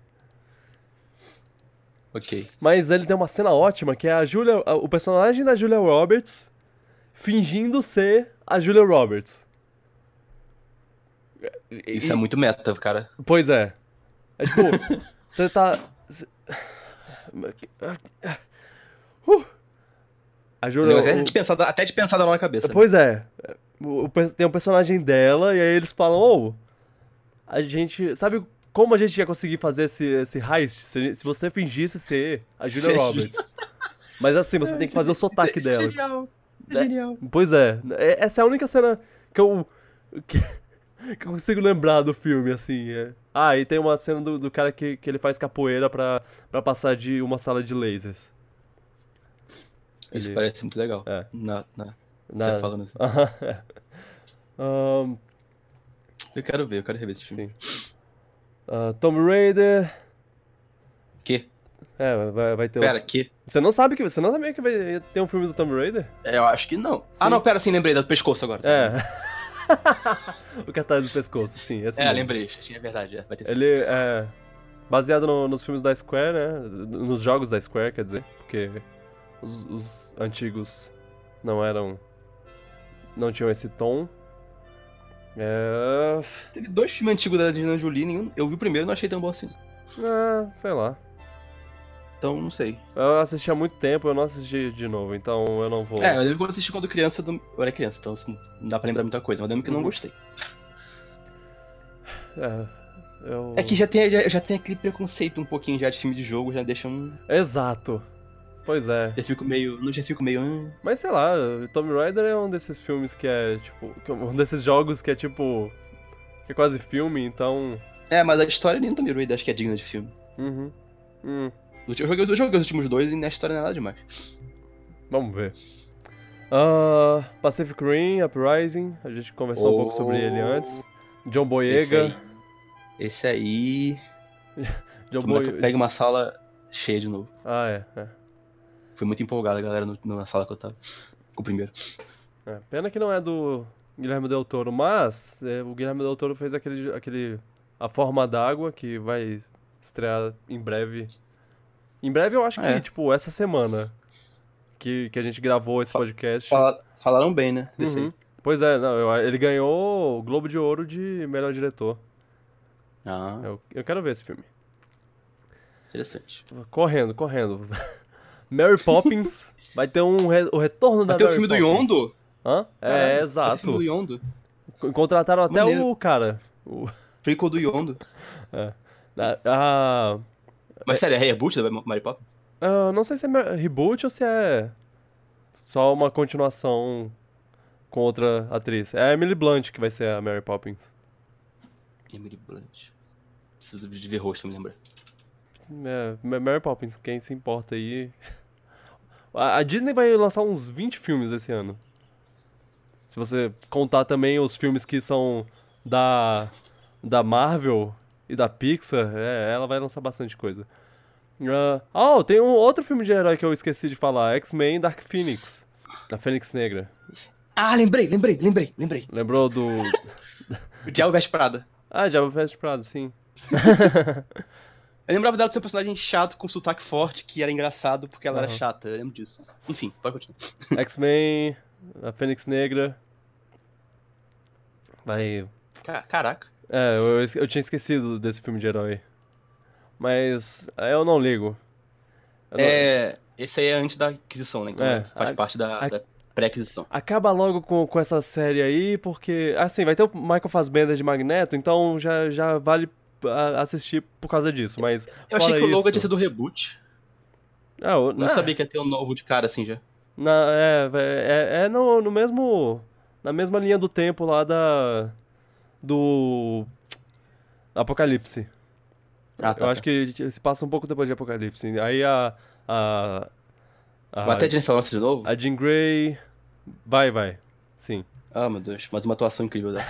B: Ok.
A: Mas ele tem uma cena ótima que é a Julia, a- o personagem da Julia Roberts fingindo ser a Julia Roberts.
B: Isso é muito meta, cara.
A: Pois é. É tipo, você tá. cê- Uh. A
B: O
A: Julia.
B: negócio é
A: o-
B: de pensar, até de pensar na hora na cabeça. né?
A: Pois é. O- o pe- tem um personagem dela, e aí eles falam, ô, a gente. Sabe como a gente ia conseguir fazer esse, esse heist? Se, se você fingisse ser a Julia
B: Ser a
A: Roberts. Mas assim, você tem que fazer o sotaque
B: Isso é
A: dela.
B: Genial.
A: É.
B: É genial.
A: Pois é. É- Essa é a única cena que eu. que, que eu consigo lembrar do filme, assim. é. Ah, e tem uma cena do, do cara que, que ele faz capoeira pra, pra passar de uma sala de lasers.
B: Isso
A: Ele-
B: parece muito legal.
A: É.
B: Na, na-
A: Na-
B: Você falando isso.
A: Aham. Ahn,
B: Eu quero ver, eu quero rever esse filme.
A: Ah, Sim. ah, Tomb Raider.
B: Que?
A: É, vai, vai ter.
B: Pera, que?
A: Você não sabe que você não sabia que vai ter um filme do Tomb Raider?
B: É, Eu acho que não.
A: Sim.
B: Ah, não, pera, sim, lembrei do pescoço agora.
A: É. o Catarse do Pescoço, sim. É, assim
B: É,
A: mesmo.
B: lembrei. Sim, é verdade. é, vai ter sim.
A: Ele é baseado no- nos filmes da Square, né? Nos jogos da Square, quer dizer, porque os, os antigos não eram, não tinham esse tom. É,
B: Teve dois filmes antigos da Angelina Jolie, nenhum. Eu vi o primeiro e não achei tão bom assim.
A: ah, sei lá.
B: Então, não sei.
A: Eu assisti há muito tempo, eu não assisti de novo, então eu não vou.
B: É, eu lembro quando eu assisti quando criança. do- Eu era criança, então assim, não dá pra lembrar muita coisa, mas eu lembro que eu não
A: Uhum.
B: gostei.
A: É, eu-
B: É que já tem, já, já tem aquele preconceito um pouquinho já de filme de jogo, já deixa um.
A: Exato. Pois é.
B: Já fico meio. Não, já fico meio. "Ah".
A: Mas sei lá, Tomb Raider é um desses filmes que é tipo, que é um desses jogos que é tipo, que é quase filme, então.
B: É, mas a história nem do Tomb Raider acho que é digna de filme.
A: Uhum. Hum,
B: Eu joguei, eu joguei os últimos dois e na história não é nada demais.
A: vamos ver. Ah, Pacific Rim, Uprising, a gente conversou um pouco sobre ele
B: Oh.
A: antes. John
B: Esse
A: Boyega.
B: aí. Esse aí.
A: John
B: Tomara que eu
A: Boy...
B: pegue uma sala cheia de novo.
A: Ah, é, é,
B: Fui muito empolgado, galera, no- na sala que eu tava. Com o primeiro.
A: é. Pena que não é do Guilherme Del Toro, mas é, o Guilherme Del Toro fez aquele, aquele A Forma d'Água, que vai estrear em breve. Em breve eu acho que,
B: É.
A: tipo, essa semana que, que a gente gravou esse podcast.
B: Fala- falaram bem, né? Desse
A: Uhum.
B: aí.
A: Pois é, não, eu- ele ganhou o Globo de Ouro de melhor diretor.
B: Ah,
A: Eu, eu quero ver esse filme.
B: interessante.
A: Correndo, correndo. Mary Poppins vai ter um re- o retorno da
B: Até o
A: Mary
B: filme do
A: Poppins.
B: Yondo.
A: Hã? É,
B: Caralho, Até o
A: exato.
B: filme do Yondo.
A: Co- Contrataram até
B: Maneiro.
A: o cara. o-
B: Prequel do Yondo.
A: a- a-
B: Mas sério, é reboot da Mary Poppins?
A: Ah, eu não sei se é mer- reboot ou se é só uma continuação com outra atriz. É a Emily Blunt que vai ser a Mary Poppins.
B: Emily Blunt. É Preciso de ver rosto, me lembra.
A: É, Ma- Mary Poppins, quem se importa aí. A, a Disney vai lançar uns 20 filmes esse ano. Se você contar também os filmes que são da, da Marvel e da Pixar, é, ela vai lançar bastante coisa. Ah, oh, tem um outro filme de herói que eu esqueci de falar: X-Men Dark Phoenix. Da Fênix Negra.
B: Ah, lembrei, lembrei, lembrei, lembrei.
A: Lembrou do.
B: O Diabo Veste Prada.
A: Ah, Diabo Fest Prado, sim.
B: Eu lembrava dela de ser um personagem chato com sotaque forte, que era engraçado porque ela era
A: Aham.
B: chata. Eu lembro disso. Enfim, pode continuar.
A: X-Men, a Fênix Negra. Vai,
B: Ca- Caraca.
A: É, eu, eu esque- eu tinha esquecido desse filme de herói. Mas é, eu não ligo. Eu não-
B: É, esse aí é antes da aquisição, né? Então
A: É,
B: faz
A: a-
B: parte da,
A: a-
B: da pré-aquisição.
A: Acaba logo com, com essa série aí, porque. Assim, vai ter o Michael Fassbender de Magneto, então já, já vale a- assistir por causa disso, mas.
B: Eu achei
A: fora
B: que o logo
A: isso-
B: tinha sido reboot.
A: É, eu-
B: Não
A: é,
B: sabia que ia ter um novo de cara assim já.
A: na- é, é, é- é no, no mesmo. Na mesma linha do tempo lá da. do Apocalipse.
B: Ah, tá,
A: Eu
B: tá.
A: acho que se passa um pouco depois de Apocalipse. Aí a. A. A,
B: Vai Tipo, até a Jennifer Lawrence de novo?
A: a Jean Grey. Vai, vai. Sim.
B: Ah, meu Deus, mais uma atuação incrível dela.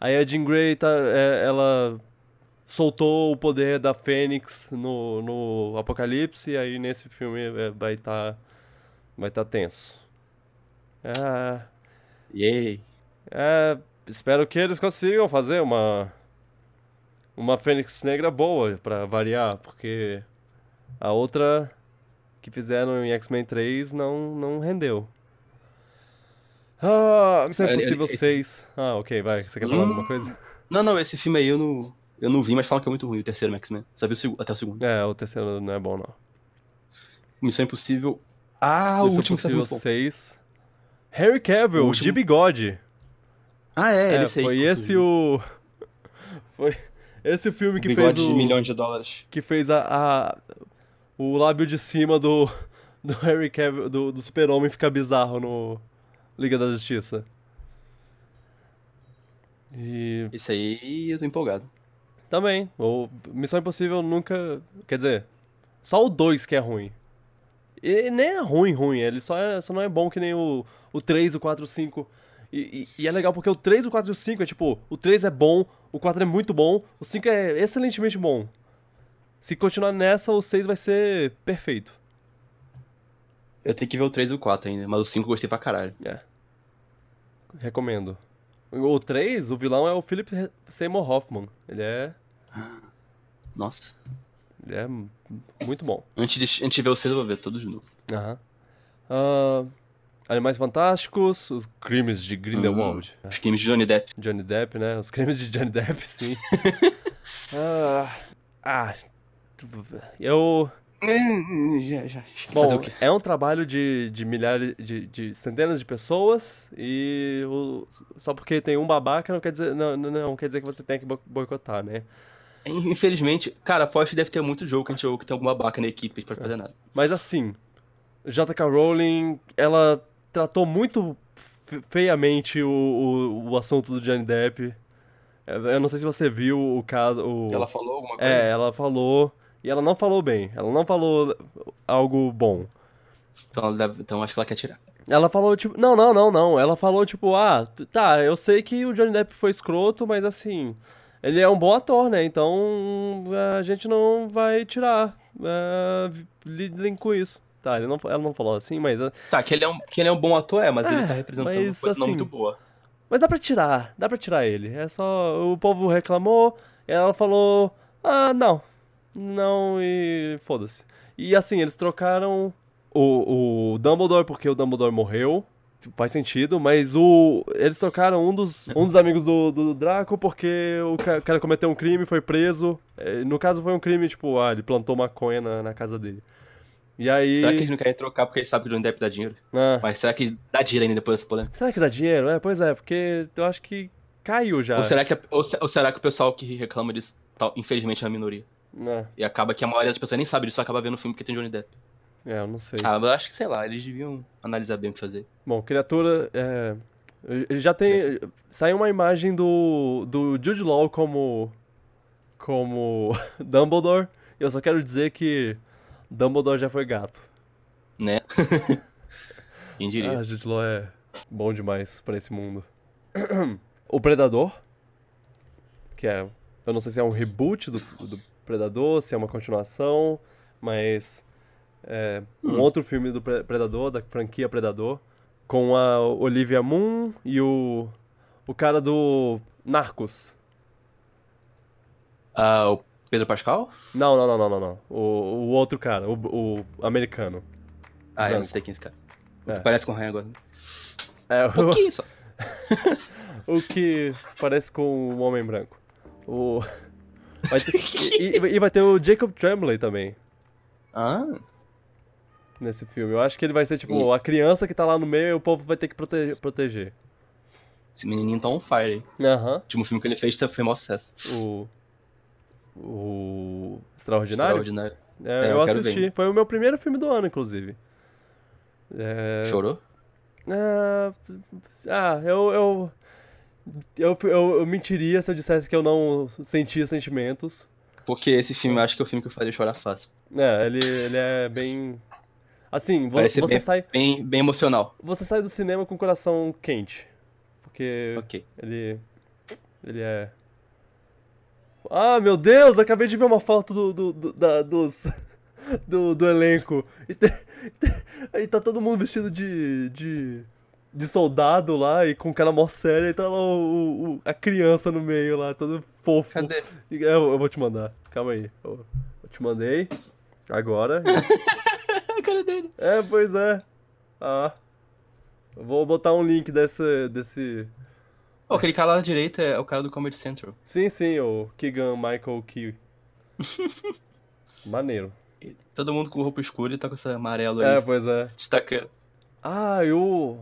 A: Aí a Jean Grey tá, é, ela soltou o poder da Fênix no, no Apocalipse, e aí nesse filme é, vai estar. vai estar tenso. Ah,
B: Yay.
A: é, espero que eles consigam fazer uma. Uma Fênix Negra boa, pra variar, porque a outra que fizeram em X-Men 3 não, não rendeu. Ah, se
B: Ah,
A: é
B: ele-
A: possível
B: ele-
A: 6. Ah, ok, vai. Você quer falar
B: Hum.
A: alguma coisa?
B: Não, não, esse filme aí eu não, eu não vi, mas falam que é muito ruim, o terceiro X-Men. Só vi o segu- até o segundo.
A: É, o terceiro não é bom, não.
B: Missão Impossível. Ah, o
A: Missão
B: último
A: Impossível
B: saiu muito bom.
A: 6. Harry Cavill,
B: O último-
A: de bigode.
B: Ah, é,
A: É,
B: ele
A: foi esse o... Foi esse o filme que
B: Bigode
A: fez o...
B: de milhões de dólares.
A: Que fez a, a- O lábio de cima do... Do Harry Cavill... Do, do super-homem ficar bizarro no... Liga da Justiça. E...
B: Esse aí eu tô empolgado.
A: Também. O Missão Impossível nunca... Quer dizer... Só o 2 que é ruim. E nem é ruim, ruim. Ele só, é- só não é bom que nem o, o 3, o 4, o 5. E, e- e é legal porque o 3, o 4 e o 5 é tipo... O 3 é bom, o 4 é muito bom, o 5 é excelentemente bom. Se continuar nessa, o 6 vai ser perfeito.
B: Eu tenho que ver o 3 e o 4 ainda, mas o 5 eu gostei pra caralho.
A: É. Recomendo. O 3, o vilão é o Philip Seymour Hoffman. Ele é...
B: Nossa.
A: Ele é muito bom.
B: Antes de, antes de ver o 6 eu vou ver todos de novo.
A: Aham. Ah, Animais Fantásticos, os crimes de Grindelwald.
B: Os games de Johnny Depp.
A: Johnny Depp, né? Os crimes de Johnny Depp, sim. ah, ah, eu.
B: É, já, já. Fazer
A: Bom,
B: o quê?
A: é um trabalho de, de milhares, de, de centenas de pessoas e o- só porque tem um babaca não quer dizer, não, não, não quer dizer que você tenha que bo- boicotar, né?
B: Infelizmente, cara, aposto que deve ter muito jogo que a gente jogou que tem alguma baca na equipe, a gente pode
A: É,
B: fazer nada.
A: Mas assim, J.K. Rowling, ela tratou muito fe- feiamente o, o, o assunto do Johnny Depp. Eu eu não sei se você viu o caso. O...
B: Ela falou alguma coisa?
A: É, ela falou. E ela não falou bem. Ela não falou algo bom.
B: Então, ela deve- então acho que ela quer tirar.
A: Ela falou, tipo. Não, não, não, não. Ela falou, tipo, ah, t- tá, eu sei que o Johnny Depp foi escroto, mas assim. Ele é um bom ator, né? Então a gente não vai tirar. ah, vi- lidem com isso. Tá, ele não, ela não falou assim, mas. ah,
B: Tá, que ele é um, que ele é um bom ator, é, mas ele tá
A: É,
B: representando
A: mas,
B: uma coisa não
A: assim,
B: muito boa.
A: Mas dá pra tirar, dá pra tirar ele. É só. O povo reclamou, ela falou. Ah, não. Não, e foda-se. E assim, eles trocaram o, o Dumbledore porque o Dumbledore morreu. tipo, Faz sentido, mas o. Eles trocaram um dos, um dos amigos do, do Draco porque o ca- cara cometeu um crime, foi preso. Eh, No caso, foi um crime, tipo, ah, ele plantou maconha na, na casa dele. E aí.
B: Será que eles não querem trocar porque eles sabem que o Johnny Depp dá dinheiro?
A: Ah,
B: Mas será que dá dinheiro ainda depois dessa polêmica?
A: será que dá dinheiro? É, pois é, porque eu acho que caiu já. é.
B: Ou, será que, a- ou, se- ou será que o pessoal que reclama disso, tal, infelizmente, é uma minoria?
A: Ah,
B: E acaba que a maioria das pessoas nem sabe disso, só acaba vendo o filme porque tem Johnny Depp.
A: é, eu não sei.
B: Ah, mas eu acho que, sei lá, eles deviam analisar bem o que fazer.
A: Bom, criatura. É... Já tem. Saiu uma imagem do, do Jude Law como. Como Dumbledore. E eu só quero dizer que Dumbledore já foi gato.
B: Né? Quem diria?
A: Ah, Jude Law é bom demais pra esse mundo. o Predador. Que é. Eu não sei se é um reboot do, do Predador, se é uma continuação, mas. É um
B: Hum.
A: outro filme do Pre- Predador, da franquia Predador. Com a Olivia Moon e o. O cara do. Narcos.
B: Ah, o Pedro Pascal?
A: Não, não, não, não, não. não. O, o outro cara, o, o americano.
B: Ah, eu
A: Branco.
B: não sei quem é esse cara. O
A: É.
B: que parece com o Ryan agora.
A: É,
B: Um pouquinho só.
A: O que parece com um homem branco. O... Vai ter- e, e- e vai ter o Jacob Tremblay também
B: Ah,
A: nesse filme. Eu acho que ele vai ser tipo
B: E-
A: a criança que tá lá no meio e o povo vai ter que prote- proteger.
B: esse menininho tá on fire, hein?
A: Aham.
B: O último filme que ele fez tá- foi um maior sucesso.
A: O. O. Extraordinário?
B: Extraordinário.
A: É,
B: É,
A: eu
B: eu quero
A: assisti.
B: ver.
A: Foi o meu primeiro filme do ano, inclusive. É...
B: Chorou?
A: Ah, ah, É, eu, eu. Eu, eu, eu mentiria se eu dissesse que eu não sentia sentimentos.
B: Porque esse filme, eu acho que é o filme que eu faria chorar fácil.
A: É, ele, ele é bem. Assim, vo-
B: Parece
A: você,
B: bem-
A: sai,
B: Bem, bem emocional.
A: você sai do cinema com o coração quente. Porque
B: Ok.
A: ele. Ele é. Ah, meu Deus, eu acabei de ver uma foto do. do, do- da- dos. Do, do elenco. E, te- e tá todo mundo vestido de. de. de soldado lá e com cara mó séria e tá lá o, o- o- a criança no meio lá, todo fofo.
B: Cadê?
A: E Eu, eu vou te mandar, calma aí. Eu, eu te mandei. Agora.
B: A cara dele.
A: é, pois é. Ah. Eu vou botar um link desse. desse.
B: Ó, aquele cara lá da direita é o cara do Comedy Central.
A: Sim, sim, o Keegan Michael Key. Maneiro.
B: E Todo mundo com roupa escura e tá com essa amarelo aí,
A: É, pois é.
B: destacando.
A: Ah, e o.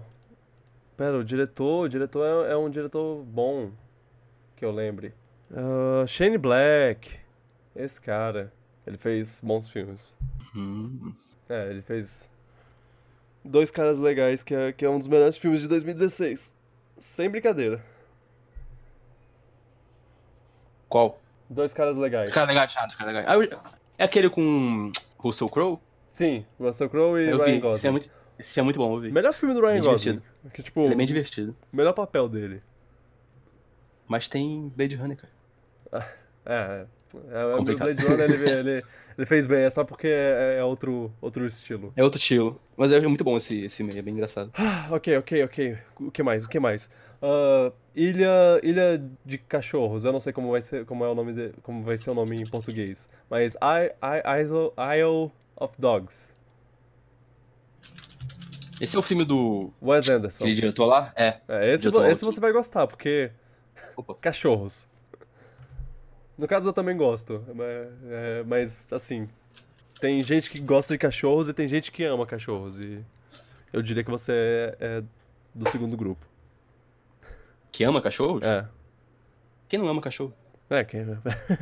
A: Pera, o diretor. O diretor é, é um diretor bom. Que eu lembre. Ah, Shane Black. Esse cara. Ele fez bons filmes.
B: Hum.
A: É, ele fez Dois Caras Legais, que é, que é um dos melhores filmes de 2016. Sem brincadeira.
B: Qual?
A: Dois Caras Legais.
B: Cara legal, chato, cara legal. Ah, eu- É aquele com Russell Crowe?
A: Sim, Russell Crowe e
B: eu
A: Ryan
B: vi. Esse é,
A: Gosling.
B: muito, esse é muito bom, eu vi.
A: Melhor filme do Ryan
B: Bem
A: Gosling. Que, tipo,
B: Ele é bem divertido.
A: melhor papel dele.
B: Mas tem Blade Runner, cara.
A: É, é, é o
B: Complicado.
A: Blade Runner, ele, ele, ele fez bem, é só porque é, é outro, outro estilo.
B: É outro estilo. Mas é muito bom esse, esse meio, é bem engraçado.
A: Ah, ok, ok, ok. O que mais? O que mais? Ah, Ilha, Ilha de Cachorros. Eu não sei como vai ser, como é o nome de- como vai ser o nome em português, mas I, I, Isle, Isle of Dogs.
B: Esse é o filme do
A: Wes Anderson.
B: aquele diretor lá? É.
A: É, esse,
B: diretor
A: vo- esse
B: outro.
A: você vai gostar, porque
B: Opa.
A: cachorros. No caso eu também gosto, mas, é, mas assim, tem gente que gosta de cachorros e tem gente que ama cachorros e eu diria que você é, é do segundo grupo.
B: Que ama cachorros?
A: É.
B: Quem não ama cachorro?
A: É, que-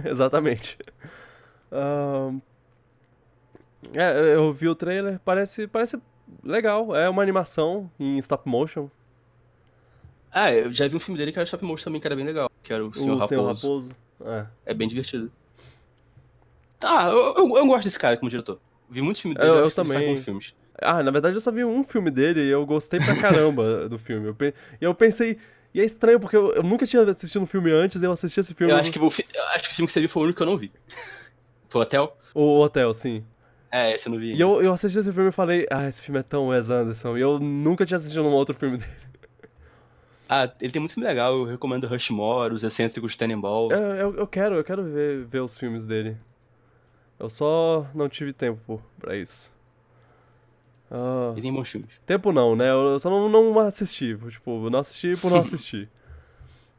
A: exatamente. Ahn, é, eu vi o trailer, parece, parece legal. É uma animação em stop motion.
B: Ah, eu já vi um filme dele que era Shop Motion também, que era bem legal. Que era o Senhor
A: o Senhor
B: Raposo.
A: Raposo. É.
B: É bem divertido. Tá, eu, eu, eu gosto desse cara como diretor. Vi muitos filmes dele,
A: Eu- eu
B: acho que ele faz
A: também.
B: bons filmes.
A: Ah, na verdade eu só vi um filme dele e eu gostei pra caramba do filme. Eu pe- E eu pensei. E é estranho, porque eu, eu nunca tinha assistido um filme antes, eu assisti esse
B: Eu,
A: filme.
B: acho que o fi- eu acho que o filme que você viu foi o único que eu não vi. Foi o Hotel?
A: O Hotel, sim.
B: É, esse eu não vi.
A: E eu, eu assisti esse filme e falei, ah, esse filme é tão Wes Anderson. E eu nunca tinha assistido um outro filme dele.
B: Ah, ele tem muito filme legal, eu recomendo Rushmore, Os Excêntricos, Tenenball.
A: Eu, É, eu, eu quero, eu quero ver, ver os filmes dele. Eu só não tive tempo pra isso. Ah,
B: Ele tem bons filmes.
A: tempo não, né? Eu só não, não assisti. Tipo, não assisti por não assistir.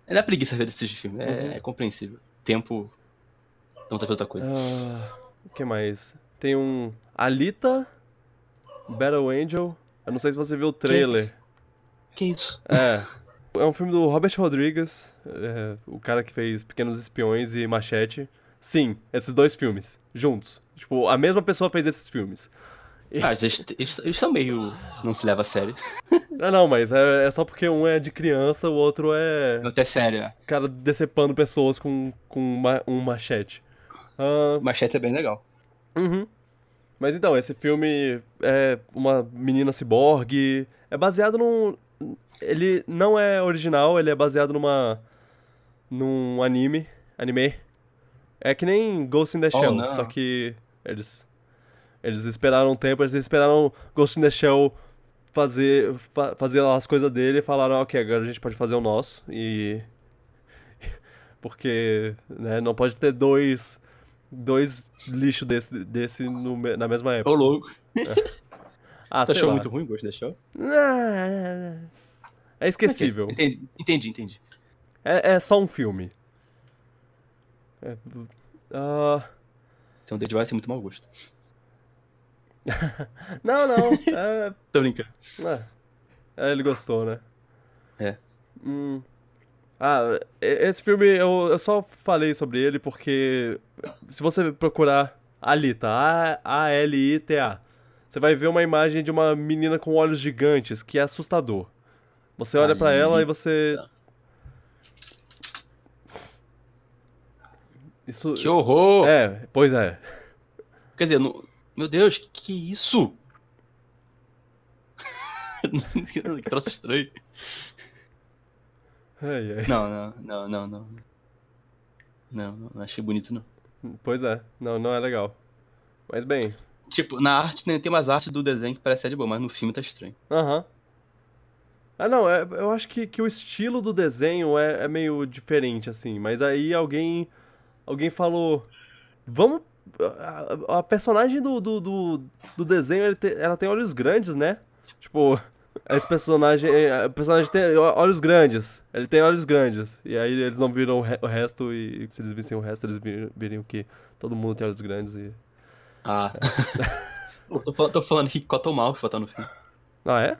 B: É da preguiça ver esses filmes, é,
A: Uhum.
B: é compreensível. Tempo não tá outra coisa.
A: Ah, o que mais? Tem um Alita Battle Angel. Eu não sei se você viu o trailer.
B: Que isso?
A: É. É um filme do Robert Rodriguez, é, o cara que fez Pequenos Espiões e Machete. Sim, esses dois filmes, juntos. Tipo, a mesma pessoa fez esses filmes.
B: Ah, mas eles, eles, eles são meio. não se leva a sério.
A: Ah, não, mas é, é só porque um é de criança, o outro é
B: Não até sério, é.
A: cara decepando pessoas com, com ma- um machete. Ah,
B: O Machete é bem legal.
A: Uhum. Mas então, esse filme é uma menina ciborgue. É baseado num. Ele não é original, ele é baseado numa. num anime. Anime. É que nem Ghost in the
B: Oh,
A: Shell,
B: não.
A: só que eles. Eles esperaram um tempo, eles esperaram Ghost in the Shell fazer, fa- fazer lá as coisas dele e falaram, "Ah, ok, agora a gente pode fazer o nosso. E. Porque, né, não pode ter dois dois lixos desse, desse no me- na mesma época.
B: Ô louco.
A: Ah,
B: Você
A: sei
B: achou
A: lá.
B: muito ruim, Ghost da Show?
A: Ah, É esquecível.
B: Entendi, entendi. entendi.
A: É, é só um filme. É, ah,
B: Então o Dead vai ser muito mau gosto.
A: não, não. é,
B: Tô brincando.
A: é, ele gostou, né?
B: É.
A: Hum. Ah, e- esse filme, eu, eu só falei sobre ele porque se você procurar Alita, A- A-L-I-T-A, você vai ver uma imagem de uma menina com olhos gigantes, que é assustador. Você olha pra ela e você... Isso.
B: Que horror!
A: É, pois é.
B: Quer dizer, no- meu Deus, que, que isso? que troço estranho.
A: Ai, ai.
B: Não, não, não, não, não. Não, não, não achei bonito, não.
A: Pois é, não, não é legal. Mas bem,
B: Tipo, na arte né, tem umas artes do desenho que parece ser de boa, mas no filme tá estranho.
A: aham. Ah, não, é- eu acho que, que o estilo do desenho é, é meio diferente, assim. Mas aí alguém alguém falou: Vamos. A, a- a personagem do, do, do, do desenho ele te- ela tem olhos grandes, né? Tipo, esse personagem. O personagem tem ó- olhos grandes. Ele tem olhos grandes. E aí eles não viram o, re- o resto, e se eles vissem o resto, eles vir- veriam que todo mundo tem olhos grandes e.
B: Ah. tô, falando, tô falando que Cottonmouth vai estar no filme.
A: Ah, é?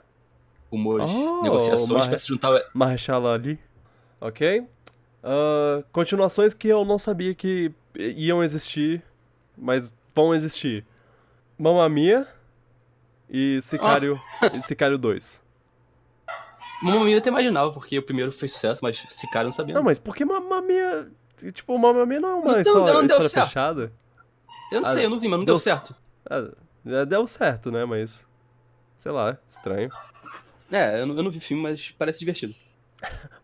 B: Humores,
A: Oh,
B: negociações
A: mas-
B: pra se juntar. é,
A: Marshall Ali. Ok? Ah, continuações que eu não sabia que i- iam existir, mas vão existir. Mamma Mia e Sicário,
B: Ah.
A: e Sicário 2.
B: Mamma Mia eu até imaginava, porque o primeiro fez sucesso, mas esse cara eu não sabia.
A: Não,
B: não.
A: mas por que Mamma Mia... Tipo, Mamma Mia não é uma
B: Então,
A: história,
B: não deu
A: história
B: certo.
A: fechada.
B: eu não
A: ah,
B: sei, eu não vi, mas não
A: deu
B: deu certo.
A: Ah, já deu certo, né? Mas... Sei lá, estranho.
B: É, eu não, eu não vi filme, mas parece divertido.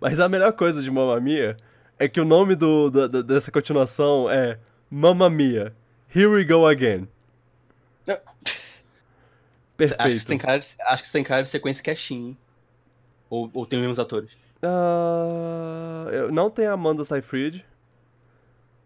A: Mas a melhor coisa de Mamma Mia é que o nome do, da- da- dessa continuação é Mamma Mia, Here We Go Again.
B: Não.
A: Perfeito.
B: Acho que, isso tem cara de, acho que isso tem cara de sequência caixinha, hein? Ou, ou tem os mesmos atores.
A: Ah, eu- não tem a Amanda Seyfried,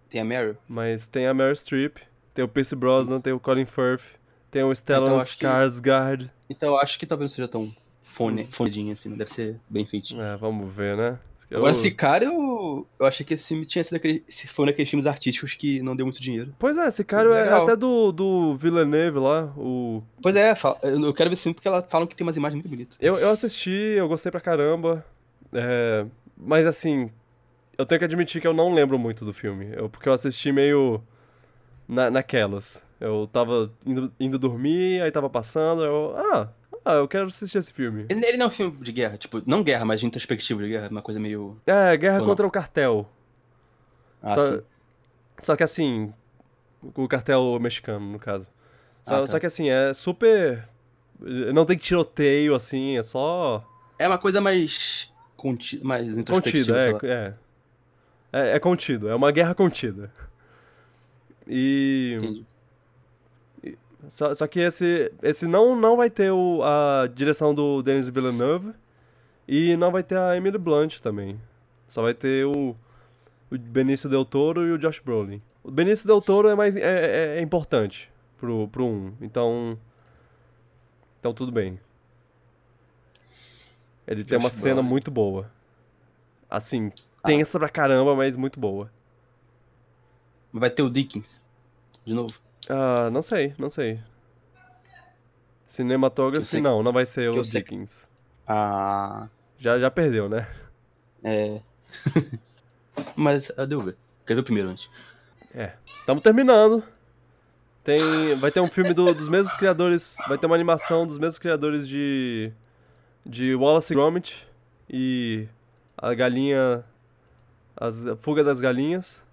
B: Tem a Meryl.
A: mas tem a Meryl Streep, tem o Pierce Brosnan, tem o Colin Firth, tem o Stellan
B: Então, acho que-
A: Skarsgård.
B: Então eu acho que talvez não seja tão fone, fonedinho assim, né? deve ser bem feitinho.
A: É, vamos ver, né? Eu-
B: Agora, esse cara, eu, eu achei que esse filme tinha sido aquele, se foi naqueles filmes artísticos que não deu muito dinheiro.
A: Pois é, esse cara é
B: Legal.
A: até do, do Villeneuve lá, o
B: Pois é, fa- eu eu quero ver esse filme porque ela falam que tem umas imagens muito bonitas.
A: Eu, eu assisti, eu gostei pra caramba. é, mas assim, eu tenho que admitir que eu não lembro muito do filme. Eu- porque eu assisti meio na, naquelas. Eu tava indo, indo dormir, aí tava passando, eu. Ah, ah, eu quero assistir esse filme.
B: Ele, ele não é um filme de guerra, tipo, não guerra, mas de introspectivo de guerra, uma coisa meio.
A: É, Guerra
B: Ou não?
A: contra o Cartel.
B: Ah,
A: só,
B: sim.
A: só que assim. O cartel mexicano, no caso. Só,
B: Ah, tá.
A: só que assim, é super. Não tem tiroteio, assim, é só.
B: É uma coisa mais. Conti, mais
A: Contido,
B: introspectiva.
A: é,
B: sei lá.
A: é. É. É contido, é uma guerra contida. E.
B: Entendi.
A: Só, só que esse, esse não, não vai ter o- a direção do Denis Villeneuve e não vai ter a Emily Blunt também. Só vai ter o, o Benício Del Toro e o Josh Brolin. O Benício Del Toro é mais é, é- é importante pro, pro um, então então tudo bem. Ele tem
B: Josh
A: uma cena
B: Brolin.
A: muito boa. Assim, tensa pra caramba, mas muito boa.
B: Vai ter o Dickens. De novo.
A: Ah, não sei, não sei. Cinematógrafo,
B: Eu sei que-
A: não, não vai ser
B: que
A: o
B: eu sei que-
A: Dickens.
B: Ah.
A: Já, já perdeu, né?
B: É. mas ah, deu ver. Quero ver o primeiro antes.
A: Estamos É. terminando. Tem, vai ter um filme do- dos mesmos criadores, vai ter uma animação dos mesmos criadores de de Wallace e Gromit e a galinha as, a fuga das galinhas,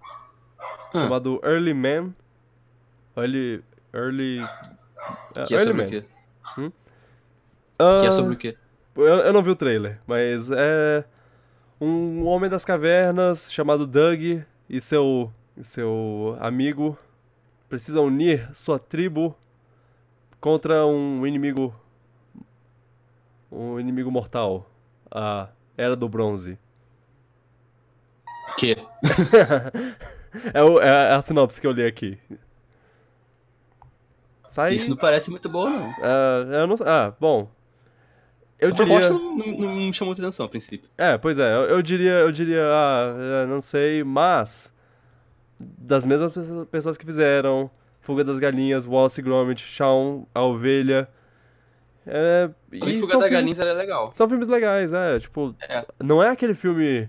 B: Ah.
A: chamado Early Man. Early Early é,
B: Que é
A: Early
B: sobre o
A: Man.
B: quê?
A: Ah,
B: Que é sobre o quê?
A: Eu, eu não vi o trailer, mas é um homem das cavernas chamado Doug e seu e seu amigo precisam unir sua tribo contra um inimigo um inimigo mortal, a Era do Bronze.
B: Que?
A: é, o- é a sinopse que eu li aqui. Sai.
B: Isso não parece muito bom, não.
A: Ah, eu não- ah, bom. Eu
B: a
A: diria.
B: proposta não, não- não me chamou muita atenção a princípio.
A: É, pois é, eu, eu diria, eu diria, ah, é, não sei, mas das mesmas pesso- pessoas que fizeram Fuga das Galinhas, Wallace e Gromit, Shaun, A Ovelha, é,
B: Pra mim,
A: e
B: Fuga
A: são
B: da
A: filmes,
B: Galinha era legal.
A: são filmes legais, é, tipo,
B: É.
A: não é aquele filme,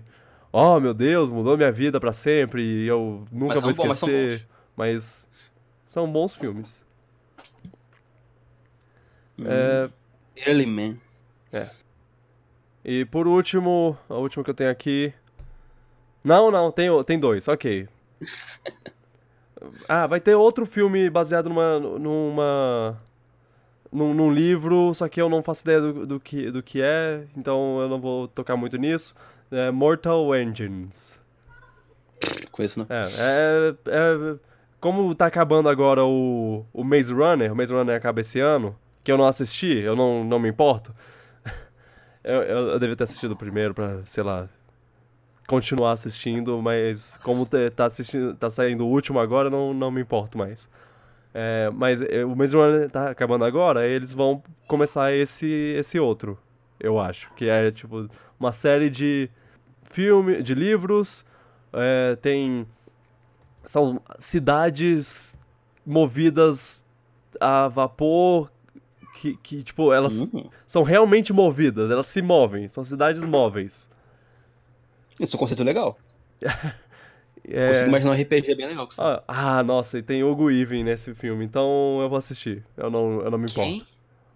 A: oh meu Deus, mudou minha vida pra sempre e eu nunca
B: mas
A: vou
B: são bons, mas são
A: esquecer, mas são bons filmes.
B: bons.
A: É,
B: Early Man.
A: e por último, a última que eu tenho aqui, não, não, tem, o- tem dois, ok, Ah, vai ter outro filme baseado numa. numa. Num, num livro, só que eu não faço ideia do, do, que, do que é, então eu não vou tocar muito nisso. É Mortal Engines.
B: Conheço não.
A: É, é, é- Como tá acabando agora o, o Maze Runner, o Maze Runner acaba esse ano, que eu não assisti, eu não, não me importo. Eu, eu, eu devia ter assistido o primeiro pra, sei lá, continuar assistindo, mas como te- tá, assistindo, tá saindo o último agora, não, não me importo mais. É, mas é, o Maze Runner tá acabando agora, eles vão começar esse, esse outro, eu acho. Que é, tipo, uma série de filme, de livros, é, tem... São cidades movidas a vapor, que, que tipo, elas
B: Hum,
A: são realmente movidas, elas se movem, são cidades móveis.
B: Esse é um conceito legal.
A: É,
B: Consigo imaginar um RPG bem legal. com isso.
A: Ah, ah, nossa, e tem Hugo Even nesse filme, então eu vou assistir. Eu não, eu não me importo.
B: Quem?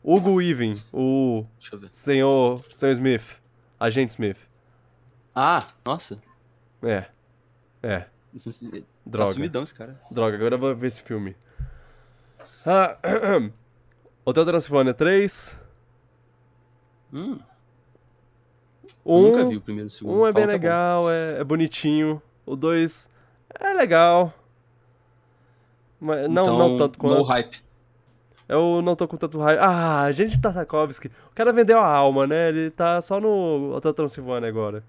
A: Hugo Even, o
B: Deixa eu ver.
A: senhor, senhor Smith, agente Smith.
B: Ah, nossa.
A: É, é,
B: Isso- isso- Tá
A: droga,
B: sumidão esse cara.
A: droga, agora eu vou ver esse filme. Ah, Hotel Transilvânia 3,
B: Hum, eu nunca vi
A: 1,
B: o primeiro e o segundo.
A: um é bem
B: Falam que tá bom.
A: legal, é, é bonitinho, o 2 é legal, mas não, não
B: Então,
A: tanto quanto.
B: No hype.
A: Eu não tô com tanto raio. Ah, gente Tartakovsky. O cara vendeu a alma, né? Ele tá só no Hotel Transilvânia agora.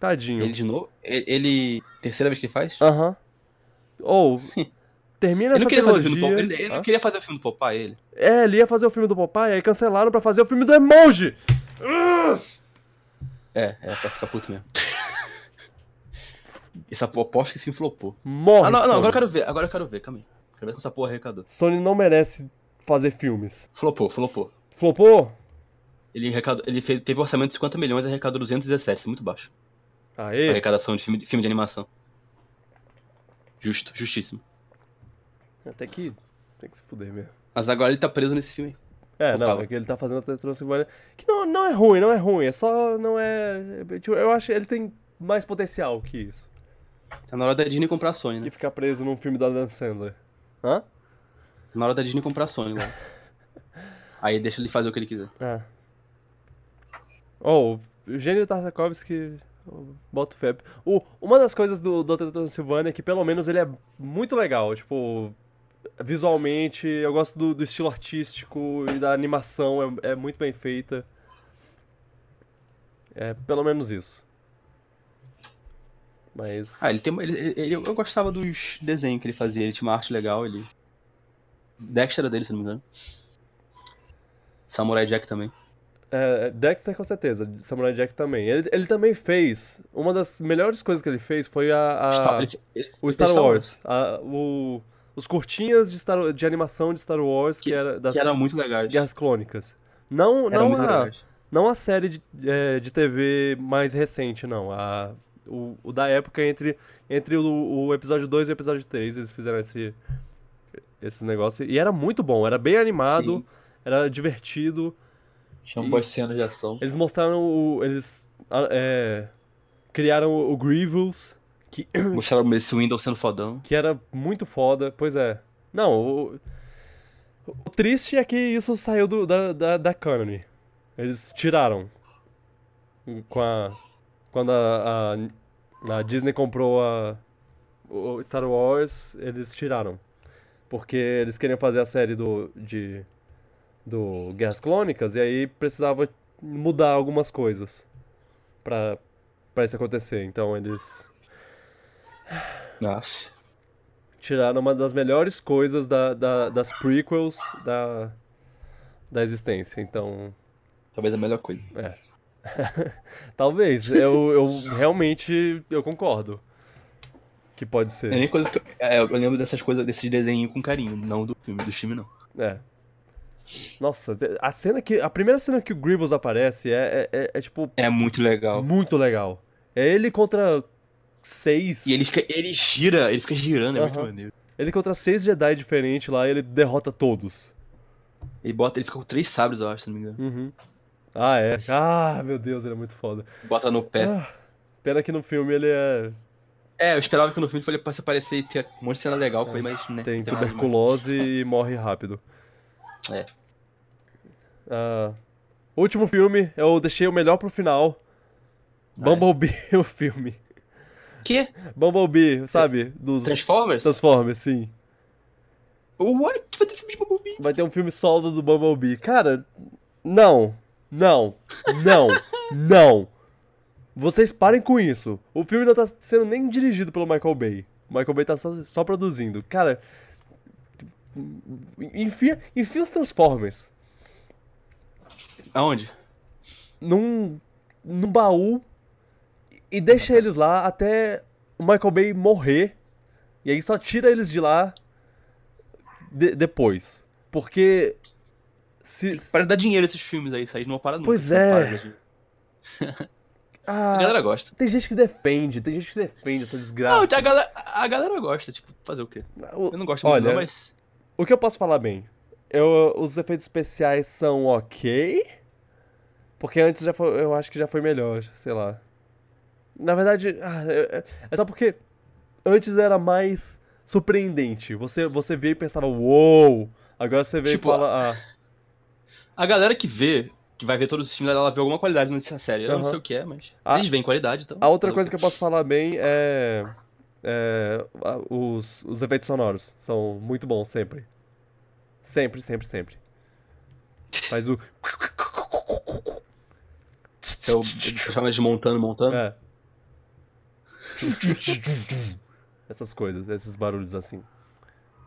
A: Tadinho.
B: Ele de novo? Ele, ele- Terceira vez que ele faz?
A: Aham. Ou. termina
B: ele
A: Ah, essa
B: não queria fazer o filme do né?
A: trilogia. Ah.
B: Popeye. Ele, ele
A: Hã?
B: não queria fazer o filme do Popeye, ele.
A: É, ele ia fazer o filme do Popeye, aí cancelaram pra fazer o filme do Emoji!
B: É, é, pra ficar puto mesmo. Essa po- aposta que se flopou.
A: Morre!
B: Ah, não,
A: Sony.
B: não, agora eu quero ver, agora eu quero ver, calma aí. Quero ver com essa porra arrecadou.
A: Sony não merece fazer filmes.
B: Flopou, flopou.
A: Flopou?
B: Ele, arrecadou, ele fez, teve um orçamento de 50 milhões e arrecadou 217, isso é muito baixo. A
A: Aê!
B: arrecadação de filme, de filme de animação. Justo, justíssimo.
A: Até que. Tem que se fuder mesmo.
B: Mas agora ele tá preso nesse filme.
A: É, não,
B: Opa.
A: é que ele tá fazendo a Transilvânia. Que não, não é ruim, não é ruim, é só. Não é. é, Tipo, eu acho que ele tem mais potencial que isso.
B: Tá na hora da Disney comprar a Sony,
A: Que
B: né?
A: ficar preso num filme da Adam Sandler. Hã?
B: Tá na hora da Disney comprar a Sony lá. Aí deixa ele fazer o que ele quiser.
A: É. Oh, o Gênio Tartakovsky. eu Boto fé. O, uma das coisas do Doutor Transilvânia é que pelo menos ele é muito legal. Tipo, visualmente, eu gosto do, do estilo artístico e da animação, é, é muito bem feita. É pelo menos isso. Mas.
B: Ah, ele tem. uma- Ele, ele- ele- eu gostava dos desenhos que ele fazia, ele tinha uma arte legal, ele. Dexter era dele, se não me engano. Samurai Jack também.
A: É, Dexter com certeza, Samurai Jack também. Ele, ele também fez. Uma das melhores coisas que ele fez foi a. a-
B: Star- ele- ele-
A: o Star
B: fez Star
A: Wars. A- o- os curtinhas de, Star- de animação de Star Wars que,
B: Que-
A: era das
B: que era muito legal.
A: Guerras Clônicas. Não,
B: Era
A: não,
B: muito
A: a,
B: legal.
A: não a série de, é, de TV mais recente, não. A, o, o da época entre, entre o, o episódio 2 e o episódio 3, eles fizeram esse, esses negócios. E era muito bom, era bem animado,
B: Sim,
A: era divertido.
B: Tinha boas cenas de ação.
A: Eles mostraram o. Eles ah, é, criaram o Grievous, que,
B: Mostraram esse Windows sendo fodão.
A: que era muito foda. Pois é. Não, o, o triste é que isso saiu do- da, da, da canon. Eles tiraram. Com a, quando a, a, a Disney comprou a, o Star Wars, eles tiraram. Porque eles queriam fazer a série do, de, do Guerras Clônicas e aí precisava mudar algumas coisas pra, pra isso acontecer. Então eles
B: Nossa.
A: tiraram uma das melhores coisas da, da- das prequels da, da existência. Então,
B: Talvez a melhor coisa.
A: talvez. Eu, eu realmente eu concordo que pode
B: É
A: ser.
B: nem coisa que eu, é, eu lembro dessas coisas, desses desenhos com carinho, não do filme, do filme não.
A: É. Nossa, a cena que a primeira cena que o Grievous aparece é, é, é- é, tipo
B: É muito legal.
A: muito legal. É ele contra seis.
B: E ele fica, ele gira, ele fica girando, é muito
A: Aham.
B: maneiro.
A: ele contra seis Jedi diferentes lá e ele derrota todos.
B: Ele bota, ele fica com três sabres, eu acho, se não me engano.
A: Uhum. Ah, é. Ah, meu Deus, ele é muito foda.
B: Bota no pé.
A: Ah, pena que no filme ele é
B: É, eu esperava que no filme ele fosse aparecer e ter um monte de cena legal com ele, mas né,
A: Tem
B: nada demais.
A: tuberculose e morre rápido.
B: É.
A: Ah, último filme, eu deixei o melhor pro final. Bumblebee, o filme.
B: Que?
A: Bumblebee, sabe? Dos
B: Transformers?
A: Transformers, sim.
B: What? Vai ter filme de Bumblebee?
A: Vai ter um filme solo do Bumblebee. Cara, não. Não. Não. Não. Vocês parem com isso. O filme não tá sendo nem dirigido pelo Michael Bay. O Michael Bay tá só, só produzindo. Cara. Enfia, enfia os Transformers
B: Aonde?
A: num, num baú e deixa eles lá até o Michael Bay morrer. E aí só tira eles de lá de- depois. Porque. Se,
B: Para dar dinheiro esses filmes aí, isso aí não para nunca.
A: Pois
B: não
A: é.
B: para, gente.
A: Ah,
B: A galera gosta.
A: Tem gente que defende, tem gente que defende essa
B: Não,
A: desgraça.
B: a galera, a galera gosta, tipo, fazer o quê? Eu
A: o,
B: não gosto
A: Olha,
B: muito, não, mas.
A: o que eu posso falar bem? Eu, os efeitos especiais são ok. Porque antes já foi, eu acho que já foi melhor, sei lá. Na verdade, ah, é, é- é só porque antes era mais surpreendente. Você, você via e pensava, uou! Agora você vê
B: Tipo,
A: e fala, ah,
B: A galera que vê, que vai ver todos os filmes, ela vê alguma qualidade nessa série. Eu
A: Aham.
B: não sei o que é, mas.
A: A-
B: Eles veem qualidade, então.
A: A outra
B: fazer o
A: coisa que
B: quê?
A: eu posso falar bem é. é, a- os, os efeitos sonoros são muito bons sempre. Sempre, sempre, sempre. Faz o.
B: É o eles chamam de montando, montando.
A: É. Essas coisas, esses barulhos assim.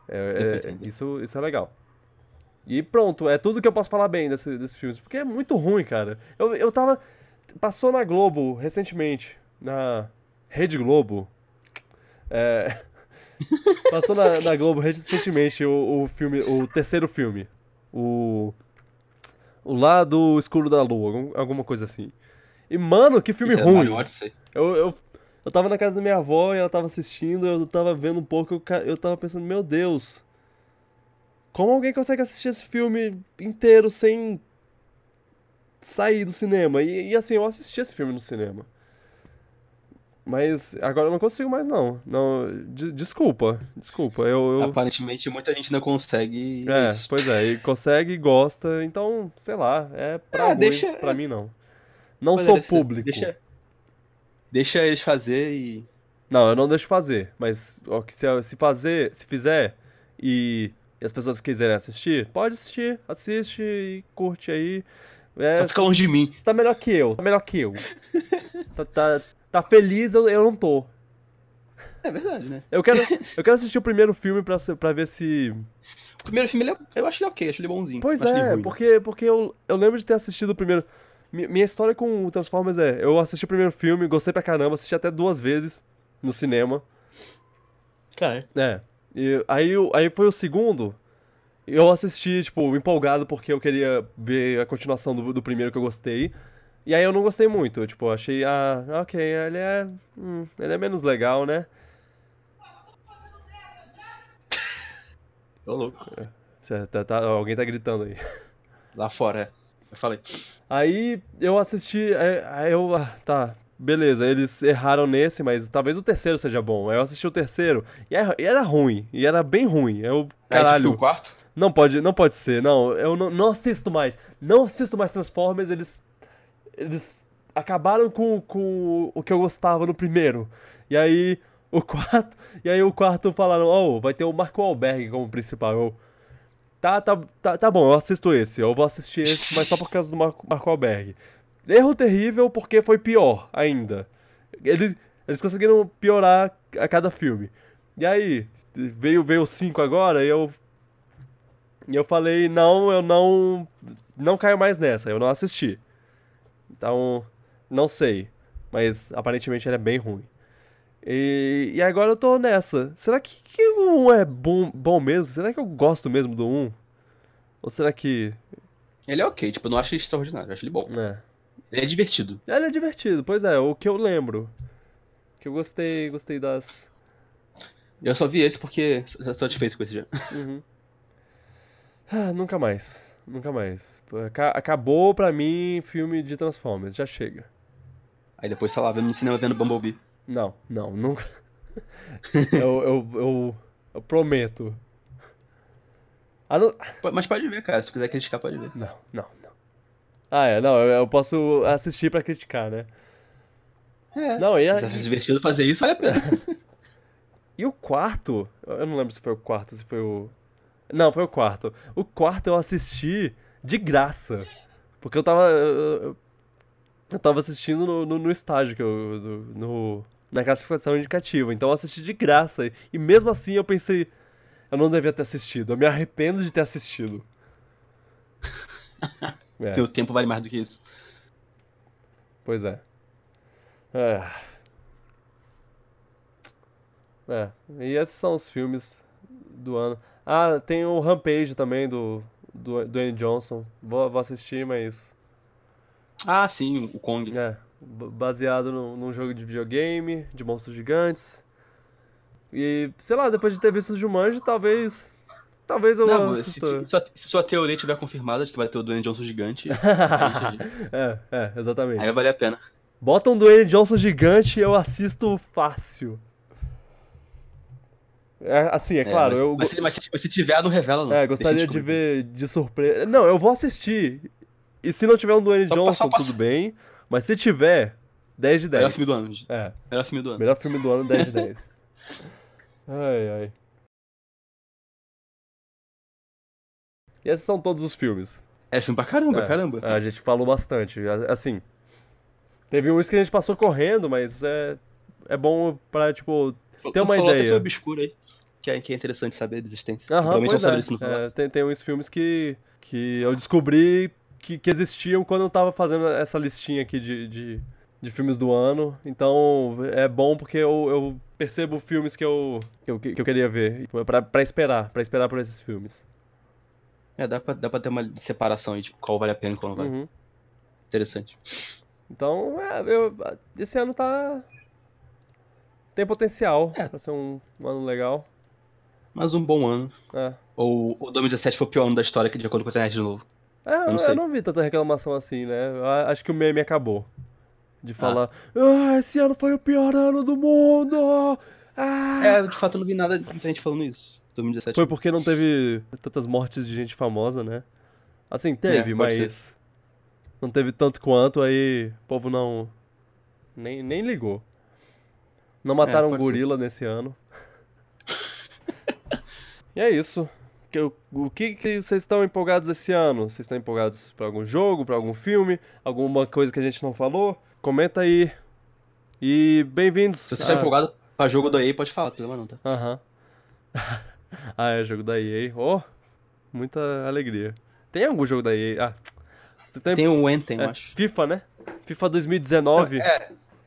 A: É- é-
B: Entendi.
A: isso, isso é legal. E pronto, é tudo que eu posso falar bem desse, desse filme. Porque é muito ruim, cara. Eu, eu tava. Passou na Globo recentemente. Na Rede Globo. É, passou na, na Globo recentemente o, o filme. O terceiro filme. O. O Lado Escuro da Lua, algum- alguma coisa assim. E, mano, que filme
B: Isso é
A: ruim.
B: Mario Odyssey.
A: Eu, eu, eu tava na casa da minha avó e ela tava assistindo, eu tava vendo um pouco, eu, ca- eu tava pensando, meu Deus, como alguém consegue assistir esse filme inteiro sem sair do cinema? E, e assim, eu assisti esse filme no cinema. Mas agora eu não consigo mais, não. não de- desculpa, desculpa. Eu, eu-
B: Aparentemente muita gente não consegue. e
A: é,
B: isso.
A: pois é, e consegue e gosta, então, sei lá, é pra
B: Ah,
A: alguns,
B: deixa-
A: pra mim não. Não
B: Mas
A: sou
B: deixa-
A: público.
B: Deixa, deixa eles fazer e.
A: Não, eu não deixo fazer, mas ó, que se, se fazer, se fizer e, e as pessoas quiserem assistir, pode assistir, assiste e curte aí. É,
B: Só fica longe de mim.
A: você tá melhor que eu, tá melhor que eu. tá, tá- tá feliz, eu, eu não tô.
B: É verdade, né?
A: Eu quero, eu quero assistir o primeiro filme pra, se- pra ver se.
B: O primeiro filme, ele é- eu acho ele ok, acho ele bonzinho.
A: Pois
B: Acho ele
A: é,
B: ruim.
A: porque, porque eu, eu lembro de ter assistido o primeiro. Mi- Minha história com o Transformers é: eu assisti o primeiro filme, gostei pra caramba, assisti até duas vezes no cinema.
B: Cara,
A: É. E aí, o- aí foi o segundo. Eu assisti, tipo, empolgado porque eu queria ver a continuação do, do primeiro que eu gostei. E aí eu não gostei muito. Eu, tipo, achei, ah, ok, ele é. hum, ele é menos legal, né?
B: é louco.
A: Cê tá- tá- alguém tá gritando aí.
B: Lá fora, é. Eu falei.
A: Aí eu assisti. Aí, aí eu. ah, tá. Beleza, eles erraram nesse, mas talvez o terceiro seja bom. Aí eu assisti o terceiro. E era, e era ruim. E era bem ruim. Eu,
B: Aí tu
A: caralho.
B: viu tipo, o quarto?
A: Não pode, não pode ser, não. Eu não, não assisto mais. Não assisto mais Transformers, eles. Eles acabaram com, com o que eu gostava no primeiro. E aí o quarto. E aí o quarto falaram, oh, vai ter o Marco Alberg como principal. Eu, tá, tá, tá, tá bom, eu assisto esse. Eu vou assistir esse, mas só por causa do Marco, Marco Alberg. Erro terrível porque foi pior ainda. Eles, eles conseguiram piorar a cada filme. E aí, veio veio o 5 agora e eu e eu falei, não, eu não. Não caio mais nessa, eu não assisti. Então, não sei. Mas aparentemente ele é bem ruim. E, e agora eu tô nessa. Será que, que o 1 é bom, bom mesmo? Será que eu gosto mesmo do 1? Ou será que.
B: Ele é ok, tipo, eu não acho ele extraordinário, eu acho ele bom.
A: É.
B: Ele é divertido.
A: Ele é divertido, pois é, o que eu lembro. Que eu gostei, gostei das.
B: Eu só vi esse porque eu tô satisfeito com esse já.
A: Uhum. Ah, nunca mais. Nunca mais. Aca- Acabou pra mim filme de Transformers, já chega.
B: Aí depois, sei lá, vendo no cinema vendo Bumblebee.
A: Não, não, nunca. Eu, eu, eu, eu prometo. Ah, não...
B: P- Mas pode ver, cara. Se quiser criticar, pode ver.
A: Não, não, não. Ah, é, não, eu, eu posso assistir pra criticar, né?
B: É.
A: Não, É. e, a-
B: Se tá se divertindo fazer isso, vale a pena.
A: e o quarto? Eu eu não lembro se foi o quarto, se foi o. Não, foi o quarto. O quarto eu assisti de graça. Porque eu tava. Eu, eu- eu tava assistindo no, no, no estágio que eu. No, no- na classificação indicativa. Então eu assisti de graça. E mesmo assim eu pensei. Eu não devia ter assistido. Eu me arrependo de ter assistido. É.
B: Porque o tempo vale mais do que isso.
A: Pois é. É. É. E esses são os filmes do ano. Ah, tem o Rampage também do do Dwayne Johnson. Vou, vou assistir, mas
B: Ah, sim, o Kong.
A: é b- baseado num, num jogo de videogame de monstros gigantes. E sei lá, depois de ter visto o Jumanji, talvez talvez eu
B: Não, se,
A: assista.
B: se sua, se sua teoria tiver confirmada de que vai ter o Dwayne Johnson gigante,
A: é, é, exatamente.
B: aí vai valer a pena.
A: Bota um Dwayne Johnson gigante e eu assisto fácil. É, assim, é, claro,
B: mas,
A: eu
B: mas, se, mas se- mas se tiver, não revela, não.
A: é,
B: Deixa
A: gostaria
B: gente
A: de
B: comentar.
A: ver de surpresa. Não, eu vou assistir. E se não tiver um Dwayne
B: Só
A: Johnson,
B: passar, passar.
A: tudo bem. Mas se tiver, 10 de 10.
B: Melhor filme do ano. gente.
A: É,
B: Melhor filme do ano.
A: melhor filme do ano, 10 de 10. Ai, ai. E esses são todos os filmes.
B: É filme pra caramba,
A: É.
B: caramba.
A: A gente falou bastante. a- Assim, teve uns que a gente passou correndo, mas é, é bom pra, tipo. Tem uma
B: falou até
A: ideia.
B: filme obscuro aí, que é, que é interessante saber da existência.
A: Aham,
B: Provavelmente
A: pois
B: não
A: é.
B: saber isso no
A: É,
B: próximo.
A: tem, tem uns filmes que, que eu descobri que, que existiam quando eu tava fazendo essa listinha aqui de, de, de filmes do ano. Então é bom porque eu, eu percebo filmes que eu, que eu, que eu queria ver. Pra, pra esperar, pra esperar por esses filmes.
B: É, dá, pra, dá pra ter uma separação aí de qual vale a pena e qual não vale.
A: Uhum.
B: Interessante.
A: Então, é, eu- esse ano tá. Tem potencial
B: É.
A: pra ser um, um ano legal.
B: Mas um bom ano.
A: É.
B: Ou o 2017 foi o pior ano da história, que de acordo com a internet de novo.
A: É, eu, eu
B: sei.
A: não vi tanta reclamação assim, né? Eu a- acho que o meme acabou. De falar, ah. esse ano foi o pior ano do mundo! Ah!
B: É, de fato, eu não vi nada de muita gente falando isso. 2017.
A: Foi porque não teve tantas mortes de gente famosa, né? Assim, teve,
B: É, pode
A: mas. Não teve tanto quanto, aí o povo não. Nem, nem ligou. Não mataram um
B: É, pode ser.
A: gorila nesse ano. e é isso. Que eu- O que, que vocês estão empolgados esse ano? Vocês estão empolgados pra algum jogo, pra algum filme, alguma coisa que a gente não falou? Comenta aí. E bem-vindos.
B: Se você está
A: a-
B: empolgado pra jogo da EA, pode falar, não tem problema não, tá?
A: Aham. ah, é jogo da EA. Oh, muita alegria. Tem algum jogo da EA? Ah, você tem,
B: Tem o Anthem,
A: é,
B: eu acho.
A: FIFA, né? FIFA 2019.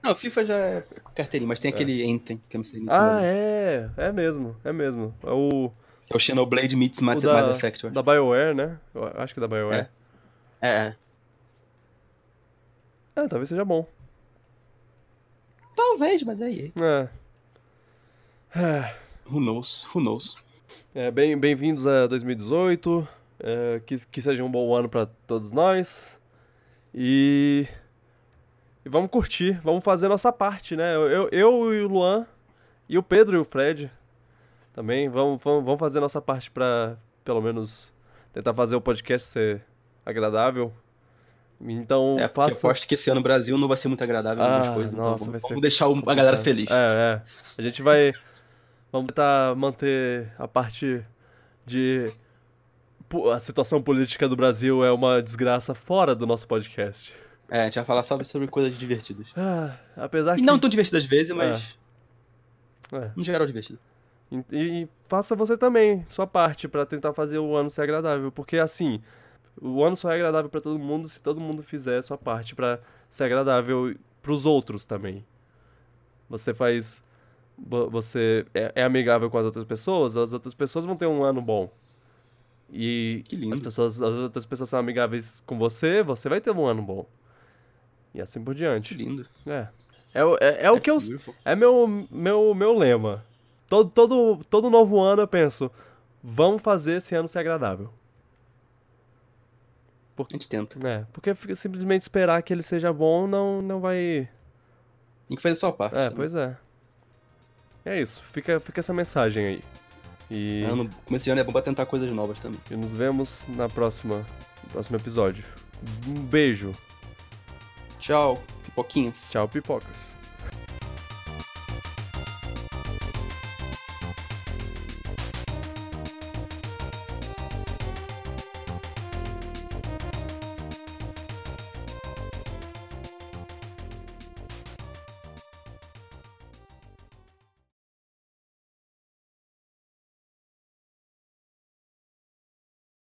B: Não, FIFA já é carteirinha, mas tem aquele Anthem, que eu não sei nem como
A: Ah,
B: é.
A: é. É mesmo, é mesmo. É o
B: Que é o Xenoblade Meets Mass,
A: O da-
B: Mass Effect, eu acho.
A: da BioWare, né? Eu acho que é da BioWare.
B: É, é.
A: É, talvez seja bom.
B: Talvez, mas é EA.
A: É. É.
B: Who knows, who knows.
A: É, bem, bem-vindos a 2018. é, que, que seja um bom ano para todos nós. E, e vamos curtir, vamos fazer a nossa parte, né? Eu, eu, eu e o Luan, e o Pedro e o Fred também, vamos, vamos, vamos fazer a nossa parte para pelo menos tentar fazer o podcast ser agradável. Então,
B: É, porque eu
A: faça.
B: aposto que esse ano no Brasil não vai ser muito agradável em
A: Ah,
B: algumas coisas. Então
A: nossa,
B: vamos,
A: vai ser
B: vamos deixar o- a galera
A: É,
B: feliz.
A: É, é. A gente vai. Vamos tentar manter a parte de. po- A situação política do Brasil é uma desgraça fora do nosso podcast.
B: É, a gente vai falar só sobre coisas divertidas.
A: Ah, apesar
B: E
A: que.
B: não tão divertidas às vezes, mas
A: É.
B: no geral divertido.
A: E, e faça você também sua parte pra tentar fazer o ano ser agradável, porque assim, o ano só é agradável pra todo mundo se todo mundo fizer a sua parte pra ser agradável pros outros também. Você faz vo- você é, é amigável com as outras pessoas, as outras pessoas vão ter um ano bom. E
B: Que lindo.
A: as pessoas, as outras pessoas são amigáveis com você, você vai ter um ano bom. E assim por
B: Que
A: diante.
B: lindo.
A: É. É, o- é, é o que eu
B: beautiful.
A: é meu, meu, meu lema. Todo, todo, todo novo ano eu penso, vamos fazer esse ano ser agradável.
B: A gente tenta.
A: É, porque f- simplesmente esperar que ele seja bom não, não vai.
B: Tem que fazer a sua parte.
A: É,
B: né?
A: pois é. É isso, fica, fica essa mensagem aí. E,
B: Ano, começo de ano é bom pra tentar coisas novas também.
A: e nos vemos na próxima, no próximo episódio. Um beijo.
B: Tchau, pipoquinhas.
A: Tchau, pipocas.